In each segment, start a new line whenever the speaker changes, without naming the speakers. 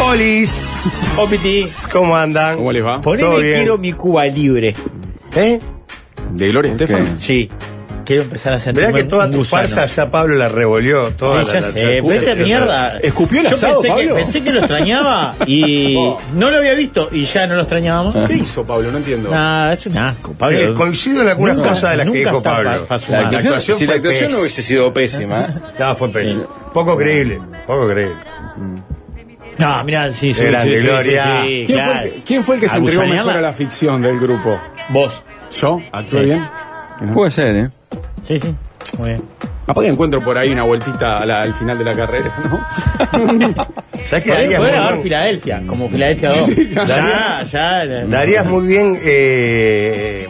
Olis,
Opiti.
¿cómo andan?
¿Cómo les va?
Todo
Poneme
bien.
quiero mi Cuba libre.
¿Eh?
De Gloria Estefan.
Sí. Quiero empezar a sentirme
Verá que toda
un
tu
gusano.
farsa ya Pablo la revolvió. Toda
Sí,
la-
ya
la- Eh,
sé.
la-
¿Viste
la-
mierda?
¿Escupió el
Yo
asado,
pensé
Pablo?
Que, pensé que lo extraña y
Oh.
no lo había visto y ya no lo extrañábamos.
Ah.
¿Qué hizo Pablo? No entiendo.
Nada, es un asco, Pablo.
Eh, coincido en algunas
Nunca-
cosas de las que
nunca
dijo
está
Pablo.
pa- pa'
La
sumar.
actuación,
actuación
si la
fue pésima.
actuación Ah, no hubiese sido pésima, ¿eh?
No, fue pésimo. Poco creíble, poco creíble.
No, mirá, sí, sí,
Qué grande,
sí, sí,
Gloria.
sí, sí,
¿Quién,
claro.
fue, el que- quién fue el que se entregó
Agusanearla.
mejor a la ficción del grupo?
Vos.
¿Yo? ¿Actué
Sí.
bien?
puede ser, ¿eh?
Sí, sí. Muy bien.
Aparte encuentro por ahí una vueltita a la- al final de la carrera, ¿no?
¿Sabes qué?
Podría
Darías
poder
muy
haber
bien-
Filadelfia, como Filadelfia 2.
Sí, sí,
ya,
Daría-
ya. la-
Darías muy bien eh,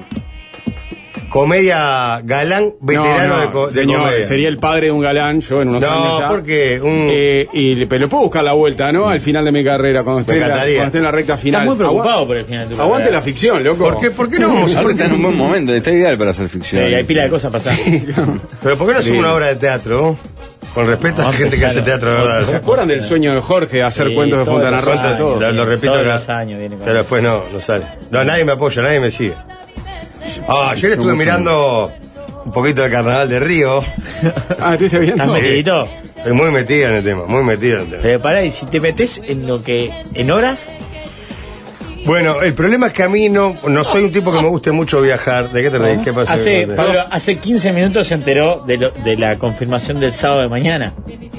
comedia galán, veterano
No, no,
de, co- de
señor,
comedia.
sería el padre de un galán, yo en unos años
no,
ya.
porque un,
Eh, y le- pero le puedo buscar la vuelta, ¿no? Al final de mi carrera, cuando esté,
Me
en la,
encantaría.
cuando esté en la recta final.
Estás muy preocupado
Agua-
por el final de tu
Aguante
carrera.
la ficción, loco.
¿por, qué, por qué no vamos a-
Ahora está en un buen momento, está ideal para hacer ficción.
Sí, hay pila de cosas pasando.
Pero ¿por qué no hacemos una obra de teatro? Con respeto a la
No,
gente que hace
empezaron.
teatro de
¿Se
verdad.
acuerdan del sueño de Jorge de hacer
Sí,
cuentos de
todos
Fontana
los
Rosa?
años.
Todo?
Lo, lo repito
Todos
acá.
los años viene con-
Pero después no, no sale. No, nadie me apoya, nadie me sigue. Ah, ayer estuve
mucho
mirando un poquito de Carnaval de Río.
Ah, ¿estuviste viendo?
¿Estás metidito?
Estoy muy metida en el tema, muy metida en el tema.
Pero pará, y si te metes en lo que. en horas.
Bueno, el problema es que a mí no, no soy un tipo que me guste mucho viajar. ¿De qué te reís? ¿Qué pasa?
Hace, Ah, Pablo, hace 15 minutos se enteró de, lo- de la confirmación del sábado de mañana,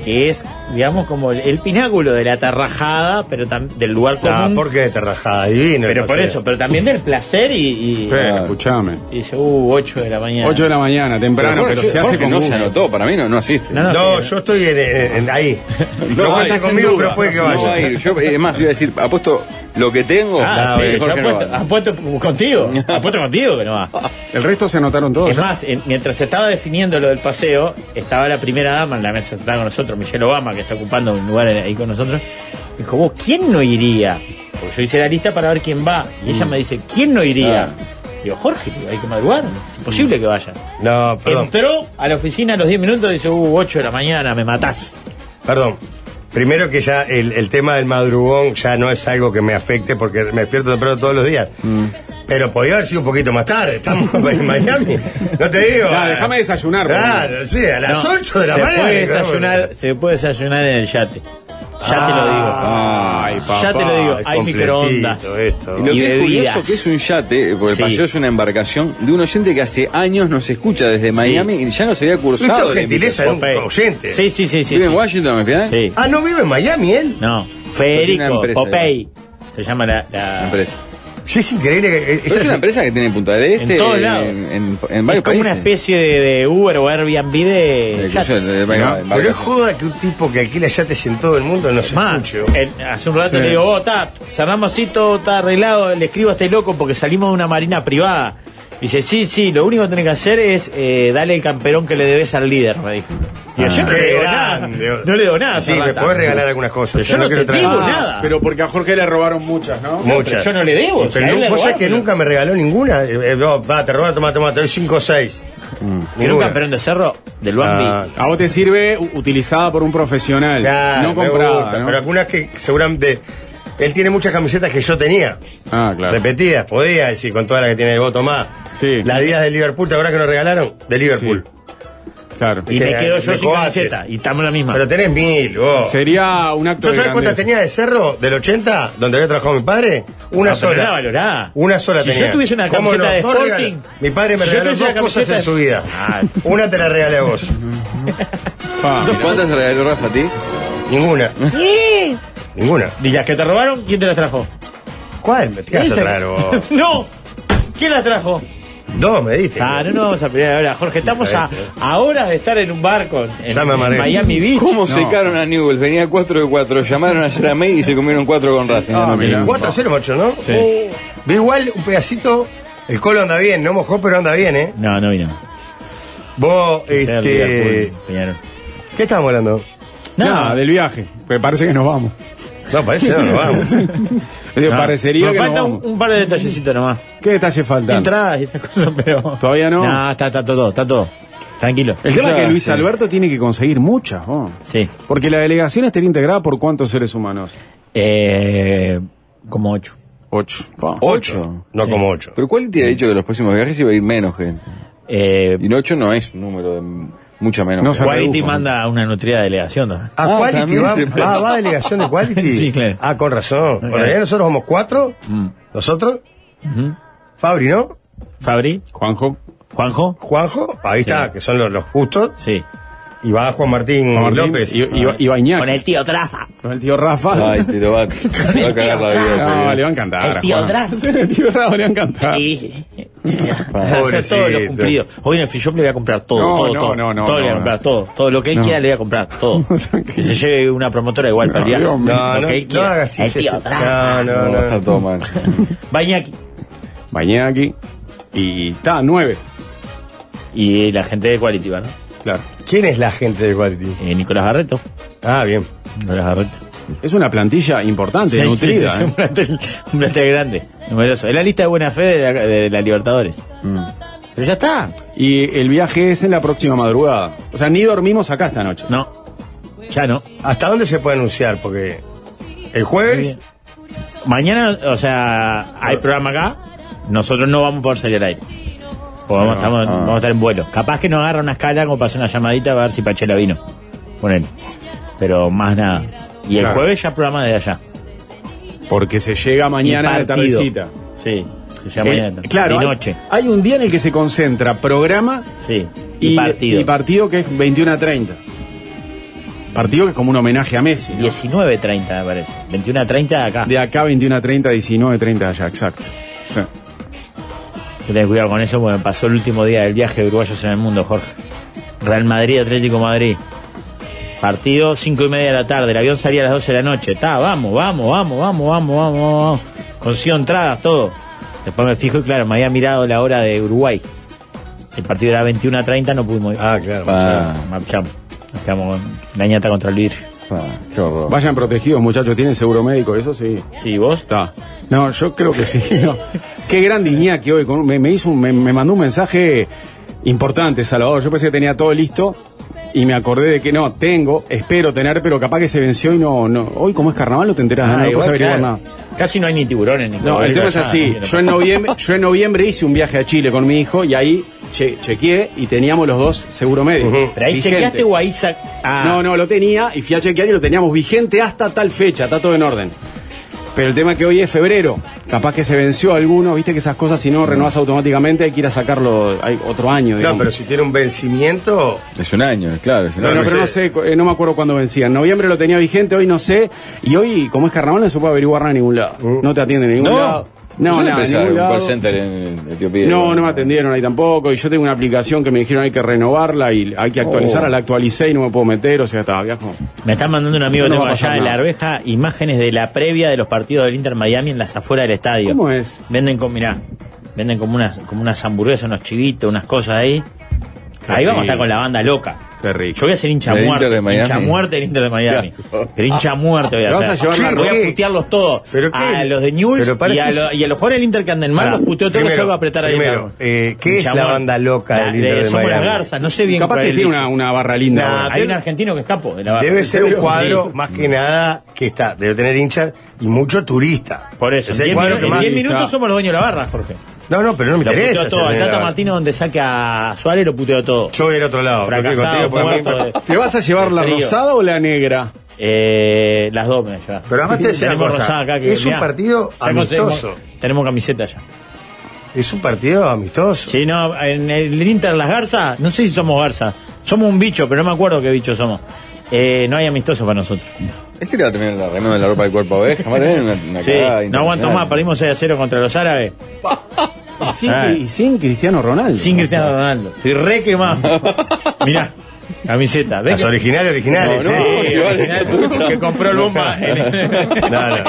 que es, digamos, como el, el pináculo de la tarrajada, pero tam- del lugar
Ah,
común.
¿por qué te rajada? Divino. el
pero por
paseo.
eso, pero también del placer y. y
Ah.
Pero, escuchame.
y dice, uh, 8 de la mañana.
8 de la mañana, temprano, pero,
Jorge-
se hace
Jorge
con
no
gusto.
se anotó, para mí no, no asiste.
No, no,
No,
pero-
yo estoy en, en- en- ahí. No,
va,
cuenta
está
conmigo,
sin duda.
pero puede que
No
vaya.
va a ir. Yo, eh, es más, iba a decir, apuesto lo que tengo,
Ah,
pero
sí, yo
Jorge no
apuesto,
va.
apuesto contigo. Apuesto contigo que no va.
El resto se anotaron todos. ¿eh?
Es más, en- mientras se estaba definiendo lo del paseo, estaba la primera dama en la mesa, estaba con nosotros, Michelle Obama, que está ocupando un lugar ahí con nosotros. Dijo, vos, ¿quién no iría? Porque yo hice la lista para ver quién va. Y
Mm.
ella me dice, ¿quién no iría?
Ah.
Digo, Jorge, digo, hay que madrugar, es imposible que vaya.
No, Mm. perdón.
Entró a la oficina a los 10 minutos y dice, uh, 8 de la mañana, me matás.
Perdón. Primero que ya el, el tema del madrugón ya no es algo que me afecte porque me despierto temprano todos los días. Pero podía haber sido un poquito más tarde. Estamos en Miami. No te digo.
Ya,
Ah,
déjame desayunar, por
Claro, sí, a las
No,
8 de la
se
mañana.
Puede
claro.
desayunar, se puede desayunar en el yate. Ya te lo
Ah,
digo.
Ay, papá.
ya te lo digo,
es
hay
completito
microondas.
esto.
Lo
Y
que es
bebidas.
curioso que es un yate, eh, porque el
Sí.
paseo es una embarcación de un oyente que hace años nos escucha desde Miami y ya nos había cursado.
Esto es
la
gentileza de un
Popeye.
oyente.
Sí, sí, sí, sí.
Vive
sí.
en Washington, ¿me fijás?
Sí.
Ah, ¿no vive en Miami él?
No,
Tiene una
Federico
empresa,
Popey. Se llama la, la-
La empresa.
Sí, es increíble que...
Pero es una empresa que tiene en Punta del Este,
En todos lados.
en, en- en
Es como
varios países.
una especie de, de Uber o Airbnb de.
De
yates.
cruceros, de- de-
Pero,
de-
pero es joda que un tipo que alquila yates en todo el mundo no se
Más,
escuche.
el- hace un rato
Sí.
le digo, oh, está, cerramos así, todo está arreglado, le escribo a este loco porque salimos de una marina privada. Dice, sí, sí, lo único que tenés que hacer es eh, darle el camperón que le debes al líder, me dijo. Y yo no
Ah. Qué
le debo nada.
grande.
No le debo nada,
Sí, me
Serrata.
podés regalar algunas cosas.
Pero yo no
quiero
te
traer-
digo
Ah,
nada.
Pero porque a Jorge le robaron muchas, ¿no?
Muchas.
yo no le debo,
Pero
a él le
vos sabés que
robaron.
nunca me regaló ninguna. Eh, eh, no, va, te robaron, toma, toma, te doy 5 o 6.
Mm.
Tiene un camperón de cerro del Bambi.
Ah,
A vos te sirve u- utilizada por un profesional, no comprada. ¿no?
Pero algunas que seguramente. Él tiene muchas camisetas que yo tenía.
Ah, claro.
Repetidas, podía decir, con toda la que tiene el voto más.
Sí.
Las días de Liverpool, ¿te acuerdas que nos regalaron? De Liverpool.
claro.
y me
que
quedo yo
me
sin
coates.
camiseta. Y estamos en la misma.
Pero tenés mil, vos.
Sería un acto
¿Yo
de
sabés cuántas
grandeza.
tenía de cerro del 80, donde había trabajado mi padre? Una
No, pero
sola.
era valorada.
Una sola
Si
tenía.
yo tuviese una
¿Cómo
camiseta de
Dos
Sporting,
regalos. Mi padre me
si yo
regaló
tuviese
dos
una
cosas
camiseta Ah.
en
de-
su vida. Una te la regalé a vos.
Fa, mirá.
¿Cuántas te regaló Rafa a ti?
Ninguna. Ninguna.
¿Y las que te robaron? ¿Quién te las trajo?
¿Cuál? Me te vas a
Esa-
traer vos.
¡No! ¿Quién las trajo?
Dos me diste.
Ah, no nos vamos a pelear ahora, Jorge. Estamos a,
¿eh?
a horas de estar en un barco en,
Ya me amaré.
en Miami Beach.
¿Cómo secaron a Newell's? Venía 4 de 4, llamaron ayer a May y se comieron 4 con Racing.
Ah,
No,
mirá.
no.
408, ¿no? Sí. Ve igual un pedacito. El colo anda bien, no mojó, pero anda bien, ¿eh?
No, no vino.
Vos,
Sea el
este.
Liverpool, Peñarol.
¿Qué estábamos hablando?
Nada,
No,
del viaje. Porque parece que nos vamos.
No, parece que no nos vamos.
Digo,
no.
Parecería
Pero
que
falta
nos
un,
vamos.
un par de detallecitos nomás.
¿Qué detalle faltan?
Entradas y esas cosas, pero.
Todavía no.
No, está, está todo, está todo. Tranquilo.
El tema
Ya,
es que Luis
sí.
Alberto tiene que conseguir muchas, vos.
Sí.
Porque la delegación estaría integrada por cuántos seres humanos.
Eh, como ocho.
Ocho. Pa.
Ocho.
No como ocho.
Pero ¿cuál te ha dicho que los próximos viajes iba a ir menos gente?
Eh,
Y no, ocho no es un número de m- mucha menos.
No
gente.
se
Quality
redujo.
manda una nutrida delegación también.
Ah,
Ah,
Quality
también
va,
se-
ah, va delegación de Quality.
Sí, claro.
Ah, con razón. Por
Claro.
allá nosotros somos cuatro.
Mm.
¿Nosotros?
Ujú.
Fabri, ¿no?
Fabri,
Juanjo.
Juanjo,
Juanjo, ahí está, que son los, los justos.
sí.
Y va Juan Martín,
Juan Martín
López. Ah.
Y, y, y Bañac.
Con el tío Trafa.
Con el tío Rafa.
Ay, te lo va, te va a cagar la vida.
no,
ese
Ah, le va a
día.
encantar.
El tío
Juan.
Drax.
El tío Rafa le va a encantar.
Y- hacer todo lo
Pobrecito.
cumplido. Hoy en el free shop le voy a comprar todo,
Ah, No,
todo,
no,
todo.
no, no,
todo le voy a
no,
comprar,
no.
todo. Todo lo que él
No.
quiera le voy a comprar, todo. que se lleve una promotora igual para el viaje.
Dios mío.
No,
Lo
no,
que él
no
quiera.
hagas
el
chistes.
tío
No,
Trafa.
no,
No, va a estar
no.
todo mal.
Va Iñaki.
Bañaki. Y está, nueve.
Y la gente de Quality, ¿no?
Claro.
¿Quién es la gente de Quality?
Eh, Nicolás Barreto.
Ah, bien.
Nicolás Barreto.
Es una plantilla importante,
Sí,
nutrida.
sí, sí,
¿eh?
un, plantel, un plantel grande, numeroso. Es la lista de buena fe de la, de la Libertadores.
Mm.
Pero ya está.
Y el viaje es en la próxima madrugada. O sea, ni dormimos acá esta noche.
No. Ya no.
¿Hasta dónde se puede anunciar? Porque el
Muy
jueves,
bien. Mañana, o sea, hay programa acá. Nosotros no vamos a poder salir ahí. Porque vamos, estamos-
ah.
vamos a estar en vuelo. Capaz que nos agarra una escala como para hacer una llamadita a ver si Pachela vino. Ponen. Pero más nada. Y el
Claro.
jueves ya programa de allá.
Porque se llega mañana de
Partido.
tardecita.
Sí. Ya
Eh,
mañana.
claro,
De
hay-
noche.
Hay, un día en el que se concentra programa
Sí. Y,
y,
partido.
y partido que es 21 a 30. Partido que es como un homenaje a Messi. ¿no?
19.30 me parece. 21.30 acá.
De acá 21 a 30, 19 a 30 allá, exacto. Sí.
Yo tengo cuidado con eso porque me pasó el último día del viaje de uruguayos en el mundo, Jorge. Real Madrid, Atlético Madrid. Partido 5 y media de la tarde, el avión salía a las 12 de la noche. Está, vamos, vamos, vamos, vamos, vamos, vamos, vamos. Consigo entradas, todo. Después me fijo y claro, me había mirado la hora de Uruguay. El partido era 21 a 30, no pudimos ir.
Ah, claro.
Pa,
Marchamos. Nos quedamos con la ñata contra el vidrio.
pa, Ah, qué horror.
Vayan protegidos, muchachos, tienen seguro médico, eso sí.
Sí, vos.
Está. No, yo creo que sí. no. Qué gran Iñaki hoy. con- me, me hizo un- me, me mandó un mensaje importante, Salvador. Yo pensé que tenía todo listo y me acordé de que no, tengo, espero tener, pero capaz que se venció y no. no. Hoy, como es carnaval, no te enterás,
Ah,
no,
igual,
puedes averiguar
claro.
nada.
Casi no hay ni tiburones ni
No, el tema es
cocodrilos
así.
allá.
Yo en, noviembre, yo en noviembre hice un viaje a Chile con mi hijo y ahí che- chequeé y teníamos los dos seguro médico.
Ujú.
Pero ahí
Vigente.
chequeaste o ahí sac- Ah.
No, no, lo tenía y fui a chequear y lo teníamos vigente hasta tal fecha, está todo en orden. Pero el tema que hoy es febrero, capaz que se venció alguno, viste que esas cosas si no renovas automáticamente hay que ir a sacarlo hay otro año.
No,
digamos.
pero si tiene un vencimiento,
Es un año, claro. Es un
Bueno,
año.
pero no sé, eh, no me acuerdo cuándo vencía. En noviembre lo tenía vigente, hoy no sé. Y hoy, como es carnaval, no se puede averiguar nada en ningún lado. No te atienden en ningún lado.
Yo
No, nada,
le
en
empecé
ningún
un
lado.
call center en Etiopía.
No, no me atendieron ahí tampoco. Y yo tengo una aplicación que me dijeron hay que renovarla y hay que actualizarla. La actualicé y no me puedo meter, o sea, estaba viejo.
Me está mandando un amigo
No
tengo
va a pasar
allá de la
nada.
arveja imágenes de la previa de los partidos del Inter Miami en las afueras del estadio.
¿Cómo es?
Venden con, mirá, venden como unas, como unas hamburguesas, unos chivitos, unas cosas ahí. Ahí vamos a estar con la banda loca.
Qué
Yo voy a ser hincha
Del
muerte.
Inter de Miami.
Hincha muerte del Inter de Miami.
Claro.
Pero
Ah,
hincha muerte voy a
¿Lo vas
hacer.
a llevar la
voy
ropa?
a putearlos todos.
¿Pero
A
qué?
los de Newell's
Pero parece-
y, a lo- y a los jugadores del Inter que andan mal,
Pará,
los puteo todos
primero,
yo voy a apretar ahí.
primero,
la-
eh, ¿qué
Hincha
es la
muerte.
banda loca del
La-
Inter de
Somos
Miami?
las garzas, no sé bien
Capaz
cuál
que
es el
tiene
dicho.
una, una barra linda.
Nah,
ahora.
Hay un argentino que escapó de la barra.
debe
Ah, ¿En
ser un
serio?
cuadro,
Sí.
más que nada, que está, debe tener hinchas y mucho turista.
Por eso,
Es
en
el
10
cuadro que
minu- en
más-
10 minutos
está.
somos los dueños de la barra, Jorge.
No, no, pero no me
Lo
interesa.
puteó todo.
ser
Al Tata
negado.
Martino, donde saca a Suárez, lo puteó todo.
Yo voy al otro lado. porque
Fracasado,
contigo, porque a mí-
muerto de-
¿Te vas a llevar la
Querido.
rosada o la negra?
Eh, las dos me voy a llevar.
Pero además te decía una
Tenemos
cosa,
Rosada acá que-
es un
mirá,
partido
ya conseguimos-
amistoso.
Tenemos camiseta ya.
Es un partido amistoso.
Si no, en el Inter las garzas, no sé si somos garzas. Somos un bicho, pero no me acuerdo qué bicho somos. Eh, no hay amistoso para nosotros.
Este le va a terminar la remera de la ropa del cuerpo a oveja. Madre, es una, una
Sí,
cagada
no aguanto
internacional.
más, perdimos 6 a 0 contra los árabes.
Y sin,
Ah.
y sin Cristiano Ronaldo.
Sin Cristiano Ronaldo. Estoy re quemado. Mirá, camiseta. Ven
Las
que-
originales, originales.
No, no,
¿eh?
Sí,
llevar
al final,
el cartucho.
que compró el bomba.
No, no.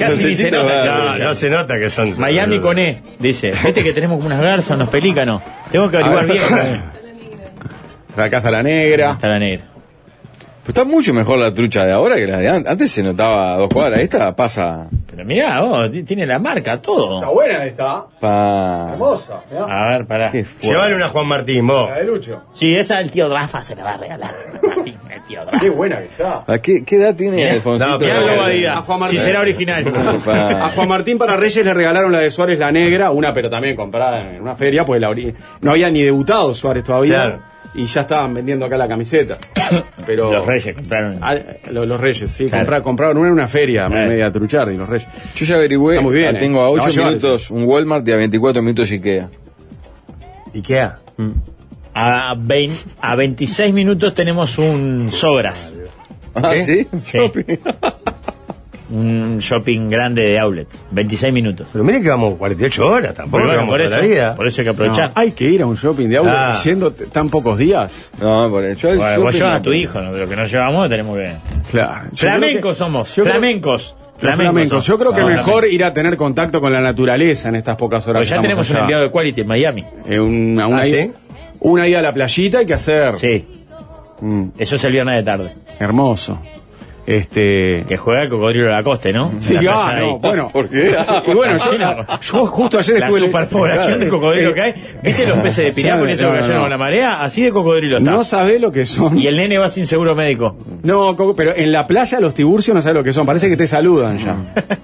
Casi ni se nota.
Los techitos,
No,
Ah, No, no se nota que son.
Miami con E, dice. Viste que tenemos como unas garzas, unos pelícanos. Tengo que averiguar bien. Está
Acá está la negra.
la negra.
Pero está mucho mejor la trucha de ahora que la de antes. Antes se notaba a dos cuadras. Esta pasa.
Pero mirá, vos, t- tiene la marca, todo.
buena esta. ¿eh?
Pa...
Hermosa. ¿eh?
A ver, pará.
Qué fuerte.
Llévale una a Juan Martín, vos.
Lucho.
Sí, esa el tío Rafa se la va a regalar. Martín, el bestia atrás.
buena que está.
¿A qué, qué edad tiene
Mirá,
Alfonsito?
no,
Mirá
pero-
la
Claro.
bobadilla,
A Juan Martín.
Si será original.
Pa.
A Juan Martín para Reyes le regalaron la de Suárez la negra, una pero también comprada en una feria, pues la ori- no había ni debutado Suárez todavía.
Claro.
Y ya estaban vendiendo acá la camiseta. Pero
Los Reyes compraron.
Ah, lo- los Reyes, sí,
Claro.
compra- compraron una en una feria, me
Claro.
media truchar, y los Reyes.
Yo ya averigüé,
Está muy bien,
ah,
eh.
tengo a
La va
8
a llevar,
minutos un Walmart y a 24 minutos Ikea.
Ikea.
A, vein- a 26 minutos tenemos un Sobras,
¿Ah,
¿Qué?
sí?
Sí. un shopping grande de outlets. 26 minutos.
Pero mire que vamos 48 horas, tampoco
Pero bueno,
vamos
por, eso,
la vida.
por eso hay que aprovechar.
No, hay que ir a un shopping de aula
Ah.
yendo t- tan pocos días.
No, por el, yo el
Bueno,
shopping
vos llevas a
no.
tu hijo, ¿no? lo que nos llevamos tenemos que.
Claro. Yo creo
Flamencos
que-
somos,
yo creo-
flamencos.
los flamencos. Yo creo que
No,
mejor
flamencos.
ir a tener contacto con la naturaleza en estas pocas horas.
Pues ya tenemos un enviado de quality en Miami.
una, Eh, una,
Ah,
ida,
¿sí?
una ida a la playita hay que hacer.
Sí,
Mm,
eso es el viernes de tarde.
hermoso. Este.
Que juega el cocodrilo de la costa, ¿no? En la
Sí, ah,
playa de ahí.
no, bueno.
¿Por qué?
Y bueno, yo,
Sí, no.
yo justo ayer
La
estuve. Eh,
superpoblación de cocodrilo que hay. ¿Viste los peces de Pirápolis esos
No,
que
no,
cayeron
no.
con la marea? Así de cocodrilo está.
No sabés lo que son.
Y el nene va sin seguro médico.
No, Coco, pero en la playa los tiburcios no sabes lo que son. Parece que te saludan ya,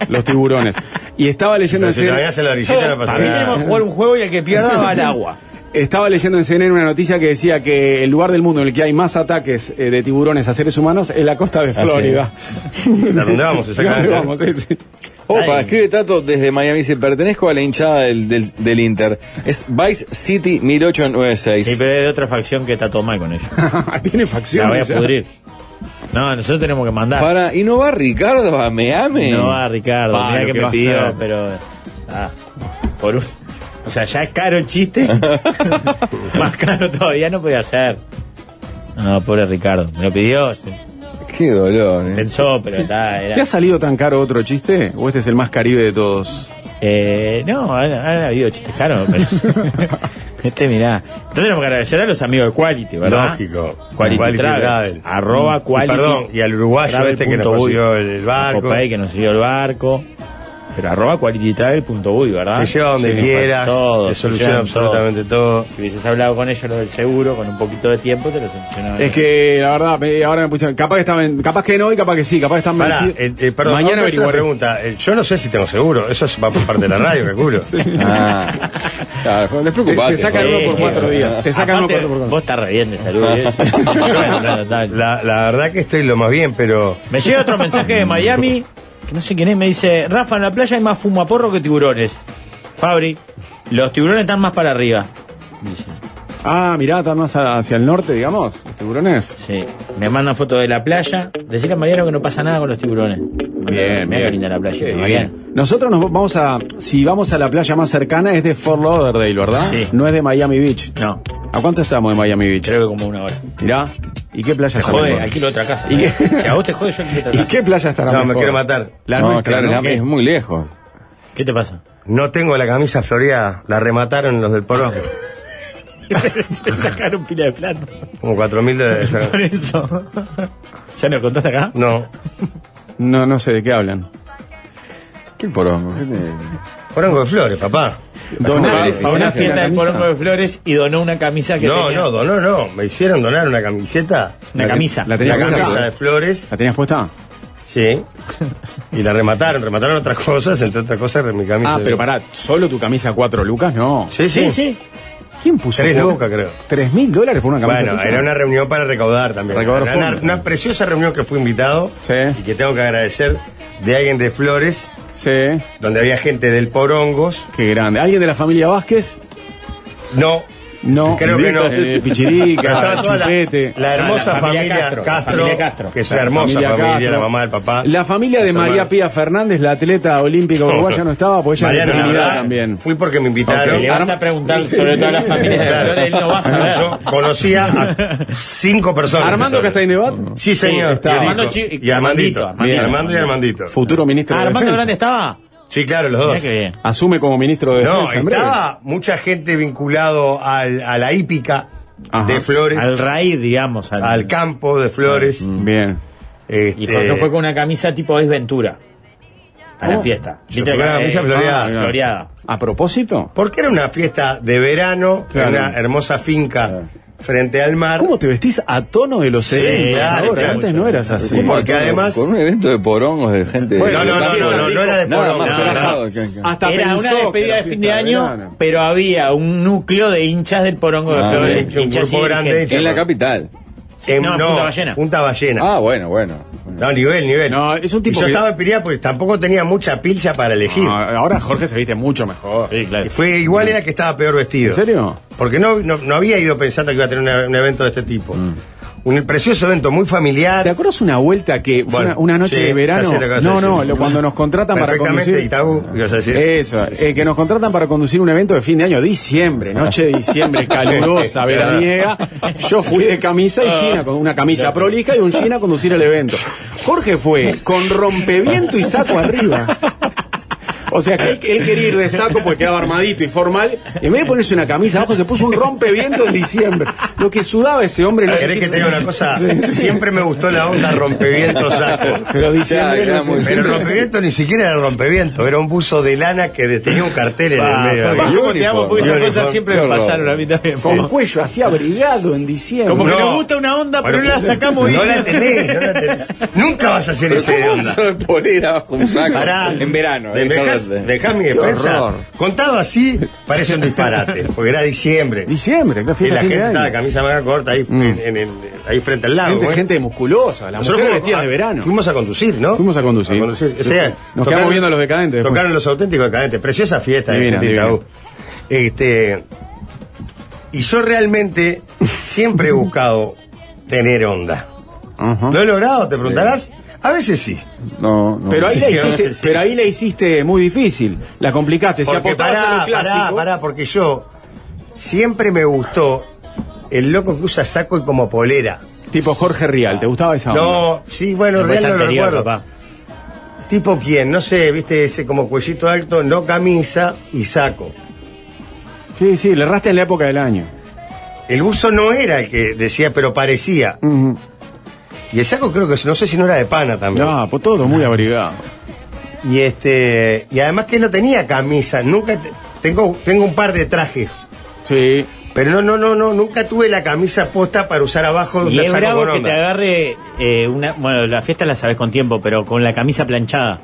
los tiburones. Y estaba
Pero
leyendo en
si te
CNN,
bañás en la orillita no pasa
Para mí tenemos que
nada.
jugar un juego y el que pierda va al agua.
estaba leyendo en CNN una noticia que decía que el lugar del mundo en el que hay más ataques eh, de tiburones a seres humanos es la costa de Florida.
¿A dónde vamos? Exactamente.
Vamos, sí, sí.
Opa,
Ay.
escribe Tato desde Miami, dice, pertenezco a la hinchada del, del, del Inter. Es Vice City 1896.
Sí, pero es de otra facción que está todo mal con ellos. La
Tiene facción.
voy a pudrir. No, nosotros tenemos que mandar.
Para, ¿Y no va Ricardo a Miami?
No va, Ricardo.
Pa,
Mirá que
lo que
me
va a
pidió,
ser.
pero. ah, por un- O sea, ya es caro el chiste. Más caro todavía no podía ser. No, pobre Ricardo. Me lo pidió, se-
Qué dolor. eh.
pensó, pero está.
¿Te
Era,
ha salido tan caro otro chiste? ¿O este es el más caribe de todos?
eh, no, han, han habido chistes caros, pero. este, mirá. Entonces tenemos que agradecer a los amigos de Quality, ¿verdad?
Lógico.
Quality, Travel. Arroba Quality.
Y perdón, y al uruguayo
Travel
este que nos
punto uy.
consiguió el
A
barco.
Popeye que nos siguió el barco. Pero arroba qualitytravel.uy, ¿verdad?
Te lleva donde
Sí,
quieras,
todo,
te
te
soluciona
llevan todo.
absolutamente todo.
Si hubieses hablado con ellos lo del seguro, con un poquito de tiempo te lo solucionaban.
Es que la verdad, me- ahora me puse. Capaz que, estaban, capaz que no y capaz que sí, capaz que están
Pará,
vencidos.
eh, eh, perdón,
Mañana
vamos a hacer una
averiguaré.
pregunta. Eh, Yo no sé si tengo seguro, eso es- va por parte de la radio, calculo.
Ah, claro,
Te,
despreocupate.
te sacan
joder.
uno
eh,
por cuatro días. Te sacan uno
Aparte,
por cuatro por
Vos estás re bien de salud. ¿eh? Yo, claro, tal.
La, la verdad que estoy lo más bien, pero
Me llega otro mensaje de Miami, que no sé quién es, me dice, Rafa, en la playa hay más fumaporro que tiburones. Fabri, los tiburones están más para arriba. Dice.
Ah, mirá, está más a- hacia el norte, digamos, los tiburones.
Sí. Me mandan fotos de la playa. Decir a Mariano que no pasa nada con los tiburones. Bien, mega linda la playa,
Qué
Mariano.
bien. Nosotros nos vamos a. Si vamos a la playa más cercana es de Fort Lauderdale, ¿verdad?
Sí.
No es de Miami Beach.
No,
¿A cuánto estamos de Miami Beach?
creo que como una hora.
Mirá. ¿Y qué playa
Te
estará
jode,
mejor?
alquilo otra casa.
¿Y
¿no?
qué?
Si a vos te jode, yo alquilo otra
¿Y
casa.
qué playa estará
No, me
mejor?
quiero matar.
La
no,
nuestra,
claro,
¿no?
es muy lejos.
¿Qué te pasa?
no tengo la camisa floreada. La remataron los del porón.
te sacaron pila de plata.
Como 4.000
Por
de...
eso. ¿Ya nos contaste acá?
No.
No, no sé de qué hablan.
Qué
Ah,
porongo.
Porongo de flores, papá.
Donar,
A una fiesta del Porongo de Flores y donó una camisa que
No,
tenía.
no, donó, no. Me hicieron donar una camiseta.
Una
La-
camisa.
la tenía-
Una
camisa,
camisa
¿eh?
de flores.
¿La tenías puesta?
Sí. Y la remataron. Remataron otras cosas, entre otras cosas mi camisa.
Ah, pero pará, ¿solo tu camisa cuatro lucas? No.
Sí, sí.
Sí, sí.
¿Quién puso?
Tres
cuatro-
lucas, creo.
¿Tres mil dólares por una camisa?
Bueno,
tuya?
era una reunión para recaudar también.
Recaudar
Era una,
fondos.
una preciosa reunión que fui invitado
Sí.
y que tengo que agradecer de alguien de Flores,
Sí.
donde había gente del Porongos.
Qué grande. ¿Alguien de la familia Vázquez?
No,
No.
creo que no.
Eh,
Pero
Pichirica,
estaba toda la,
Chupete.
la hermosa
No, Ah, la
familia,
familia
Castro,
Castro, familia Castro.
que es una hermosa familia, la
Castro.
mamá, el papá.
La familia de
los
María
hermanos.
Pía Fernández, la atleta olímpica uruguaya, no estaba, porque ella
Mariano,
era de
la
Trinidad
verdad,
también.
Fui porque me invitaron.
Si le vas a preguntar sobre todas las familias de Ah, Flores, él no va a saber.
Yo conocía a cinco personas.
Armando que está en debate.
Sí, señor.
está.
Y el
Armando
hijo.
Chi-
y Armandito.
Armandito,
Bien,
Armandito.
Armando y Armandito.
Futuro ministro
Ah,
de
Armando
Defensa.
Grande estaba.
Sí, claro, los
Mirá
dos.
qué bien.
Asume como ministro de
No,
Defensa en breve.
estaba mucha gente vinculado al- a la hípica
Ajá.
de Flores,
Al
al,
raíz, digamos. Al,
campo de Flores.
Mm. Bien.
Este,
Y Jorge fue con una camisa tipo Es Ventura. A la fiesta.
Yo fui con una
Eh,
camisa floreada.
ah, floreada.
¿A propósito?
Porque era una fiesta de verano,
Claro.
en una hermosa finca frente al mar.
¿Cómo te vestís a tono de los
Sí,
eventos
claro,
ahora?
claro.
Antes no eras así.
¿Cómo? Porque
Con-
además-
Con un evento de porongos de gente.
Bueno, no, no,
de-
no, no, no era de
Nada
porón,
más
no, Ah,
relajado.
no.
que- que-
Hasta
Era una
pensó que
despedida
era
de fin de
fiesta
año,
verano.
pero había un núcleo de hinchas del porongo
Ah,
de
bien.
Flores.
Un
hinchas
grupo
y
grande
dirigentes.
de Eh,
En la capital.
En-
no, Punta Ballena.
Punta Ballena.
Ah, bueno, bueno.
No, nivel, nivel.
No, es un
Y
tipo
yo
que- Ah,
estaba en Piria porque tampoco tenía mucha pilcha para elegir.
No, ahora Jorge se viste mucho mejor.
Sí, claro.
Y fue igual era que estaba peor vestido.
¿En serio?
Porque no, no, no había ido pensando que iba a tener una- un evento de este tipo. Un precioso evento, muy familiar.
Mm. ¿Te acuerdas una vuelta que fue
Bueno,
una, una noche
sí,
de
ya
verano?
sé lo que vas a
No,
decir.
no, lo- cuando nos contratan para
Perfectamente,
conducir.
Itaú, ibas a decir.
Eso, eh, que nos contratan para conducir un evento de fin de año, diciembre, noche de diciembre, calurosa,
Sí, Ah, es verdad.
veraniega. Yo fui de camisa y Gina con una camisa prolija y un Gina a conducir el evento. Jorge fue con rompeviento y saco arriba. O sea, que él, él quería ir de saco porque quedaba armadito y formal. En vez de ponerse una camisa abajo, se puso un rompeviento en diciembre. Lo que sudaba ese hombre. no sé
¿Querés
qué-
que te diga una cosa?
eh, Sí, sí.
Siempre me gustó la onda rompeviento saco.
Pero diciembre
Ya,
no
ya,
sé.
Pero
muy
el
Siempre-
rompeviento ni siquiera era rompeviento, era un buzo de lana que tenía un cartel en el
Ah,
medio.
Jorge, ¿cómo te
Uniforme.
amo? Porque esas
Uniforme.
cosas siempre me
Qué horror.
pasaron a mí también.
con cuello así abrigado en diciembre.
Como que
No.
nos gusta una onda, pero
Bueno,
no la sacamos bien.
No la tenés, no la tenés. Nunca vas a hacer ese de
¿Cómo
onda.
se lo poner abajo un saco?
Pará.
En verano.
De-
eh,
Dejás,
joder.
dejás mi defensa.
horror.
Contado así, parece un disparate, porque era diciembre.
Diciembre, claro,
Y
fiesta
la
de fin
gente
de
estaba
año.
camisa manga corta ahí, en- en el- ahí frente al lago.
Gente,
¿eh?
gente musculosa, la mujer
fuimos-
vestida de verano.
Fuimos a conducir, ¿no?
Fuimos a conducir.
O sea,
Nos quedamos viendo a los decadentes después.
Tocaron los auténticos decadentes. Preciosa fiesta de
Divina,
gente de
divina.
Itaú. Este, y yo realmente siempre he buscado tener onda.
Ajá.
¿Lo he logrado? ¿Te preguntarás? A veces sí.
No, no.
Pero ahí,
Sí,
la
sí,
hiciste,
sí.
pero ahí la hiciste muy difícil. La complicaste. Si
Porque
apostabas en
pará,
el clásico.
pará, pará, porque yo siempre me gustó el loco que usa saco y como polera.
Tipo Jorge Rial, ¿te gustaba esa onda?
No, sí, bueno, realmente
Después
no lo
anterior,
recuerdo.
papá.
Tipo quién, no sé, viste, ese como cuellito alto, no camisa y saco.
Sí, sí, le erraste en la época del año.
El buzo no era el que decía, pero parecía. Y el saco creo que no sé si no era de pana también.
No, pues todo muy abrigado.
Y este y además que no tenía camisa, nunca te- tengo tengo un par de trajes,
Sí.
pero no no no no nunca tuve la camisa posta para usar abajo de
Y
un
es
saco
bravo
con
que
onda.
te agarre eh, una. Bueno, la fiesta la sabes con tiempo, pero con la camisa planchada.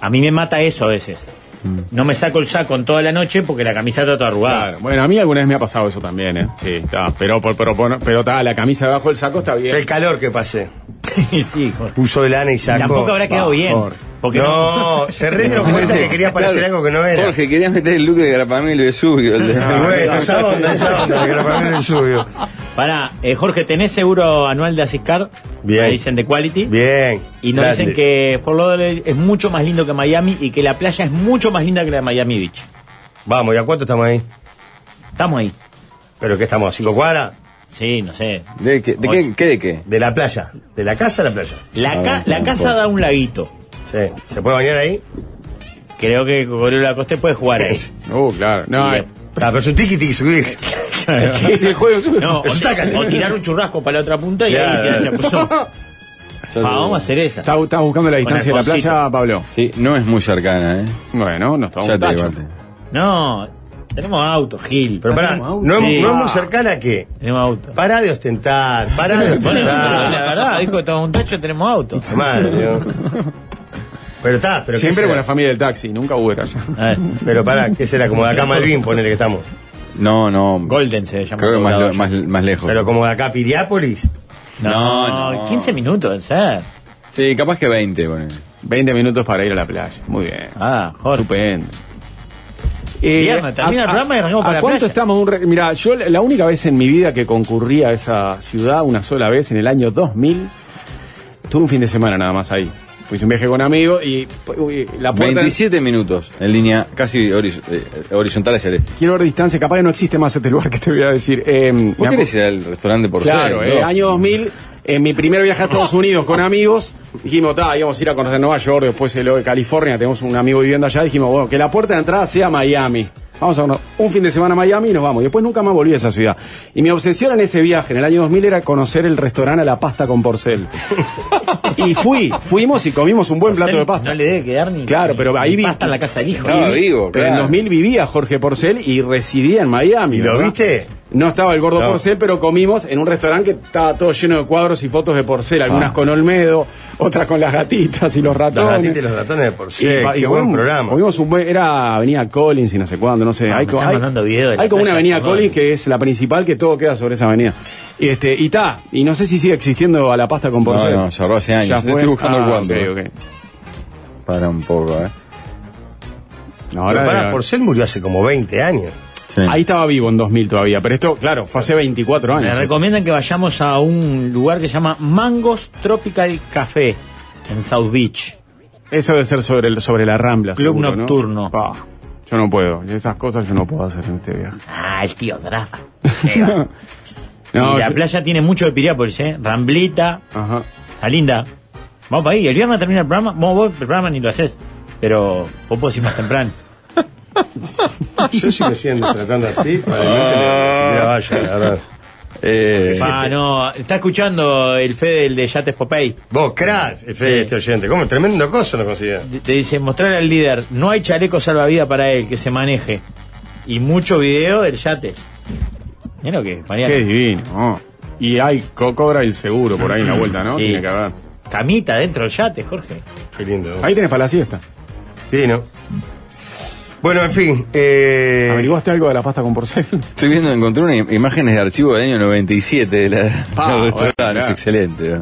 A mí me mata eso a veces.
Mm.
No me saco el saco en toda la noche porque la camisa está toda arrugada.
Claro. Bueno, a mí alguna vez me ha pasado eso también, ¿eh? Sí, está. Pero, pero, pero, pero, está, la camisa debajo del saco está bien.
El calor que pasé.
sí, Jorge.
Puso de lana y saco.
Tampoco habrá quedado
Vas,
bien.
Jorge.
Porque no.
No, se re dieron cuenta que quería parecer
Claro.
algo que no era.
Jorge, querías meter el look de Grapamil Vesubio. el de-
Ah, bueno, esa onda, esa onda, que era para mí el suyo.
Pará, eh, Jorge, ¿tenés seguro anual de Asiscar?
Bien.
Me dicen de Quality.
Bien.
Y nos
grande.
dicen que Fort Lauderdale es mucho más lindo que Miami y que la playa es mucho más linda que la de Miami Beach.
Vamos, ¿y a cuánto estamos ahí?
Estamos ahí.
¿Pero qué estamos? ¿A cinco cuadras?
Sí, no sé.
¿De qué? ¿De qué? ¿Qué de qué?
De la playa. De la casa a la playa.
La, ca-
ver,
la
un
casa
poco.
da un laguito.
Sí. ¿Se puede bañar ahí?
Creo que Cocorelo Lacoste puede jugar ahí.
Uh, claro. No,
Bien.
Ah, pero es un tiki tiki subir.
eh, es el juego.
No, o,
Es un tácale.
o tirar un churrasco para la otra punta y
Claro,
ahí te la
claro.
chapuzón. Pa,
Yo
Ah,
te-
vamos a hacer esa.
Estás estás buscando la distancia de la
Alfonsito.
playa, Pablo.
Sí, no es muy cercana, ¿eh?
Bueno, nos tomamos
Ya
un
te
tacho.
digo. Arte.
No, tenemos auto, Gil.
Pero pará,
tenemos
no,
auto.
es-
Sí.
no es muy cercana que.
Tenemos auto.
Pará de ostentar, pará de
Bueno, pero la
ostentar.
verdad, dijo que tomamos un tacho, tenemos auto.
Madre, ¿no? Pero está, pero. qué
Siempre
será.
con la familia del taxi, nunca Uber allá.
A ver,
Pero pará, ¿qué será? Como de acá a Malvin, ponele que estamos.
No, no.
Golden se llama.
Creo que más,
Colorado.
lo- más, más lejos.
Pero como de acá a Piriápolis.
No,
No, no.
15 minutos de ser.
Sí, capaz que 20, ponele.
20 minutos para ir a la playa. Muy bien.
Ah, Jorge.
Estupendo.
Viernes, termina el programa y arrancamos
Eh, ¿a
para la
cuánto
playa?
estamos? de Un re- Mirá, yo la la única vez en mi vida que concurrí a esa ciudad, una sola vez, en el año 2000, tuve un fin de semana nada más ahí. Fui a un viaje con amigos y uy, la puerta...
27 minutos en línea casi horiz- eh, horizontal hacia el este.
Quiero ver distancia, capaz que no existe más este lugar que te voy a decir. Eh, me
¿Vos
acu-
querés ir al restaurante por
Claro,
ser,
eh,
no?
año 2000, en mi primer viaje a Estados Unidos con amigos, dijimos, ta, íbamos a ir a conocer Nueva York, después el de California, tenemos un amigo viviendo allá, dijimos, bueno, que la puerta de entrada sea Miami. Vamos a cono- un fin de semana a Miami y nos vamos. Y después nunca más volví a esa ciudad. Y mi obsesión en ese viaje, en el año 2000, era conocer el restaurante a la pasta con porcel. y fui, fuimos y comimos un buen plato de pasta.
No le debe quedar ni.
Claro, pero ahí
ni
vi-
Pasta en la casa del hijo.
Estaba vivo,
Pero en
claro.
2000 vivía Jorge Porcel y residía en Miami.
¿Y lo
¿verdad?
viste?
No estaba el gordo
No.
Porcel, pero comimos en un restaurante que estaba todo lleno de cuadros y fotos de Porcel, algunas con Olmedo, otras con las gatitas y los
Los
ratones.
gatitos y los ratones de por sí.
pa-
Qué buen
comimos-
programa.
Comimos un buen, era Avenida Collins y no sé cuándo, no sé.
Ah,
hay
me
co-
están
hay-
mandando videos de la
hay como una
playa,
avenida
perdón.
Collins que es la principal que todo queda sobre esa avenida. Y este, y ta, y no sé si sigue existiendo a la pasta con porcel.
no, cerró hace años.
Ya
Estoy
fue.
buscando
Ah,
cuándo.
ok, ok.
Para un poco, ¿eh?
No,
Pero
ahora-
pará, Porcel murió hace como 20 años.
Sí.
Ahí estaba vivo en 2000 todavía, pero esto, claro, fue hace 24
Me
años.
recomiendan que vayamos a un lugar que se llama Mangos Tropical Café en South Beach.
Eso debe ser sobre, el- sobre la rambla.
Club
seguro, ¿no?
nocturno.
Pa, yo no puedo. Esas cosas yo no puedo hacer en este viaje.
Ah, el tío Drafa.
No,
y la
yo-
playa tiene mucho de Piriápolis, ¿eh? Ramblita,
Ajá.
está linda. Vamos para ahí. El viernes termina el programa. Vos, vos el programa ni lo haces. Pero vos podés ir más temprano.
Yo si me siguen tratando así, probablemente me me vaya, "Ah, la verdad.
Eh,
Ah, no. Está escuchando el Fede, el de Yates Popeye.
Vos, crack, Fede,
Sí.
este oyente. ¿Cómo? Tremendo cosa no considera.
Te dice, mostrarle al líder, no hay chaleco salvavidas para él, que se maneje. Y mucho video del yate. Mira lo que es, Mariano.
Qué divino. oh. Y hay co- cobra el seguro por ahí en la vuelta, ¿no?
Mm, Sí.
Tiene que haber.
Camita dentro del yate, Jorge.
Qué lindo.
Ahí tenés para la siesta.
Sí, ¿no? Bueno, en fin. eh,
¿Averiguaste algo de la pasta con porcel?
Estoy viendo, encontré unas im- imágenes de archivo del año 97 de la,
Pa,
del restaurante.
Ah, bueno,
es
mirá.
excelente. ¿eh?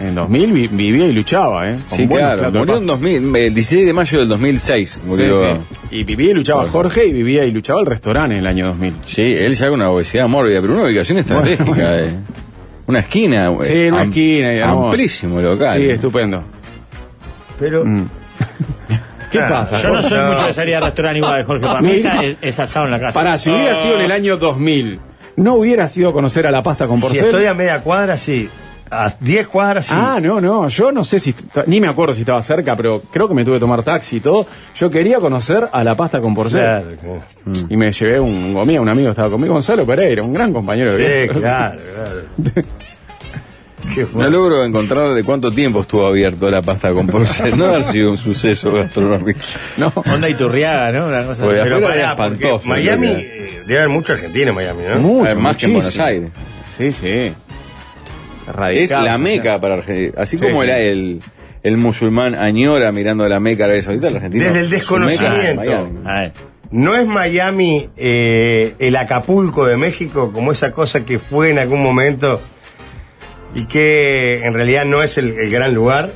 En 2000 vi- vivía y luchaba, ¿eh? Con
Sí,
buenos
claro.
platos de
Murió
pasta.
en 2000, el 16 de mayo del 2006. Murió.
Sí, sí. Y vivía y luchaba Jorge y vivía y luchaba el restaurante en el año 2000.
Sí, él ya con una obesidad mórbida, pero una ubicación estratégica. eh. Una esquina, güey.
Sí, en una
Am-
esquina. y hermoso.
Amplísimo el local.
Sí, estupendo.
Pero.
Mm.
¿Qué
Claro,
pasa?
Ah, Yo no soy
No.
mucho de salir al restaurante igual, Jorge. Para mí
Mira.
esa es, es asado en la casa.
Para, si hubiera sido en el año 2000, ¿no hubiera sido a conocer a la pasta con
Si
porcel?
estoy a media cuadra, sí. A 10 cuadras, sí.
Ah, no, no, yo no sé si, ni me acuerdo si estaba cerca, pero creo que me tuve que tomar taxi y todo. Yo quería conocer a la pasta con porcel.
Claro, claro.
Y me llevé un gomía, un amigo que estaba conmigo, Gonzalo Pereira, un gran compañero. de
Sí,
viaje.
claro, claro. Qué
No
fuerte.
logro encontrar de cuánto tiempo estuvo abierto la pasta con porcel. No ha sido un suceso gastronómico.
No,
Onda Iturriaga, ¿no? Una cosa
Voy a-
así.
Pero
Pues
pará,
Afuera era
porque
espantoso,
Miami,
en
eh, debe haber mucho argentino en Miami, ¿no?
mucho,
Más que en
muchísimo.
Buenos Aires.
Sí, sí. Radical,
Es la
sí.
meca para Argentina. Así
Sí,
como
sí.
era el, el musulmán añora mirando la meca Arabia Saudita, el argentino.
Desde el
su
desconocimiento.
meca es Miami.
A ver.
¿No es Miami eh, el Acapulco de México, como esa cosa que fue en algún momento y que en realidad no es el, el gran lugar?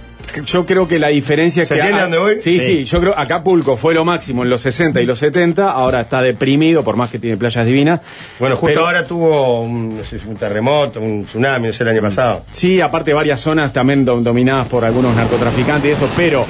Yo creo que la diferencia es
¿Se
que.
entiende
ah,
dónde voy?
Sí,
Sí.
sí, yo creo Acapulco fue lo máximo en los 60 y los 70, ahora está deprimido, por más que tiene playas divinas.
Bueno, justo
Pero-
ahora tuvo un, no sé, un terremoto, un tsunami, no sé, el año pasado.
Sí, aparte varias zonas también dom- dominadas por algunos narcotraficantes y eso, pero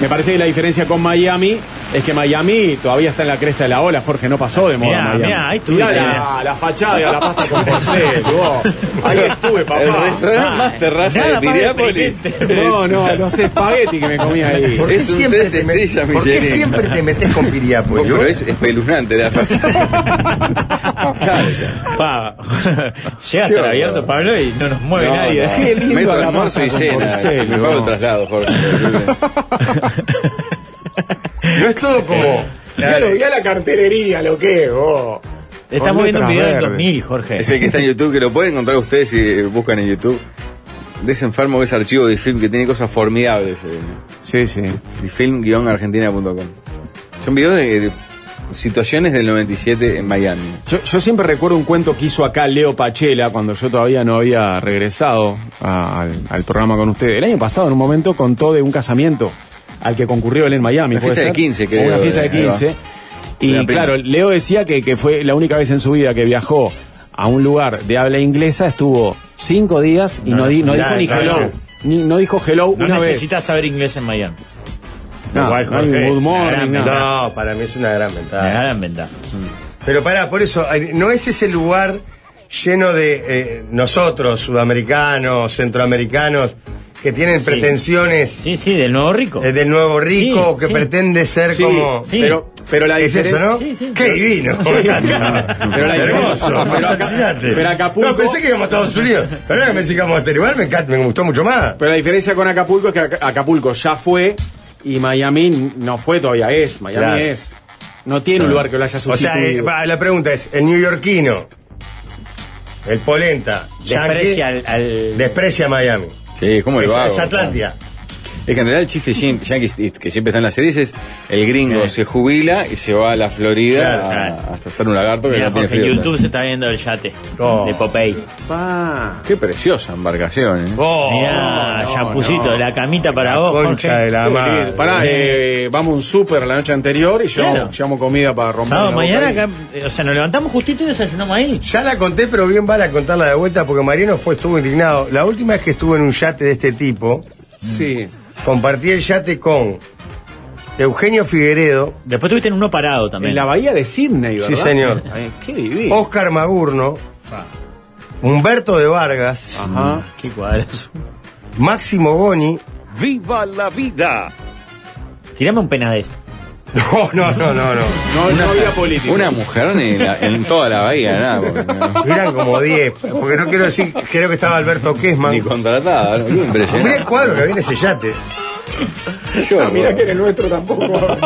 me parece que la diferencia con Miami es que Miami todavía está en la cresta de la ola, Jorge, no pasó de moda
Mirá,
Miami.
mirá, ahí
Mirá
estuviste,
la, la fachada y a la pasta con porcel, vos. Ahí estuve,
El
papá.
restaurante más terraza
Nada
de
más
Piriápolis.
deprimente.
No, no, los espaguetis que me comí ahí.
¿Por qué
Es un
siempre
tres
te met-
estrellas
¿Por qué
Michelin.
siempre te metes con pues? Piriápolis?
Pero es espeluznante la fachada. Claro, ya.
Pa, llega
Qué
hasta el abierto,
horror.
Pablo, y no nos mueve
No,
nadie.
no.
Qué lindo
Meto
la
almuerzo
pasta
y
con
cena.
porcel,
Mejor
no.
lo traslado, Jorge.
No es todo como.
Ya lo vi a la cartelería, lo que es, vos.
Estamos
Con
viendo un
letras
video del
verdes.
2000, Jorge.
Es el que está en YouTube, que lo pueden encontrar ustedes si buscan en YouTube. De ese enfermo que es archivo de film que tiene cosas formidables. eh.
Sí, sí.
Film-argentina.com. Son videos de, de situaciones del 97 en Miami.
Yo, yo siempre recuerdo un cuento que hizo acá Leo Pachela cuando yo todavía no había regresado a- al, al programa con ustedes. El año pasado, en un momento, contó de un casamiento al que concurrió él en Miami.
Una
¿puede
fiesta de
ser?
15 que
O Una
dio,
fiesta de
eh, ahí va.
15. Y
Una prima.
claro, Leo decía que, que fue la única vez en su vida que viajó a un lugar de habla inglesa, estuvo cinco días y no, di- no
no,
dijo ni
no,
hello.
no.
Ni- no dijo hello
No
una vez.
necesitas saber inglés en Miami.
No,
Igual,
no hay
Jorge,
good morning,
la gran
nada.
ventaja.
No, para mí es una gran
Ah.
Me
ventaja.
harán ventaja.
Pero pará, por eso, ay, ¿no es ese lugar lleno de eh, nosotros, sudamericanos, centroamericanos, que tienen pretensiones
Sí, sí, del nuevo rico.
eh, del nuevo rico,
Sí,
que
sí.
pretende ser
Sí,
como...
sí.
Pero, pero la
¿Es
diferencia...
eso, no?
Sí, sí.
¡Qué divino!
Pero la diferencia-
Hermoso,
pero acá-
alucinante.
pero Acapulco-
No, pensé que íbamos a Estados Unidos. Pero ahora que me decís que íbamos a este lugar, me, encanta, me gustó mucho más.
Pero la diferencia con Acapulco es que Aca- Acapulco ya fue y Miami no fue todavía, es. Miami
Claro.
es. No tiene un lugar que lo haya
O sea, eh,
sustituido.
va, la pregunta es, el neoyorquino El Polenta.
Desprecia
Yankee,
al, al-
Desprecia a Miami.
Sí, ¿cómo
es,
lo hago?
es Atlántida.
Es que en realidad el chiste Yan- Yankees It, que siempre está en las series es el gringo se jubila y se va a la Florida
Claro,
a-
claro.
hasta hacer un lagarto que
Mira,
no tiene
Jorge, en
frío.
YouTube se está viendo el yate
Oh.
de Popeye.
Pa.
Qué preciosa embarcación, ¿eh?
Oh,
Mirá,
no,
champucito,
no.
la camita para
la
vos, Jorge.
concha de la madre.
Pará, eh, vamos a un súper la noche anterior y llevamos,
Claro.
llevamos comida para romper.
Sábado,
la boca
mañana,
ahí.
acá, eh, o sea, nos levantamos justito y desayunamos ahí.
Ya la conté, pero bien vale a contarla de vuelta porque Mariano fue, estuvo indignado. La última vez que estuvo en un yate de este tipo, Mm,
Sí.
compartí el yate con Eugenio Figueredo,
Después tuviste en uno parado también.
En la bahía de Sydney, ¿verdad?
Sí, señor.
Ay, Qué divino.
Óscar Magurno, Humberto de Vargas,
Ajá.
Qué cuadrazo.
Máximo Goni.
¡Viva la vida!
Tirame un penadez.
No, no, no, no, no.
No, no había política.
Una mujer en, la- en toda la bahía, nada, porque no-
Eran como 10, porque no quiero decir, creo que estaba Alberto Kesman.
ni contratada, ¿no? Qué impresionante.
Mirá el cuadro que viene ese yate.
Yo,
Ah,
Mira que en el nuestro tampoco.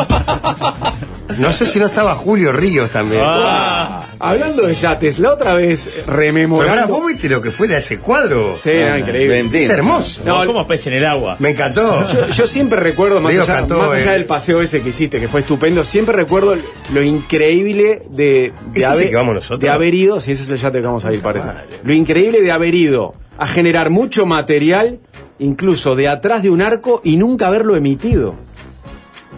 No sé si no estaba Julio Ríos también.
Ah,
Hablando de yates, la otra vez eh,
Pero ahora
rememorando.
vos Ah, viste lo que fuera ese cuadro.
Sí, era increíble.
Valentín.
Es hermoso.
No,
no, como pez en el agua.
Me encantó.
Yo, yo siempre recuerdo, más,
Leo
allá,
cantó,
más allá
eh.
del paseo ese que hiciste, que fue estupendo, siempre recuerdo lo increíble de, de
¿Es ese
haber,
que vamos nosotros?
de haber ido, si ese es el yate que vamos a ir, parece.
madre.
Lo increíble de haber ido a generar mucho material, incluso de atrás de un arco, y nunca haberlo emitido.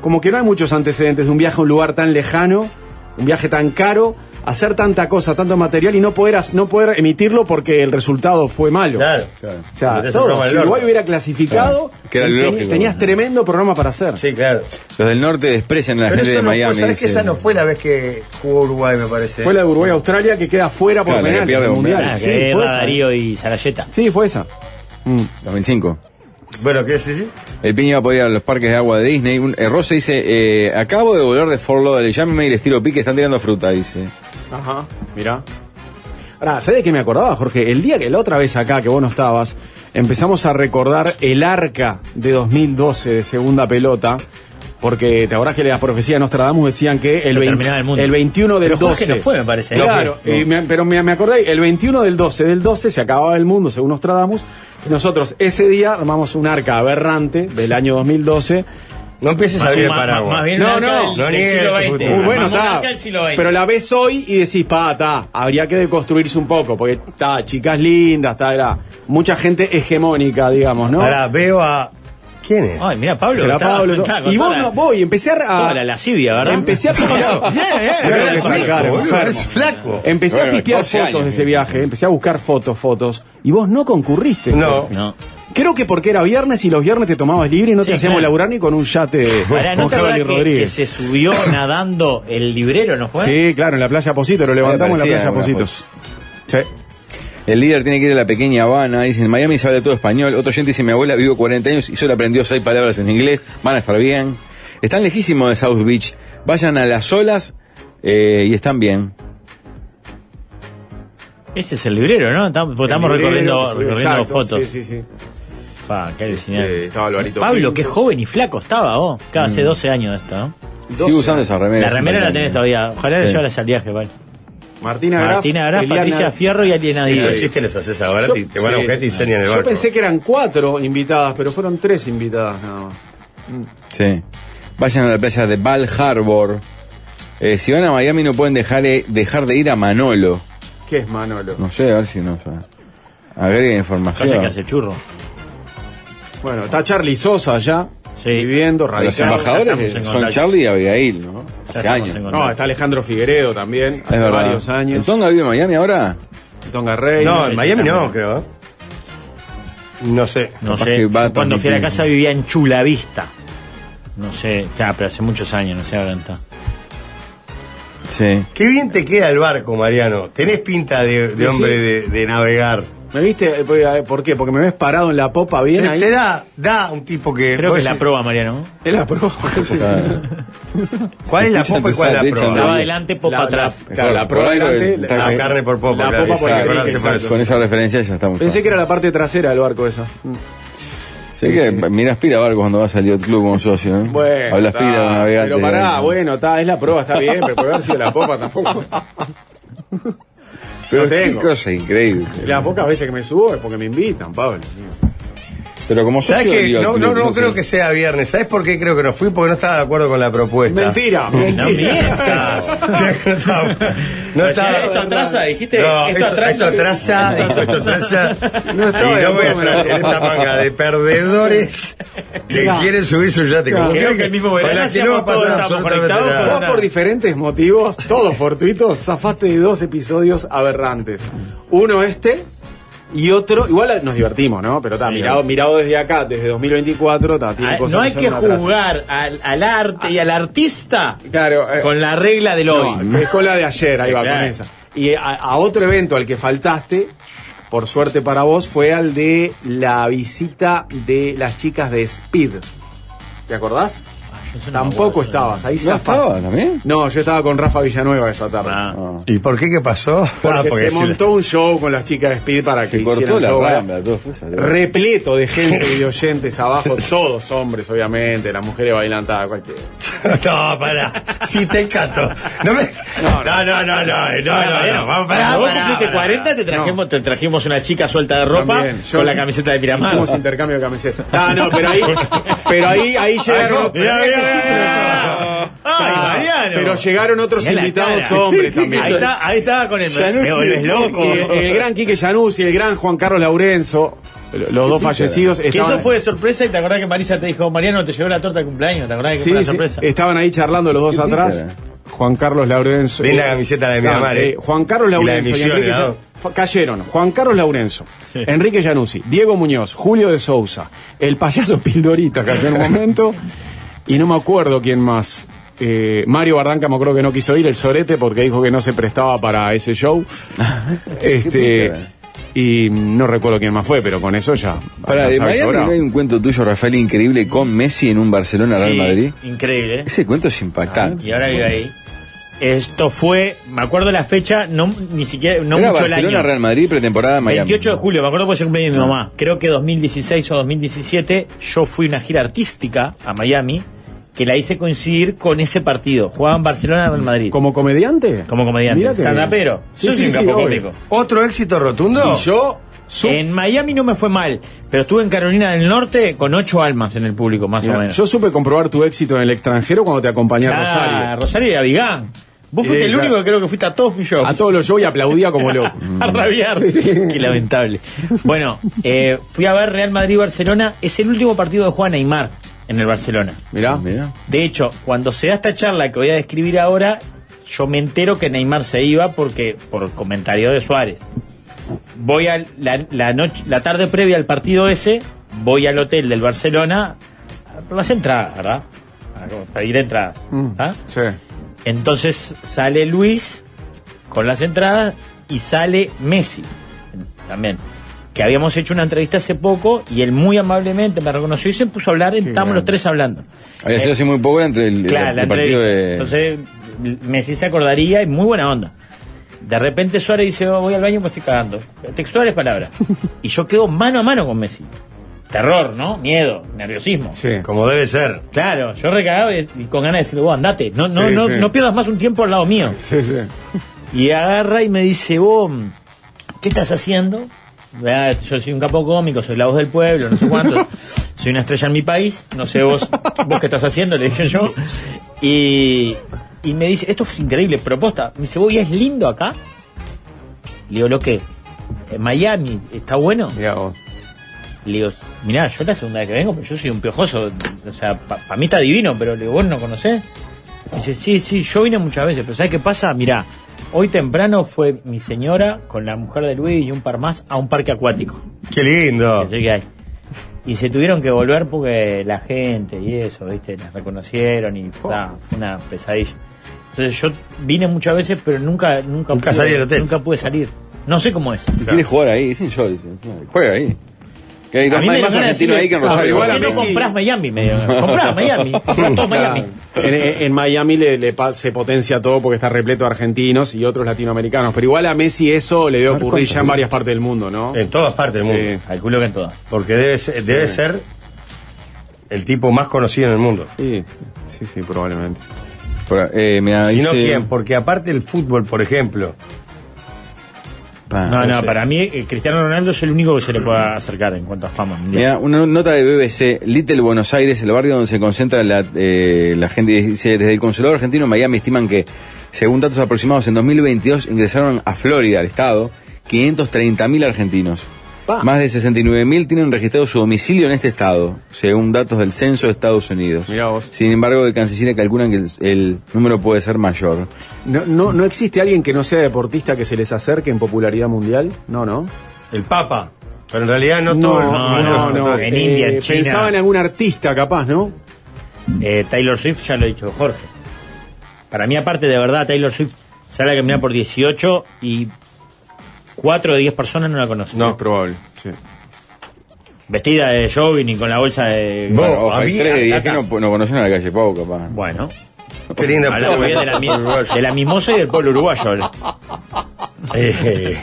Como que no hay muchos antecedentes de un viaje a un lugar tan lejano, un viaje tan caro, hacer tanta cosa, tanto material y no poder, as- no poder emitirlo porque el resultado fue malo.
Claro.
O sea,
Metés el
todo,
programa
si
del
Uruguay
orto.
hubiera clasificado,
Claro, que era
teni-
Ah, lógico.
tenías tremendo programa para hacer.
Sí, claro.
Los del norte desprecian a la
Pero
gente
eso
de
no
Miami.
fue, ¿sabés que
dice.
esa no fue la vez que jugó Uruguay, me parece?
Fue la de Uruguay-Australia que queda fuera por
Claro, la que
penales,
pierde
del
con
mundial.
Ah,
Sí,
que
fue
Eva,
esa.
Darío y Sarayeta.
Sí, fue esa. Mm.
2005.
Bueno, ¿qué es sí?
El piña va a poder ir a los parques de agua de Disney. Un, eh, Rosa dice, eh, acabo de volver de Fort Lauderdale, llámeme y les tiro pique, están tirando fruta, dice.
Ajá, mirá. Ahora, ¿sabes de qué me acordaba, Jorge? El día que la otra vez acá, que vos no estabas, empezamos a recordar el arca de 2012 de segunda pelota. Porque te acordás que las profecías de Nostradamus decían que el,
Se
20
terminaba el mundo.
el 21 del
Pero Jorge
12.
no fue, me parece.
Claro,
No fue, no.
y me- pero me, me acordé, el 21 del 12 del 12 se acababa el mundo, según Nostradamus. Y nosotros ese día armamos un arca aberrante del año 2012.
No empieces a
Más-
abrir el
más-
paraguas.
más bien
No,
una
no,
arca del-
no
del
niegues
siglo
tu
XX.
futuro.
Muy
Más
bueno,
Una
está.
arca del siglo XX.
Pero la ves hoy y decís, pa, está, habría que deconstruirse un poco, porque está, chicas lindas, está, era mucha gente hegemónica, digamos, ¿no?
Ahora veo a. ¿Quién es?
Ay, mira, Pablo.
Será
está-
Pablo.
está con
y
toda
vos
la-
no, voy, empecé a.
toda la lascivia, ¿verdad?
Empecé a pispear. Creo que
es
sacaron,
flaco, boludo,
enfermo.
es flaco.
Empecé
Bueno,
a pispear
12
fotos
años,
de ese
mira.
viaje, empecé a buscar fotos, fotos, y vos no concurriste.
No.
No.
Creo que porque era viernes y los viernes te tomabas libre y no
Sí,
te hacíamos
claro.
laburar ni con un yate
Pará, ¿no
con
te acordás
Javier
que, que
Rodríguez.
se subió nadando el librero, no fue?
Sí, claro, en la playa Positos, lo levantamos en la
parecía
playa
alguna
Positos. Sí.
El líder tiene que ir a la pequeña Habana, dice, en Miami se habla todo español. Otro gente dice, mi abuela vivo 40 años y solo aprendió seis palabras en inglés, van a estar bien. Están lejísimos de South Beach, vayan a las olas eh, y están bien.
Ese es el librero, ¿no? Estamos, porque estamos
El librero
recorriendo,
que subió,
recorriendo
exacto,
fotos.
Sí, sí, sí.
Pa, qué alucinante.
Eh, estaba Alvarito
Pablo,
Pintos.
qué joven y flaco estaba vos. Cada
Mm.
hace 12 años de esto, ¿no?
Sigo usando esa remera.
La remera la tenés todavía. Ojalá le
Sí.
llevaras al viaje, ¿vale?
Martina Graf.
Martina Graf,
Eliana-
Patricia Fierro y Aliena
Esos
Díaz.
chistes los haces ahora, te- te van a
sí.
buscar y te incendian el
Yo
barco.
pensé que eran cuatro invitadas, pero fueron tres invitadas nada más.
Sí. Vayan a la playa de Bal Harbor. Eh, si van a Miami no pueden dejar, eh, dejar de ir a Manolo.
¿Qué es Manolo?
No sé, a ver si nos ah, agreguen información.
Cosa que hace churro.
Bueno, está Charlie Sosa ya,
Sí.
viviendo,
A los
radicado.
embajadores
estamos en
son
contacto.
Charlie y Abigail, ¿no?
Ya
Hace
estamos
años.
en
Es
contacto.
No, está Alejandro Figueredo también, hace
verdad.
varios
¿El
años.
Tonga vive en Miami ahora?
Tonga Rey.
No, en Miami no, creo. ¿eh? No sé.
No
Capaz
sé.
que va
Yo Cuando fui a la
transmitiendo.
casa vivía en Chulavista. No sé, claro, pero hace muchos años, no sé ahora está.
Sí.
Qué bien te queda el barco, Mariano. Tenés pinta de, de
Sí,
hombre
sí.
de, de navegar.
¿Me viste? Eh, voy a ver, ¿Por qué? Porque me ves parado en la popa bien
Te,
ahí.
te da, da un tipo que.
Creo
vos
que la
decís,
proba, Mariano.
Es la prueba.
¿Cuál es la popa y cuál es la
Te echan
proa?
de-
Estaba adelante, popa
La- la-
atrás.
Claro, la proa
Por ahí lo-
delante,
está-
la- la carne por popa,
La
claro,
popa
exacto,
por el
ahora se
caribe,
fue
exacto.
Con esa referencia ya estamos.
Pensé que era la parte trasera del barco esa.
Sé que miras pira barco cuando vas al Yacht Club como socio, ¿eh?
Bueno.
Hablas
está,
pira con navegante.
Pero pará, bueno, está, es la prueba, está bien, pero puede haber sido la popa tampoco.
Pero
No
qué
tengo.
cosa increíble.
Las pocas veces que me subo es porque me invitan, Pablo.
Pero como
¿Sabes
socio
qué?
del
No,
club,
no, no
sé.
creo que sea viernes. ¿Sabes por qué creo que no fui? Porque no estaba de acuerdo con la propuesta.
Mentira,
No
mentira.
mientas.
no estaba. No
Pero
estaba-
si esto atrasa, dijiste,
No,
esto
esto,
atrasa.
esto atrasa. Esto, atrasa.
No estaba
y
de
no voy a
acuerdo.
entrar en esta manga de perdedores que
No.
quieren subir su yate.
Creo
Como
que el mismo
con
verano
la que no
hacíamos todo,
pasa
estábamos
absolutamente
conectados
nada.
con-
Vos por diferentes motivos, todos fortuitos, zafaste de dos episodios aberrantes. Uno este y otro, igual nos divertimos, ¿no? Pero está,
Sí,
mirado, mirado desde acá, desde 2024, está, tiene
Ah,
cosas
No hay
son
que
un atraso.
jugar al, al arte y al artista
Claro, eh,
con la regla del
no,
hoy.
que es con la de ayer, ahí va,
Claro.
con esa. Y a, a otro evento al que faltaste, por suerte para vos, fue al de la visita de las chicas de Speed. ¿Te acordás? Tampoco estabas, ahí
¿No
zafaste.
estaba también?
No, yo estaba con Rafa Villanueva esa tarde.
Ah.
No.
¿Y por qué qué pasó?
Porque,
Ah, porque
se
sí,
montó un show con las chicas de Speed para que
Se
hicieran
cortó la
show. ¿verdad?
rambla, todo fue esa-
Repleto de gente y de oyentes abajo, todos hombres, obviamente, las mujeres bailan tal, cualquiera.
No, pará. Si te encanto. No me. No, no, no, no, no, no, no. Vamos, pará,
Cuando vos
pará,
cumpliste
pará.
40, te trajimos, te trajimos una chica suelta de ropa
También, yo-
con la camiseta de Miramar.
Hicimos intercambio de camisetas. Ah, no, pero ahí, pero ahí, ahí llegaron.
Mirá, mirá, mirá, mirá.
Ay,
Ah,
Mariano.
Pero llegaron otros
Mirá la
invitados
cara.
hombres también.
Ahí está, ahí está con el.
Ya no
me
sé.
volvés loco.
Y el, el gran Quique Yanús y el gran Juan Carlos Laurenzo, los dos fallecidos,
Que
estaban,
eso fue de sorpresa y te acordás que Marisa te dijo, Mariano, te llevó la torta de cumpleaños, ¿te acordás que
sí,
fue una
sí,
sorpresa?
estaban ahí charlando los dos
Qué eh. pinta
atrás.
era.
Juan Carlos Laurenzo.
Linda camiseta la de
Estaban,
Miramar,
sí.
eh.
Juan Carlos
Y la de
Laurenzo y,
Misiones,
Enrique
¿no?
Yan- fa- Cayeron Juan Carlos Laurenzo,
Sí.
Enrique Yanussi, Diego Muñoz, Julio de Sousa, el payaso Pildorita cayó en un momento, y no me acuerdo quién más. Eh, Mario Barranca me acuerdo que no quiso ir, el Sorete, porque dijo que no se prestaba para ese show.
Qué
este
pícara.
Y no recuerdo quién más fue, pero con eso ya.
Para, de
ya sabes,
Mariano
sobrado.
no hay un cuento tuyo, Rafael, increíble con Messi en un Barcelona Real
Sí, Ah,
Madrid.
Increíble. ¿eh?
Ese cuento es impactante.
Y ahora vive ahí. Esto fue, me acuerdo la fecha, no ni siquiera, no
Era
mucho el
Barcelona
año.
Real Madrid, pretemporada Miami.
28 de julio, me acuerdo porque se cumpleaños
Ah.
de mi mamá. Creo que 2016 o 2017 yo fui a una gira artística a Miami que la hice coincidir con ese partido. Jugaban Barcelona Real Madrid.
¿Como comediante?
Como comediante.
Mirá qué bien.
Standupero.
Sí,
Yo
sí,
soy un
sí,
capo
obvio.
cómico.
¿Otro éxito rotundo?
Y yo. su-
En Miami no me fue mal, pero estuve en Carolina del Norte con ocho almas en el público, más o
Mira,
menos.
Yo supe comprobar tu éxito en el extranjero cuando te acompañé a
Ah,
Rosario.
Rosario y Abigán. Vos
Sí,
fuiste el
claro.
único que creo que fuiste a todos mis shows.
A todos los shows y aplaudía como loco.
a rabiar.
Mm. Sí, sí.
Qué lamentable. Bueno, eh, fui a ver Real Madrid-Barcelona. Es el último partido de Juan Neymar en el Barcelona.
Mirá.
Mirá.
De hecho, cuando se da esta charla que voy a describir ahora, yo me entero que Neymar se iba porque por el comentario de Suárez. Voy a la, la noche, la tarde previa al partido ese, voy al hotel del Barcelona por las entradas, ¿verdad? Para pedir entradas.
Mm.
¿ah?
Sí.
Entonces sale Luis con las entradas y sale Messi también. Que habíamos hecho una entrevista hace poco y él muy amablemente me reconoció y se puso a hablar. Estábamos los tres hablando.
Había sido así muy poco entre el,
Claro,
el
la
partido
entrevista.
de.
Entonces, l- Messi se acordaría y muy buena onda. De repente Suárez dice, "Oh, voy al baño y me estoy cagando. Textuales palabras. y yo quedo mano a mano con Messi. Terror, ¿no? Miedo, nerviosismo.
Sí.
Como debe ser.
Claro, yo recagado y y con ganas de decirle, vos andate, no, no,
Sí,
no,
sí.
no pierdas más un tiempo al lado mío.
Sí, sí.
Y agarra y me dice, vos, ¿qué estás haciendo? Ah, Yo soy un capo cómico, soy la voz del pueblo, no sé cuánto. soy una estrella en mi país, no sé vos, vos qué estás haciendo, le dije yo. Y, y me dice, esto es increíble, propuesta. Me dice, vos, ¿y es lindo acá? Le digo, ¿lo qué? "Eh, Miami, ¿está bueno?
Mirá vos.
Le digo, mirá, yo la segunda vez que vengo, pero yo soy un piojoso. O sea, para mí está divino, pero le digo, vos no conocés. Me dice, sí, sí, yo vine muchas veces, pero ¿sabes qué pasa? Mirá, hoy temprano fue mi señora con la mujer de Luis y un par más a un parque acuático.
Qué lindo.
que sé que hay. Y se tuvieron que volver porque la gente y eso, ¿viste? Las reconocieron y
Oh.
fue una- fue una pesadilla. Entonces yo vine muchas veces, pero nunca, nunca,
Nunca
pude,
salí del hotel.
Nunca pude salir. No sé cómo es.
Y Quiere jugar ahí, es insólito. Juega ahí. Que hay
A
dos
mí me
más,
dieron
más
ganas de
argentinos ahí que en
decirle,
Rosario.
igual a
¿por qué no
Messi-
comprás Miami? Me dieron ganas. comprás Miami. Comprás todo Miami.
En, en Miami le, le pa- se potencia todo porque está repleto de argentinos y otros latinoamericanos. Pero igual a Messi eso le veo ocurrir ya en varias partes del mundo, ¿no?
Eh.
En todas partes del mundo.
Sí.
Calculo que en todas.
Ah,
Porque debe ser, debe ser el tipo más conocido en el mundo.
Sí, sí, sí, probablemente.
Por- eh, mirá,
Si no,
dice-
¿quién? Porque aparte el fútbol, por ejemplo,
Pa,
no, no,
sé.
para mí eh, Cristiano Ronaldo es el único que se le puede acercar en cuanto a fama mundial.
Mira, una nota de BBC, Little Buenos Aires, el barrio donde se concentra la, eh, la gente, dice, desde el consulado argentino en Miami estiman que, según datos aproximados, en 2022 ingresaron a Florida, al estado, 530.000 argentinos. Más de 69.000 tienen registrado su domicilio en este estado, según datos del Censo de Estados Unidos.
Mirá vos.
Sin embargo, de Cancillería calculan que el, el número puede ser mayor.
No, no, ¿No existe alguien que no sea deportista que se les acerque en popularidad mundial? No, no.
El Papa. Pero en realidad no, todo.
no, no, no.
todo.
En India, en China.
Eh, Pensaba en algún artista capaz, ¿no?
Eh, Taylor Swift, ya lo ha dicho Jorge. Para mí, aparte, de verdad, Taylor Swift sale a caminar por 18 y 4 de 10 personas no la conocen.
No.
Es probable. sí.
Vestida de jogging y con la bolsa de...
Vos,
Bueno, ojo, hay
había-
tres de diez
acá.
que no, no conocen a la calle Pau, capaz.
Bueno,
Qué linda
hablamos bien de la, mi- de la mimosa y del pueblo uruguayo. ahora.
Eh,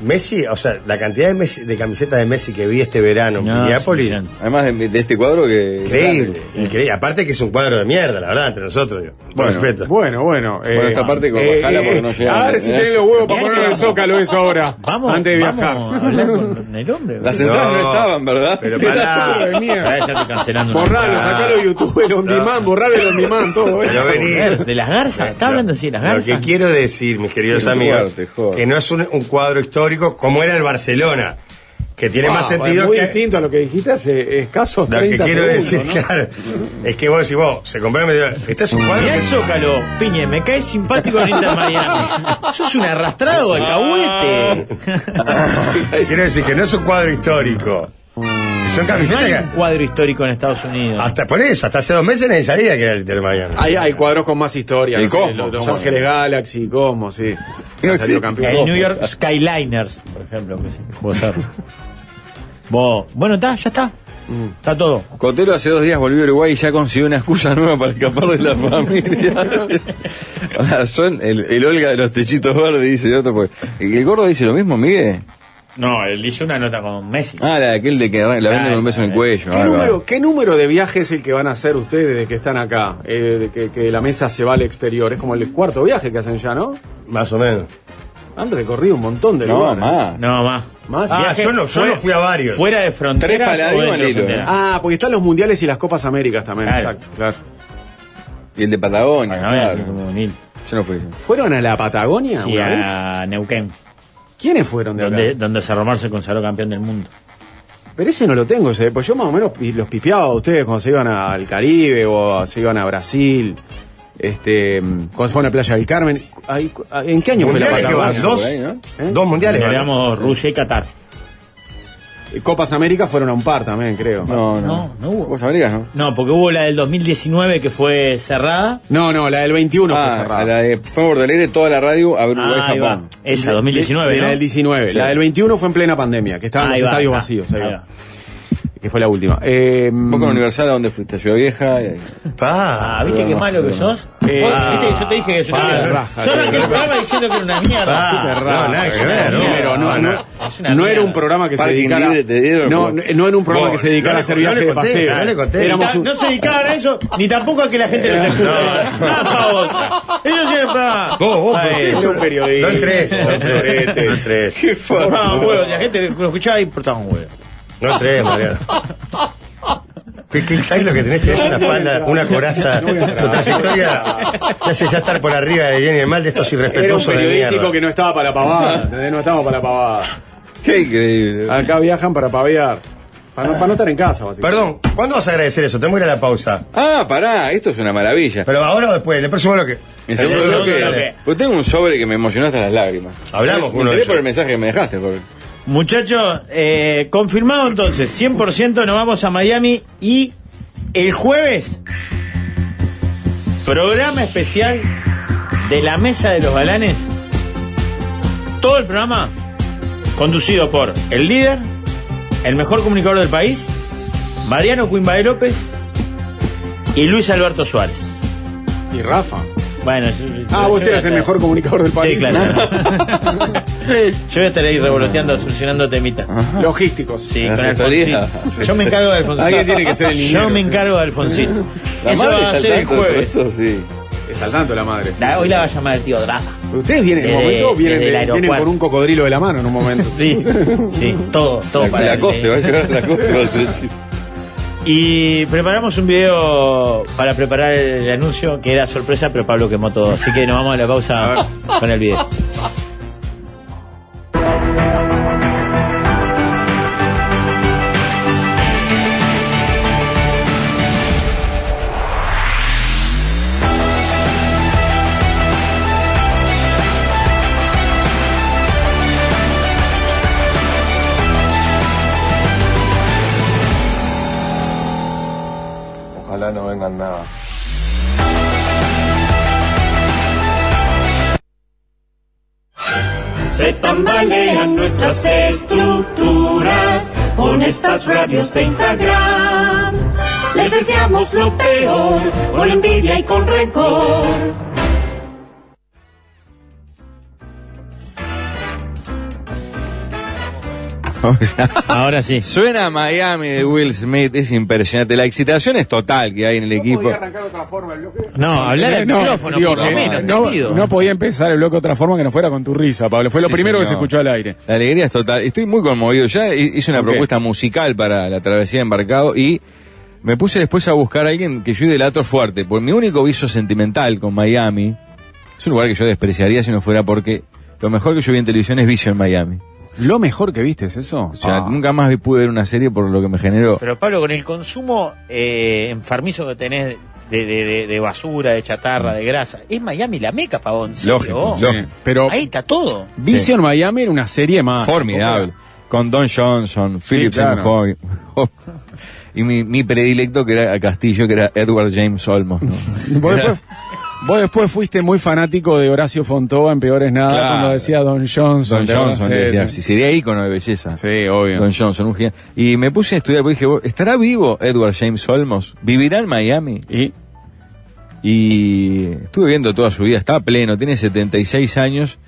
Messi, o sea, la cantidad de, Messi- de camisetas de Messi que vi este verano en
No,
Minneapolis,
es impresionante.
Además de, de este cuadro que...
increíble, increíble. Aparte que es un cuadro de mierda, la verdad, entre nosotros. digo. Con
Bueno,
respeto.
Bueno, bueno. eh,
esta parte con- bajala porque no llegamos,
A ver si
¿eh?
tenés los huevos para
Mirá
poner en
que-
el zócalo eso ahora.
Vamos,
antes de
vamos
viajar.
a hablar con el hombre.
Las entradas no,
No,
estaban, ¿verdad?
Pero pará.
Ahora ya estoy cancelando. una
Borralo,
entrada.
sacalo de YouTube, el on demand, borralo el on demand, todo. ¿eh?
Pero vení.
De las garzas, está hablando así de las
Lo que
garzas.
quiero decir, mis queridos
Qué
amigos,
fuerte, joder.
que no es un, un cuadro histórico como era el Barcelona, que tiene
Wow,
más sentido
es Ah, muy
que,
distinto a lo que dijiste hace escasos
Lo que
30
quiero
segundos,
decir,
¿no?
claro, es que vos, si vos, se compró, me dijo, este es un cuadro.
Mirá
que-
el Zócalo, Piñe, me caes simpático en Inter Miami. Sos un
Ah.
arrastrado, alcahuete.
Quiero decir que no es un cuadro histórico. Son
No
camisetas
hay
que.
un cuadro histórico en Estados Unidos.
Hasta por eso, hasta hace dos meses nadie sabía que era el Inter Miami.
Hay, hay cuadros con más historia.
El
no sé,
Cosmo,
los- Los
Cosmo.
Ángeles Galaxy, Cosmo, sí.
No
Ha
existe.
salido
El
campeón.
New York Skyliners, por ejemplo, que sí, puedo ser. Vos- Bueno, está, ya está.
Mm.
Está todo.
Cotero hace dos días volvió a Uruguay y ya consiguió una excusa nueva para escapar de la familia. Ah, Son el, el Olga de los techitos verdes, dice el otro. Pues. ¿El gordo dice lo mismo, Miguel?
No, él hizo una nota con Messi.
Ah, la de aquel de que arran- la vende con un beso
eh,
en el cuello.
¿Qué
ah,
número,
va.
¿Qué número de viaje es el que van a hacer ustedes desde que están acá? Eh, de que, que la mesa se va al exterior. Es como el cuarto viaje que hacen ya, ¿no?
Más o menos.
Han recorrido un montón de
No,
lugares.
más.
No, más.
Más
viajes. Ah, Yo no- yo
fuera-
no fui a varios.
Fuera de fronteras.
Tres
o
paladines
dentro de
al hilo,
fronteras.
Ah, porque están los mundiales y las Copas Américas también,
Claro.
exacto. Claro.
Y el de Patagonia,
Bueno, a ver,
claro.
como Nil.
Yo no fui.
¿Fueron a la Patagonia
Y
una vez?
a Neuquén,
¿Quiénes fueron de acá?
donde, donde Cerro Mar se consagró campeón del mundo.
Pero ese no lo tengo, ese. Pues yo más o menos pi- los pipiaba a ustedes cuando se iban al Caribe o se iban a Brasil. Este, cuando se fueron a Playa del Carmen. Ahí, cu- ah, ¿En qué año fue la
Mundiales que van,
Patagonia?
dos,
Por ahí, ¿no?
¿Eh?
dos mundiales.
Donde
van.
éramos Rusia y Qatar.
Copas Américas fueron a un par también, creo. No,
No, no.
No, no hubo.
¿Vos Américas, no?
No, porque hubo la del 2019 que fue cerrada.
no, la del 21 fue
Ah,
cerrada.
la de fue por Alegre, toda la radio a Uruguay,
Ah, ahí va.
Japón.
Esa, 2019,
De
¿no?
La del 19.
Sí.
La del 21 fue en plena pandemia, que estaban
Ahí
los
va,
estadios
está.
vacíos. ahí
Ahí
va.
va.
Que fue la última. Eh,
Vos
Mm.
con Universal, ¿a dónde fuiste? ¿A Ciudad Vieja? Eh,
Pa.
Ah, ¿viste qué malo que sos? Vos, ¿viste? Yo te dije que yo
Ah,
te
raja,
Yo
que-
arranqué el programa diciendo que era una mierda.
Ah,
Qué
no,
raro.
nada que
Es
ver,
un
no.
número, no,
No,
no,
no.
Es una
no
mierda.
era un programa que se
Parking
dedicara.
libre te dieron,
no,
pues.
no, no era un programa
Vos,
que se dedicara
no
a
le-
hacer
no le
viajes de
conté,
paseo.
no le conté.
Ni
Éramos
ta-
un-
No se dedicaban a eso, ni tampoco a que la gente los escuche. Nada pa' otra. Ellos eran
Ah,
para.
Vos, vos,
Ay,
eh,
porque
es
son-
un periodista.
No entres, no entres, no entres.
Ah,
Formaban huevos, la gente que lo escuchaba y portaba un huevo.
No entres, Mariano. ¿Qué- qué- ¿Sabes lo que tenés? Tenés una espalda, una coraza, tu trayectoria te hace ya estar por arriba de bien y de mal de estos
Era un
irrespetuosos de mierda.
periodístico que no estaba para
Ah.
pavada. ¿entendés? No estábamos para pavada.
Qué increíble.
Acá viajan para pavear. Para no, para no estar en casa, básicamente.
Perdón, ¿cuándo vas a agradecer eso? Tenemos que ir a la pausa.
Ah, pará, esto es una maravilla.
Pero ahora o después, en el próximo bloque.
En
Pero
segundo
yo
bloque,
creo que-
Pues tengo un sobre que me emocionó hasta las lágrimas.
Hablamos
Me
uno de
enteré
ellos.
por el mensaje que me dejaste. Por...
Muchachos, eh, confirmado entonces, 100% nos vamos a Miami y el jueves, programa especial de la Mesa de los Galanes. Todo el programa conducido por el líder, el mejor comunicador del país, Mariano Cuimbae López y Luis Alberto Suárez.
Y Rafa.
Bueno,
Ah, vos eras el mejor comunicador del país.
Sí, claro. Yo voy a estar ahí revoloteando, solucionando temitas.
Logísticos.
Sí,
La
con
gestoría.
Alfonsín. Yo me encargo de Alfonsín.
Alguien tiene que ser el
Yo
niñero,
me
sí.
encargo de Alfonsín.
La
Eso
madre
va
está
a
al
ser el
tanto de
jueves.
todo esto, sí.
Está al tanto la madre. sí.
La- hoy la va a llamar el tío Draza.
Ustedes vienen en un
Desde-
momento, vienen,
desde el
vienen
aeropuerto.
por un cocodrilo de la mano en un momento.
Sí, sí, todo, todo
La,
para
la
él,
coste,
eh.
va a llegar a la coste. va a ser el chiste.
Y preparamos un video para preparar el anuncio, que era sorpresa, pero Pablo quemó todo. Así que nos vamos a la
A
pausa con el video.
Ojalá no vengan nada.
Se tambalean nuestras estructuras con estas radios de Instagram. Les deseamos lo peor, con envidia y con rencor.
Ahora sí.
Suena Miami de Will Smith, es impresionante. La excitación es total que hay en el equipo.
No, hablar al
Eh, No,
micrófono,
digo,
por lo
que
menos,
no,
te pido.
no podía empezar el bloque de otra forma que no fuera con tu risa, Pablo. Fue lo
Sí,
primero que se
señor.
escuchó al aire.
La alegría es total. Estoy muy conmovido. Ya hi- hice una
Ok.
propuesta musical para la travesía de embarcado y me puse después a buscar a alguien que yo idolatro fuerte. Por mi único viso sentimental con Miami, es un lugar que yo despreciaría si no fuera porque lo mejor que yo vi en televisión es Vision Miami.
Lo mejor que viste es eso.
O sea,
Ah.
nunca más vi- pude ver una serie por lo que me generó.
Pero Pablo, con el consumo eh, enfermizo que tenés de, de- de- de basura, de chatarra, de grasa, es Miami la meca, pavón. ¿sí?
Lógico,
Oh.
Sí,
lógico.
Pero
Ahí está todo.
Vision Miami era una serie más.
Formidable. Con Don Johnson, Philip
Ah, claro.
Seymour Hoffman. Y mi, mi predilecto que era a Castillo, que era Edward James Olmos. ¿no?
Vos después, vos después fuiste muy fanático de Horacio Fontova en Peores Nada
Claro.
cuando decía Don Johnson.
Don Johnson,
Sí,
le decía,
sí.
si sería ícono de belleza.
Sí, obvio.
Don Johnson, un gigante. Y me puse a estudiar, porque dije, "Vos, ¿estará vivo Edward James Olmos? ¿Vivirá en Miami?
Y
Y estuve viendo toda su vida, está pleno, tiene 76 años.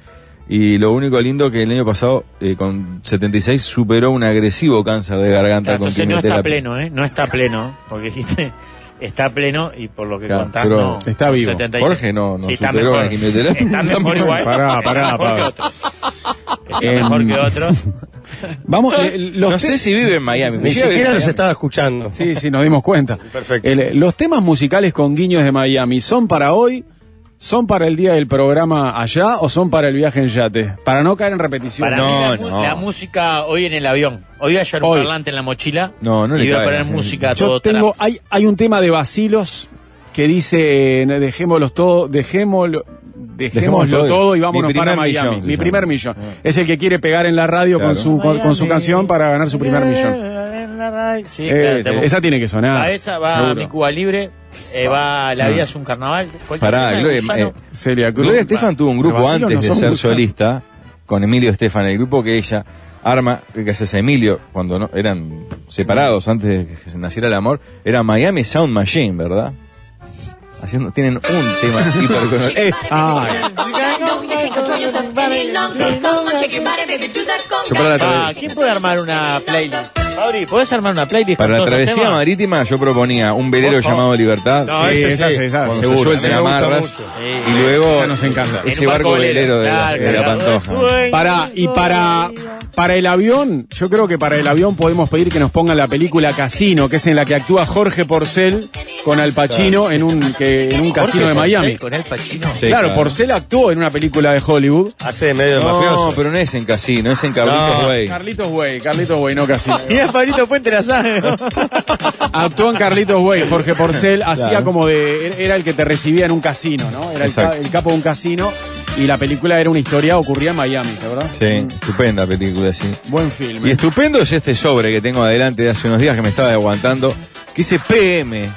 Y lo único lindo que el año pasado, eh, con 76, superó un agresivo cáncer de garganta con
Entonces no está
quimioterapia.
pleno, ¿eh? No está pleno, porque si te- está pleno y por lo que
Claro,
contás,
pero
no.
está vivo.
76.
Jorge no- no
Sí, está
superó la
mejor.
quimioterapia.
Está mejor igual.
Pará,
Está
pará,
mejor que
Pablo.
otros. Está mejor
Em,
que otros.
Vamos, eh, los
Ah, No
te-
sé si vive en Miami.
Ni
Llega a vivir
siquiera
en
los
Miami.
estaba escuchando.
Sí, sí, nos dimos cuenta.
Perfecto.
El, eh, los temas musicales con guiños de Miami, ¿son para hoy? ¿Son para el día del programa allá o son para el viaje en yate? Para no caer en repetición.
Para
No,
mí la, mu-
no.
la música hoy en el avión. Hoy voy a llevar un
Hoy.
parlante en la mochila
No, no le
y voy a
cae,
poner
no.
música a todo
Yo tengo, hay, hay un tema de vacilos que dice, "No, dejémoslos todo, dejémoslo, dejémoslo
todo.
todo y vámonos
Mi primer
para Miami.
millón, se
Mi
llama. Ah.
primer millón. Es el que quiere pegar en la radio
Claro.
con, su, con, con su canción para ganar su primer millón.
Sí,
Eh,
claro, tengo-
esa tiene que sonar.
a esa va
seguro.
mi Cuba Libre, eh, va La Vida es un Carnaval. cualquier
Pará,
tema de
Gloria,
Gusano.
eh,
Celia Cruz.
Gloria Estefan tuvo un grupo
Los vacilos
antes
no
de
son
ser
musicales.
solista con Emilio Estefan, el grupo que ella arma, que hace ese Emilio, cuando no eran separados antes de que se naciera el amor, era Miami Sound Machine, ¿verdad? Haciendo, tienen un tema hiperconocido. Eh,
Ah,
yo para la
Ah,
travesía,
¿Quién puede armar una playlist? Fabri, ¿podés armar una playlist?
para
con
la
todos los
travesía
temas?
marítima yo proponía un velero
Por favor.
llamado Libertad,
No,
sí,
eso
esa
sí.
sí, esa,
cuando se
seguro.
suelten
A mí me gusta
amarras,
mucho.
y luego
Esa nos encanta.
En
ese
un
barco velero de la,
claro,
de la
claro.
Pantoja.
Para, y para, para el avión, yo creo que para el avión podemos pedir que nos pongan la película Casino, que es en la que actúa Jorge Porcel con Al Pacino en un, que, en un casino de Miami.
Con el Pacino.
Sí,
claro, Porcel actuó en una película de Hollywood.
Hace de medio
No,
mafioso.
pero no es en casino, es en Carlitos
No,
Way.
Carlitos Way, Carlitos Way, no Casino.
Y a Pablito Puente la sabe. ¿no?
Actuó en Carlitos Way, Jorge Porcel hacía como de, era el que te recibía en un casino, ¿no? Era el, ca-
Exacto.
el capo de un casino y la película era una historia, ocurría en Miami, ¿verdad?
Sí, estupenda película, sí.
Buen film. ¿eh?
Y estupendo es este sobre que tengo adelante de hace unos días que me estaba aguantando, que dice PM.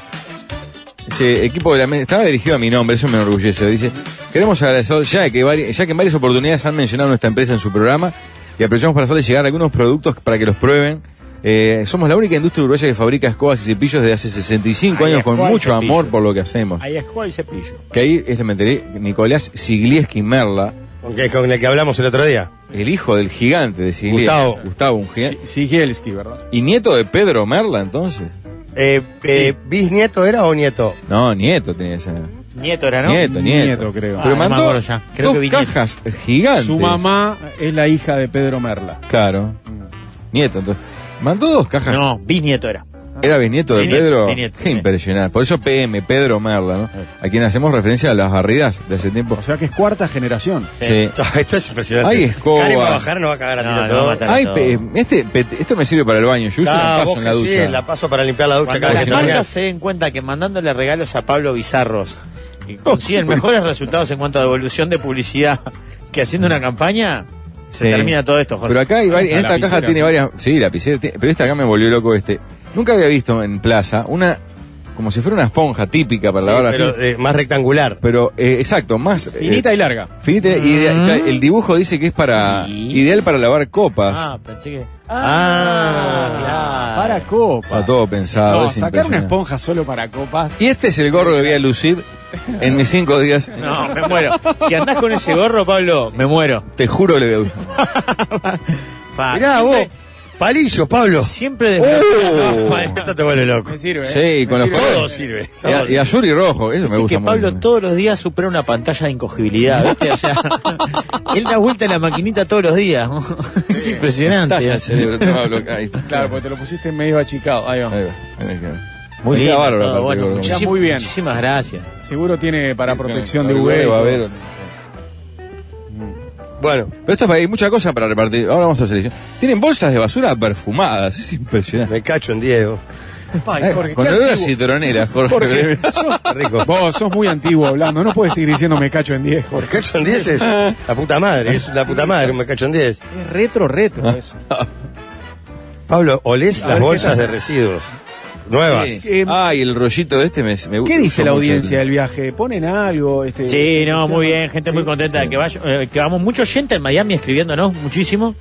Ese equipo de la mesa estaba dirigido a mi nombre, eso me ennorgullece. Dice, queremos agradecer, ya que, vari- ya que en varias oportunidades han mencionado nuestra empresa en su programa, y aprovechamos para hacerles llegar algunos productos para que los prueben. Eh, somos la única industria uruguaya que fabrica escobas y cepillos desde hace 65
Hay
años con
escobas y
mucho amor
cepillos.
por lo que hacemos.
Ahí es y cepillo.
Que ahí es, me enteré, Nicolás Siglieski Merla,
Con que- con el que hablamos el otro día.
el hijo del gigante de Siglieski.
Gustavo.
Gustavo, un gigante.
Sigielski, ¿verdad?
¿Y nieto de Pedro Merla entonces?
Eh, eh, ¿Bisnieto era o nieto?
No, nieto tenía esa.
Nieto era, ¿no?
Nieto, nieto.
Nieto, creo.
Ah, no
Pero
me
mandó
acuerdo ya. Creo
dos
que vi
cajas gigantes.
Su mamá es la hija de Pedro Merla.
Claro. Nieto, entonces. Mandó dos cajas.
No, bisnieto era.
¿Era bisnieto de
Bisnieto,
Pedro?
bisnieto,
Qué
sí.
impresionante. Por eso PM, Pedro Merla, ¿no? A quien hacemos referencia a las barridas de hace tiempo.
O sea que es cuarta generación.
Sí.
Esto es impresionante.
Hay escobas.
Karen va a bajar, nos va a cagar a
No,
tiro
no
todo.
va a matar.
Hay
todo.
pe- este, pe- esto me sirve para el baño. Yo uso
Ah,
un
vos
paso en la
que sí,
ducha.
la paso para limpiar la ducha
Cuando
cada vez
las
que me
marcas
bañas.
se den cuenta que mandándole regalos a Pablo Bizarros eh, consiguen mejores resultados en cuanto a devolución de publicidad que haciendo una campaña, se
Sí.
termina todo esto, Jorge.
Pero acá hay varias- en esta
lapicera.
caja tiene varias. Sí, lapicera. tiene- pero esta acá me volvió loco este. Nunca había visto en plaza una. Como si fuera una esponja típica para
Sí,
lavar la
pero, eh, más rectangular.
Pero, eh, exacto, más. eh,
Finita y larga.
finita y de- el dibujo dice que es para.
Sí.
Ideal para lavar copas.
Ah, pensé que.
Ah,
Para copas.
Está todo pensado.
No,
es
sacar una
impresionante.
esponja solo para copas.
Y este es el gorro que voy a lucir en mis cinco días.
No, me muero. Si andás con ese gorro, Pablo, me muero.
Te juro le voy a usar.
Pa,
Mirá vos,
siempre,
palillos, Pablo.
siempre desgra-
Oh, esto te vuelve loco.
Me sirve. ¿eh?
Sí, con los
Todo
colores.
sirve.
Y, a- y azul y rojo, eso me
Viste
gusta
que Pablo
mucho.
todos los días supera una pantalla de incogibilidad, ¿viste? O sea, él da vuelta a la maquinita todos los días. es impresionante.
Talla el cerebro, te va a bloquear. Ahí está.
Claro, porque te lo pusiste medio achicado. Ahí va.
Ahí va, ahí va.
Muy
Está
lindo.
bárbaro,
todo,
aparte,
bueno,
gordo.
muchísimas-
Muy bien.
Muchísimas gracias.
Seguro tiene para protección de
Averiguar,
UV. y todo.
va a haber-
Bueno,
Pero esto es- hay mucha cosa para repartir. Ahora vamos a selección. Tienen bolsas de basura perfumadas. Es impresionante.
me cacho en Diego.
Ay, Jorge,
Eh, Con
qué
olor a
antiguo.
citronela, Jorge.
Jorge, sos-
Rico.
Vos sos muy antiguo hablando. No puedes seguir diciendo me cacho en 10, Jorge.
Me cacho en 10 es la puta madre, es la puta madre, me cacho en 10.
Es retro,
Ah,
retro eso.
Pablo, olés
ver,
las
¿qué
bolsas
tal?
de residuos. Nuevas.
Sí. Ay, el rollito de este me, me
¿Qué
me
dice
gusta
la
mucho.
audiencia del viaje? ¿Ponen algo? Este,
Sí, no,
¿funciona?
muy bien, gente muy
Sí.
contenta de que vaya, eh, que vamos mucho gente en Miami escribiéndonos muchísimo.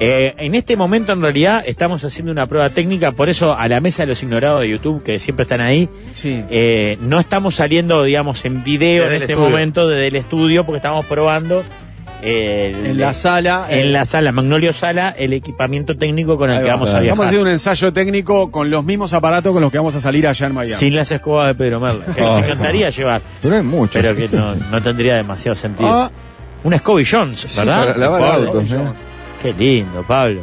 Eh, en este momento en realidad estamos haciendo una prueba técnica, por eso a la mesa de los ignorados de YouTube, que siempre están ahí,
Sí.
eh, no estamos saliendo, digamos, en video
Desde el
en este
estudio.
momento desde el estudio, porque estamos probando eh, el-
En la sala.
en
eh,
la sala, Magnolio Sala, el equipamiento técnico con el
ahí
que
va.
vamos a
Vamos a
viajar.
hacer un ensayo técnico con los mismos aparatos con los que vamos a salir allá en Miami.
Sin las escobas de Pedro Merla, que nos
Ah.
encantaría llevar,
Pero hay muchos.
pero que no, no tendría demasiado sentido.
Ah,
Una Scobie Jones,
sí,
¿verdad?
para lavar
Pablo.
autos. eh. ¿no?
Qué lindo, Pablo.